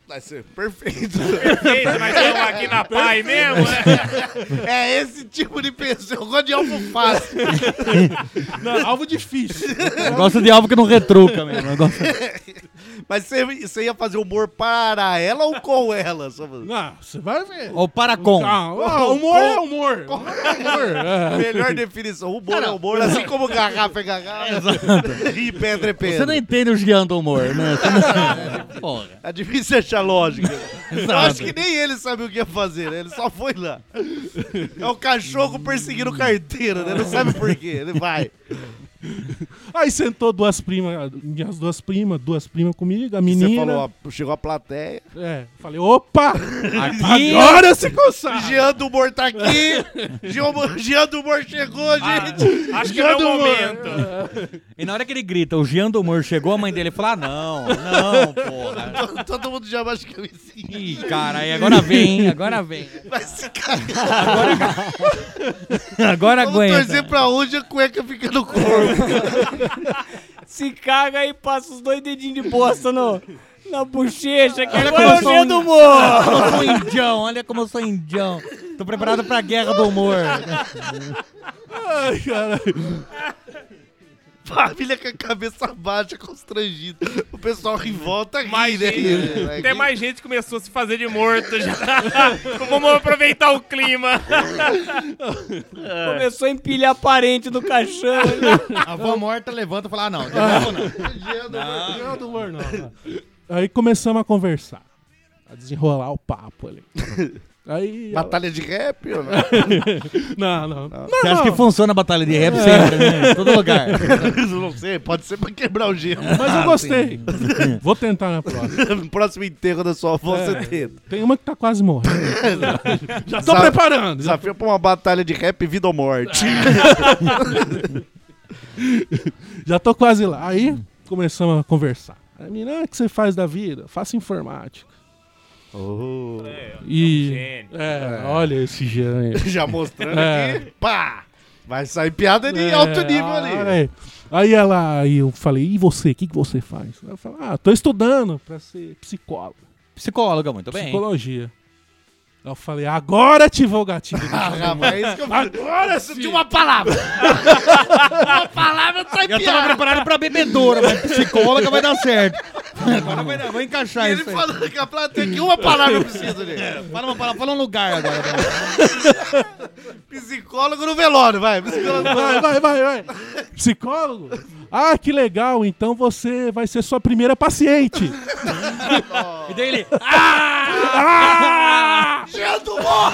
Vai ser perfeito.
*laughs* Perfeito, mas estamos aqui na paz mesmo, né?
É esse tipo de pessoa. Eu gosto de alvo
*laughs*
fácil.
Não, alvo difícil.
Eu gosto de alvo que não retruca mesmo. Eu *laughs* gosto-
Mas você, você ia fazer humor para ela ou com ela?
Não, Ah, você vai ver.
Ou para com.
Ah, humor é humor. Humor é humor. É.
Melhor definição. Humor é humor, assim
*laughs*
como garrafa é garrafa. e pedra é pedra.
Você não entende os guiando do humor, né? Você não- Porra. *laughs*
É difícil achar lógica. Eu
Exato.
acho que nem ele sabia o que ia fazer, né? Ele só foi lá. É o cachorro perseguindo carteira, né? Não sabe por quê. Ele vai.
Aí sentou duas primas, minhas duas primas, duas primas comigo, a menina.
Você falou, ó, chegou a plateia.
É, falei, opa!
Aqui-
Agora se consegue!
Jean do Humor tá aqui. Jean, Jean do Humor chegou, gente.
Ah, acho que
Jean
é o
do Humor.
momento.
E na hora que ele grita, o Jean do humor chegou, a mãe dele fala: ah, não, não, porra.
Todo- Todo mundo já baixa a camisinha.
Ih, cara, aí agora vem, agora vem.
Vai se cagar.
Agora, agora
Vamos
aguenta.
torcer pra hoje a cueca fica no corpo.
Se caga e passa os dois dedinhos de bosta no, na bochecha, que agora é o dia do
Como eu sou um
humor.
indião, olha como eu sou indião. Tô preparado pra guerra do humor.
Ai, caralho.
Família com a cabeça baixa, constrangida. O pessoal em volta ri,
Mais
né?
gente,
É,
até mais gente que começou a se fazer de morto já. Vamos aproveitar o clima.
Começou a empilhar parente no caixão.
A avó morta levanta e fala: ah, não, de novo
né? É
não.
Não. Aí começamos a conversar, a desenrolar o papo ali. *laughs* Aí.
Batalha de rap ou não?
não, não.
Você acha que funciona a batalha de rap sempre, né? Em todo lugar.
*laughs* não sei, pode ser pra quebrar o gelo.
Mas eu gostei. *laughs* Vou tentar na próxima.
No *laughs* próximo enterro da sua avó,
É.
você tenta.
Tem uma que tá quase *laughs* morrendo. Já tô
Desa-
preparando. Já-
Desafio pra uma batalha de rap, vida ou morte.
Já tô quase lá. Aí começamos a conversar. A menina, "Ah, o que você faz da vida? Faço informática. Oh. e... É, olha esse gênio.
*laughs* Já mostrando
É.
aqui, pá! Vai sair piada de
É,
alto nível ali.
Aí, aí ela, aí eu falei, e você, o que, que você faz? Ela falou, ah, tô estudando pra ser psicóloga.
Psicóloga, muito bem.
Psicologia. Aí eu falei, agora ativou o
*laughs*
gatilho.
Ah, mas é isso que eu
Agora
sim. De uma palavra. uma palavra sai
Eu tava
piada.
preparado pra bebedora, mas psicóloga vai dar certo. Agora vai dar, vou
E
encaixar
ele
isso aí.
falando que a plateia tem que uma palavra eu preciso né? ali.
É.
Fala uma palavra, fala um lugar agora.
Psicólogo no velório, vai. Psicólogo
*laughs*
no
Vai,
velório.
vai, vai, vai. Psicólogo? Ah, que legal, então você vai ser sua primeira paciente.
E daí ele.
Jean do Humor.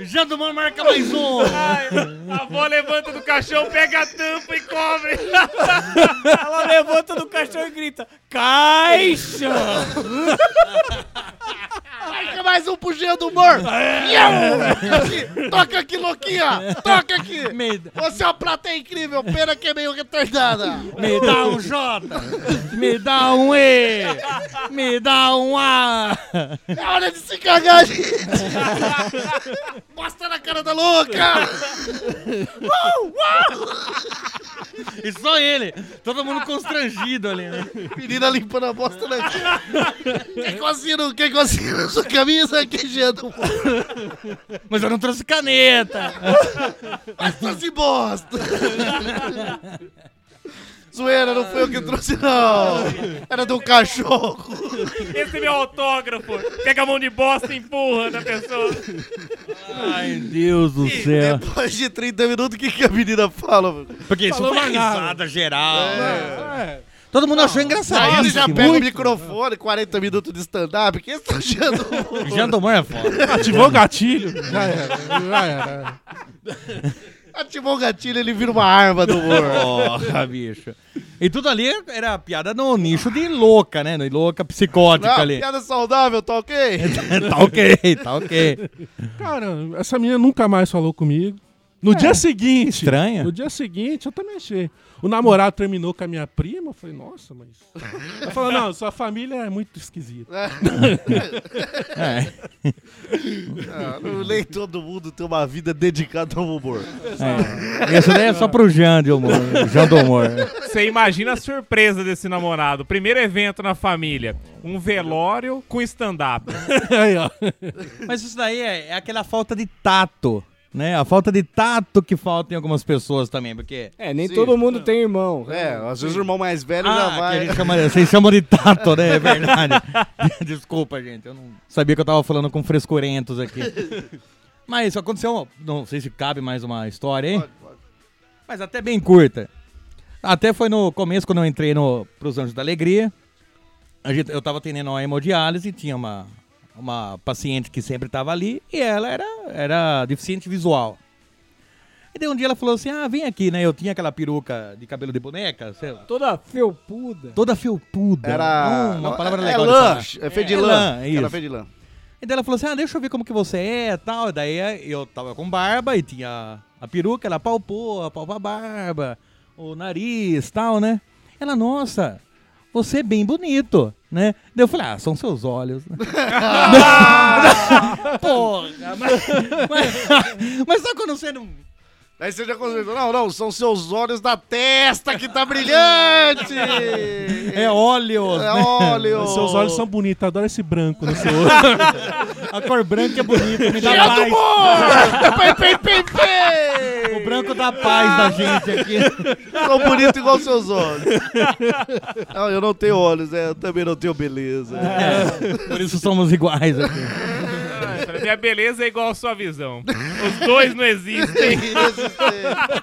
Já do mano marca mais um!
Ai, a avó levanta do caixão, pega a tampa e cobre.
Ela levanta do caixão e grita: Caixa!
Marca mais um pro Jean do Humor. Iau! Aqui, Toca aqui, louquinha. Toca aqui.
Me,
Você é uma plateia incrível. Pena que é meio retardada.
me dá um J! Me dá um E! Me dá um A!
É hora de se cagar, gente. Mostra na cara da louca.
E só ele! Todo mundo constrangido ali, né?
Menina limpando a bosta na cara. Quem cozinha, quem cozinha sua camisa? Quem Jean do Humor?
Mas eu não trouxe caneta!
Essas de bosta! Zoeira, não foi eu que trouxe, não! Era do cachorro!
Esse é meu autógrafo. Pega a mão de bosta e empurra na pessoa.
Ai, Deus do céu!
Depois de 30 minutos, o que, que a menina fala? mano?
Porque isso
Falou
foi
mais nada.
risada geral.
É,
Todo mundo achou engraçado.
Aí ele já
Muito.
pega o microfone, 40 minutos de stand-up. Quem está achando? um-
Jean Domão é
"Ah,
foda.
Ativou o gatilho. Já era. Já era.
*laughs* Ativou o gatilho, ele vira uma arma do humor.
Porra, bicho. E tudo ali era piada no nicho de louca, né? No louca psicótica
Não,
ali.
Ah, piada saudável, tá ok?
tá ok, tá ok.
Cara, essa menina nunca mais falou comigo. No dia seguinte.
estranha.
No dia seguinte, eu também achei. O namorado terminou com a minha prima. Eu falei, nossa, mas. Ela falou, não, sua família é muito esquisita.
É.
Não, não nem todo mundo tem uma vida dedicada ao humor.
É. Isso daí é só pro Jean, de humor. Jean do humor.
Você imagina a surpresa desse namorado. Primeiro evento na família. Um velório com stand-up.
Aí, ó.
Mas isso daí é, é aquela falta de tato, né? A falta de tato que falta em algumas pessoas também, porque...
É, nem
Sim.
todo mundo tem irmão.
É, às vezes o irmão mais velho já
Ah, que a
vai.
gente chama, vocês chamam de tato, né? É verdade. *laughs* Desculpa, gente, eu não sabia que eu tava falando com frescurentos aqui. *laughs* Mas isso aconteceu, não sei se cabe mais uma história, hein? Mas até bem curta. Até foi no começo, quando eu entrei no, pros Anjos da Alegria. A gente, eu tava atendendo uma hemodiálise, tinha uma, uma paciente que sempre tava ali, e ela era, era deficiente visual. E daí um dia ela falou assim, ah, vem aqui, né? Eu tinha aquela peruca de cabelo de boneca, sei lá.
Toda felpuda.
Toda felpuda.
Era.
Hum, uma
não,
palavra
é,
legal.
É
de
lã,
falar.
é feio de
É,
lã.
é isso.
Era feio de lã.
E daí ela falou assim: ah, deixa eu ver como que você é tal. E daí eu tava com barba e tinha a peruca, ela palpou, palpa a barba, o nariz tal, né? Ela, nossa, você é bem bonito, né? Daí eu falei: ah, são seus olhos. *laughs* né? Porra, mas, mas, mas só quando você não.
Aí você já conseguiu. Não, não, são seus olhos da testa que tá
*laughs*
brilhante!
É óleos,
É
né?
óleo!
Seus olhos são bonitos, adoro esse branco né? no seu olho.
*laughs* A cor branca é bonita, me dá
Cheia do
paz.
humor! Pei, pei, pei, pei!
O branco dá paz da gente aqui.
São bonito igual seus
*laughs*
olhos. Não, eu não tenho olhos, né? Eu também não tenho beleza.
Por isso somos
*laughs*
iguais aqui.
Ah, Minha beleza é igual a sua visão. Os dois não existem.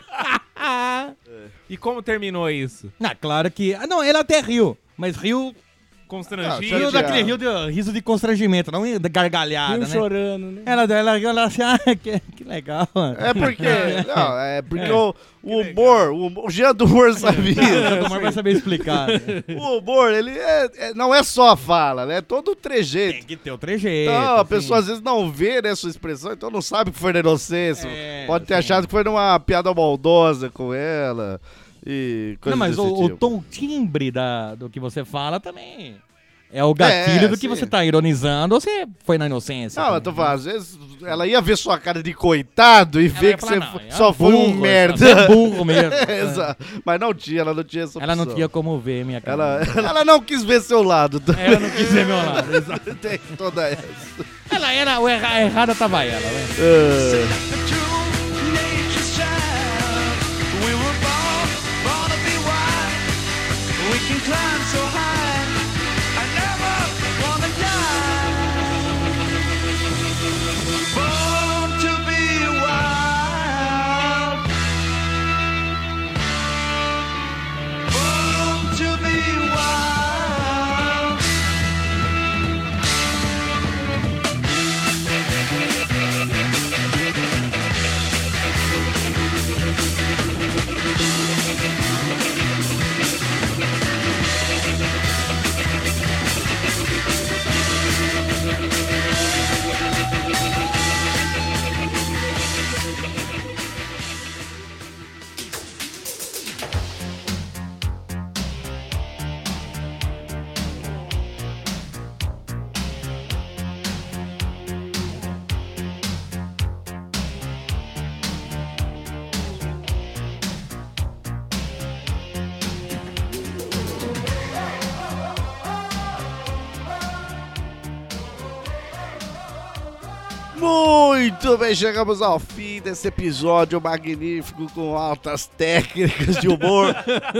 *laughs* E como terminou isso?
Ah, claro que. Ah, não, ele até riu. Mas riu.
Constrangido?
Riu
Chateado.
daquele riu de riso de constrangimento, não de gargalhada,
Rio
né?
chorando, né?
Ela, ela, ela assim, *laughs* ah, que, que legal.
É porque. Não, é porque o, o humor, o humor, o Jean do humor
*laughs*
sabia.
O Omar vai saber
*laughs*
explicar. né?
O humor, ele é, é- não é só a fala, né? É todo o trejeito.
Tem que ter o trejeito.
Então, a
assim.
pessoa às vezes não vê né, sua expressão, então não sabe que foi na inocência.
É,
Pode ter achado que foi numa piada maldosa com ela e coisas
Não, mas
desse
o, o
tipo.
tom o timbre da, do que você fala também. É o gatilho
É,
do que
sim.
você tá ironizando ou você foi na inocência.
Não,
também.
eu tô falando, às vezes ela ia ver sua cara de coitado e
Ela
ver
ia
que
falar,
você
"Não,
f-
é
só foi um
burro,
merda.
É burro mesmo.
*laughs* Exato. Mas não tinha, ela não tinha essa
Ela não
opção.
tinha como ver minha cara.
Ela, é ela não quis ver seu lado.
Ela não quis ver meu lado.
Tem toda essa.
Ela era, o erra- a errada tava ela, né?
Muito Muito bem, chegamos ao fim desse episódio magnífico com altas técnicas de humor,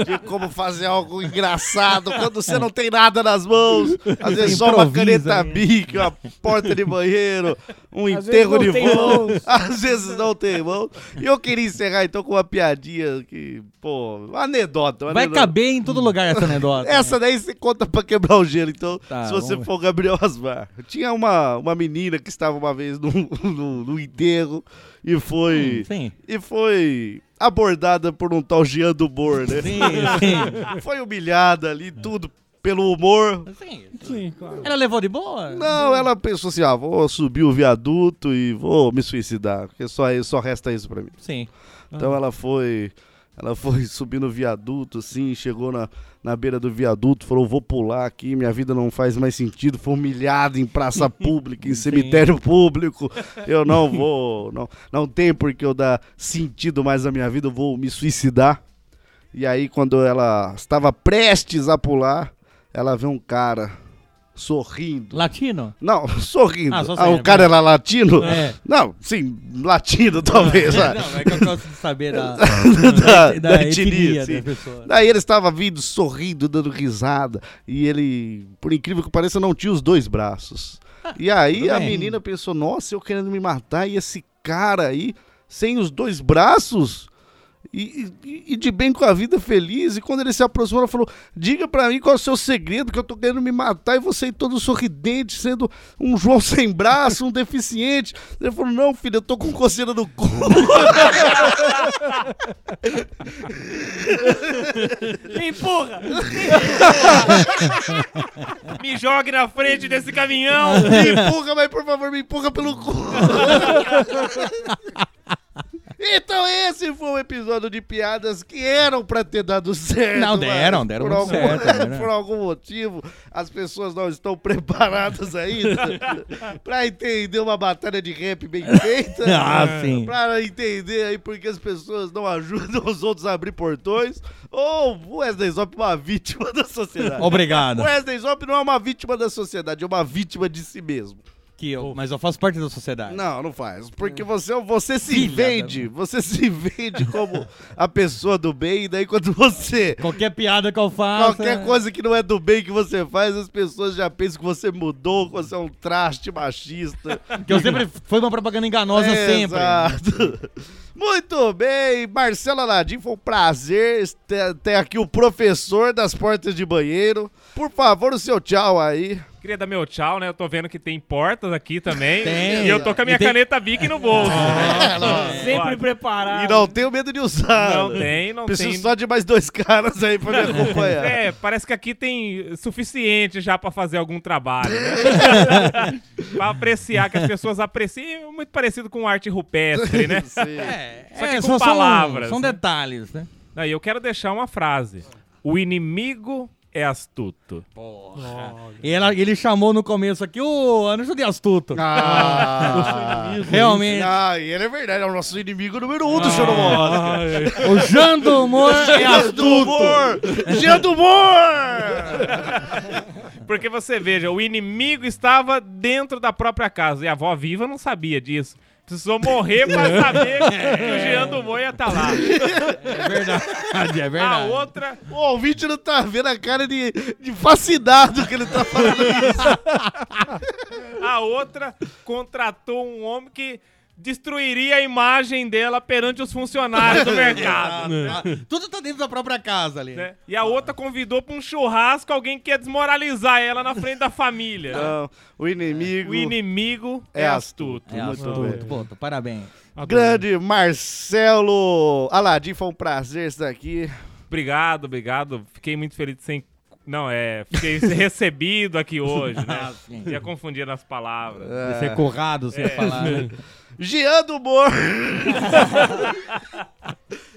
de como fazer algo engraçado quando você não tem nada nas mãos. Às vezes só uma
Improvisa, né?
caneta bique, uma porta de banheiro, um
Às
enterro de
vezes não tem
voo.
mãos.
*laughs* Às vezes não tem mão. E eu queria encerrar então com uma piadinha que, pô, uma anedota. uma
Vai
anedota.
caber em todo lugar essa anedota.
Essa daí você conta pra quebrar o gelo, então,
Tá,
se você
vamos ver.
for o Gabriel Asmar. Tinha uma, uma menina que estava uma vez no, *laughs* no, no enterro e foi.
Hum, sim.
E foi abordada por um tal Jean do Bor, né?
Sim, *laughs* sim.
Foi humilhada ali, tudo pelo humor.
Sim, claro.
Ela levou de boa?
Não, ela pensou assim, ah, vou subir o viaduto e vou me suicidar, porque só, só resta isso pra mim.
Sim.
Então
Ah.
ela foi, ela foi *laughs* subindo o viaduto, assim, chegou na, na beira do viaduto, falou, vou pular aqui, minha vida não faz mais sentido, foi humilhada em
*laughs*
praça pública, em cemitério público, eu não vou, não, não tem por que eu dar sentido mais à minha vida, eu vou me suicidar. E aí, quando ela estava prestes a pular, ela vê um cara sorrindo.
Latino?
Não, *laughs* sorrindo.
Ah, só
Ah, o
sorrindo.
cara era latino?
É.
Não, sim, latino talvez.
*laughs* Não,
ah.
é que eu gosto de saber da-
*laughs* da,
da-
da
da
etnia,
etnia
sim.
da pessoa.
Daí ele estava vindo sorrindo, dando risada. E ele, por incrível que pareça, não tinha os dois braços.
*laughs*
E aí
tudo
a
bem.
menina pensou: nossa, eu querendo me matar, e esse cara aí, sem os dois braços? E, e- e de bem com a vida feliz. E quando ele se aproximou, ela falou: Diga pra mim qual é o seu segredo, que eu tô querendo me matar. E você aí todo sorridente, sendo um João sem braço, um deficiente. Ele falou: Não, filho, eu tô com coceira no cu.
Empurra! me jogue na frente desse caminhão!
Me empurra, mas por favor, me empurra pelo cu! Então esse foi o episódio de piadas que eram pra ter dado certo.
Não, deram,
mas
deram
por
muito
algum,
certo, é deram.
*laughs* por algum motivo, as pessoas não estão preparadas ainda *laughs* pra entender uma batalha de rap bem feita.
*laughs* Ah, sim.
Pra entender aí porque as pessoas não ajudam os outros a abrir portões. Ou o Wesley Zop é uma vítima da
*laughs*
sociedade.
Obrigado.
O *laughs* Wesley Zop não é uma vítima da sociedade, é uma vítima de si mesmo.
Que eu, mas eu faço parte da sociedade.
Não, não faz. Porque você, você se vende. Você se vende como a pessoa do bem. E daí quando você.
Qualquer piada que eu faço.
Qualquer
é.
coisa que não é do bem que você faz, as pessoas já pensam que você mudou, que você é um traste machista.
Que eu sempre foi uma propaganda enganosa
É,
sempre.
exato. Muito bem, Marcelo Aladim, foi um prazer ter, ter aqui o professor das portas de banheiro. Por favor, o seu tchau aí.
Queria dar meu tchau, né? Eu tô vendo que tem portas aqui também.
*laughs* Tem.
E eu tô com a minha
E tem- É,
caneta Bic no
*laughs*
bolso.
Sempre
preparado.
E não tenho medo de usar. né?
Não tem, não
Preciso
tem.
só de mais dois caras aí pra me acompanhar.
É, parece que aqui tem suficiente já pra fazer algum trabalho,
*laughs*
né? pra apreciar, que as pessoas apreciem, é muito parecido com arte rupestre,
*laughs*
né?
É,
só que
é,
com
só são-
palavras.
são
né?
detalhes, né?
Não, e eu quero deixar uma frase. O inimigo é astuto.
E ela- ele chamou no começo aqui o anjo de astuto.
Ah,
realmente.
Ah, e ele é verdade, é o nosso inimigo número um do show do Bola, cara.
O Jean do Humor é
Jean do
astuto.
Humor! Jean do Humor!
Porque você veja, o inimigo estava dentro da própria casa e a avó viva não sabia disso. Precisou morrer
*laughs* É.
pra saber que o Jean do Moia ia tá lá. É
verdade, é
A outra.
O ouvinte não tá vendo a cara de, de fascinado que ele tá falando isso.
A outra contratou um homem que destruiria a imagem dela perante os funcionários
*laughs*
do mercado.
Exato. Tudo tá dentro da própria casa ali.
Né? E a outra convidou pra um churrasco alguém que quer desmoralizar ela na frente da família.
Não, o inimigo.
O inimigo é,
É
astuto.
astuto. É astuto.
Muito bom, tô- parabéns.
Grande Marcelo Aladim, foi um prazer estar aqui.
Obrigado, obrigado. Fiquei muito feliz de ser. Não, é. Fiquei *laughs* de ser recebido aqui hoje,
Ah,
né?
sim.
Ia confundir as palavras.
De ser currado, você ia falar. né?
Jean do Mor. *laughs*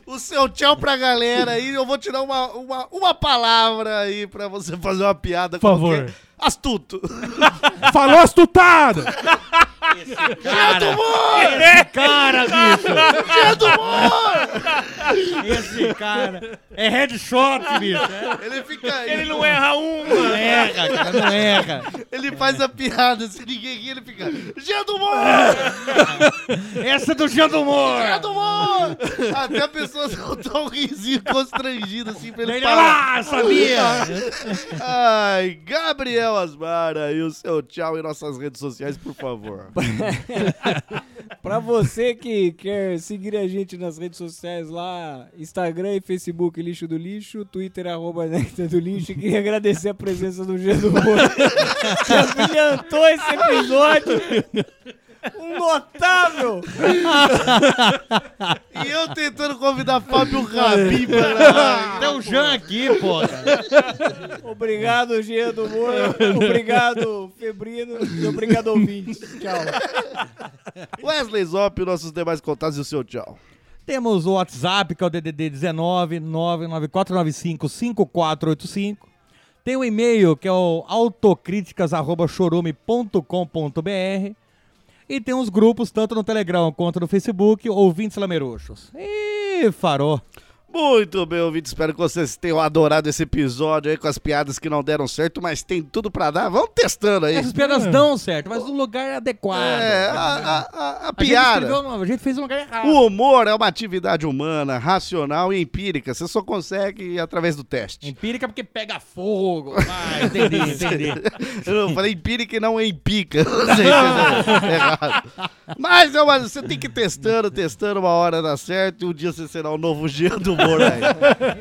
o seu tchau pra galera aí. Eu vou tirar uma, uma, uma palavra aí pra você fazer uma piada.
Por favor.
qualquer. Astuto.
*laughs* Falou astutado!
Jean do Mor!
Esse cara, bicho!
Jean do Mor!
Esse cara é headshot, bicho.
Ele fica aí.
é-
Ele não erra uma.
Não erra, cara, não erra.
Ele faz a piada, se ninguém ri, ele fica. Jean do Moro!
Essa é do Jean do Moro!
Jean do Moro! Até a pessoa soltar um risinho constrangido assim pra ele
Ele,
parar.
"Ah, sabia!"
Ai, Gabriel Asmara e o seu tchau em nossas redes sociais, por favor.
Pra você que quer seguir a gente nas redes sociais lá, Instagram e Facebook Lixo do Lixo, Twitter arroba *laughs* Nectar do Lixo, e queria agradecer a presença do Gê do *laughs* Moro, que abrilhantou esse episódio. Um notável!
e eu tentando convidar Fábio Rabin pra
Tem o Jean aqui, Ah, pô.
Obrigado, Gê do Moro. Obrigado, Febrino. E obrigado, ouvintes. Tchau.
Wesley Zop, nossos demais contatos e o seu tchau.
Temos o WhatsApp, que é o DDD 19 994955485. Tem o e-mail, que é o autocríticas.chorume.com.br. E tem os grupos, tanto no Telegram quanto no Facebook, ouvintes lameruxos. Ih, farou.
Muito bem, ouvinte. Espero que vocês tenham adorado esse episódio aí com as piadas que não deram certo, mas tem tudo pra dar. Vamos testando aí.
Essas piadas dão certo, mas no lugar adequado.
É, a, a- a- a
gente
piada.
escreveu no- a gente fez um lugar errado.
O humor é uma atividade humana, racional e empírica. Você só consegue através do teste.
Empírica porque pega fogo. Ah, entendi, entendi.
*laughs* Eu falei empírica e *laughs* não é empica. Você entendeu? Errado. Mas, não, mas você tem que ir testando, testando, uma hora dá certo e um dia você será o novo Jean do humor *laughs* aí.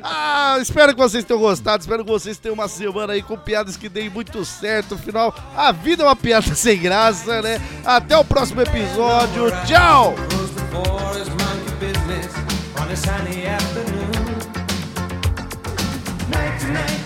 Ah, espero que vocês tenham gostado, espero que vocês tenham uma semana aí com piadas que deem muito certo. Afinal, a vida é uma piada sem graça, né? Até o próximo episódio. Tchau!
for his monkey business on a sunny afternoon. Night to night,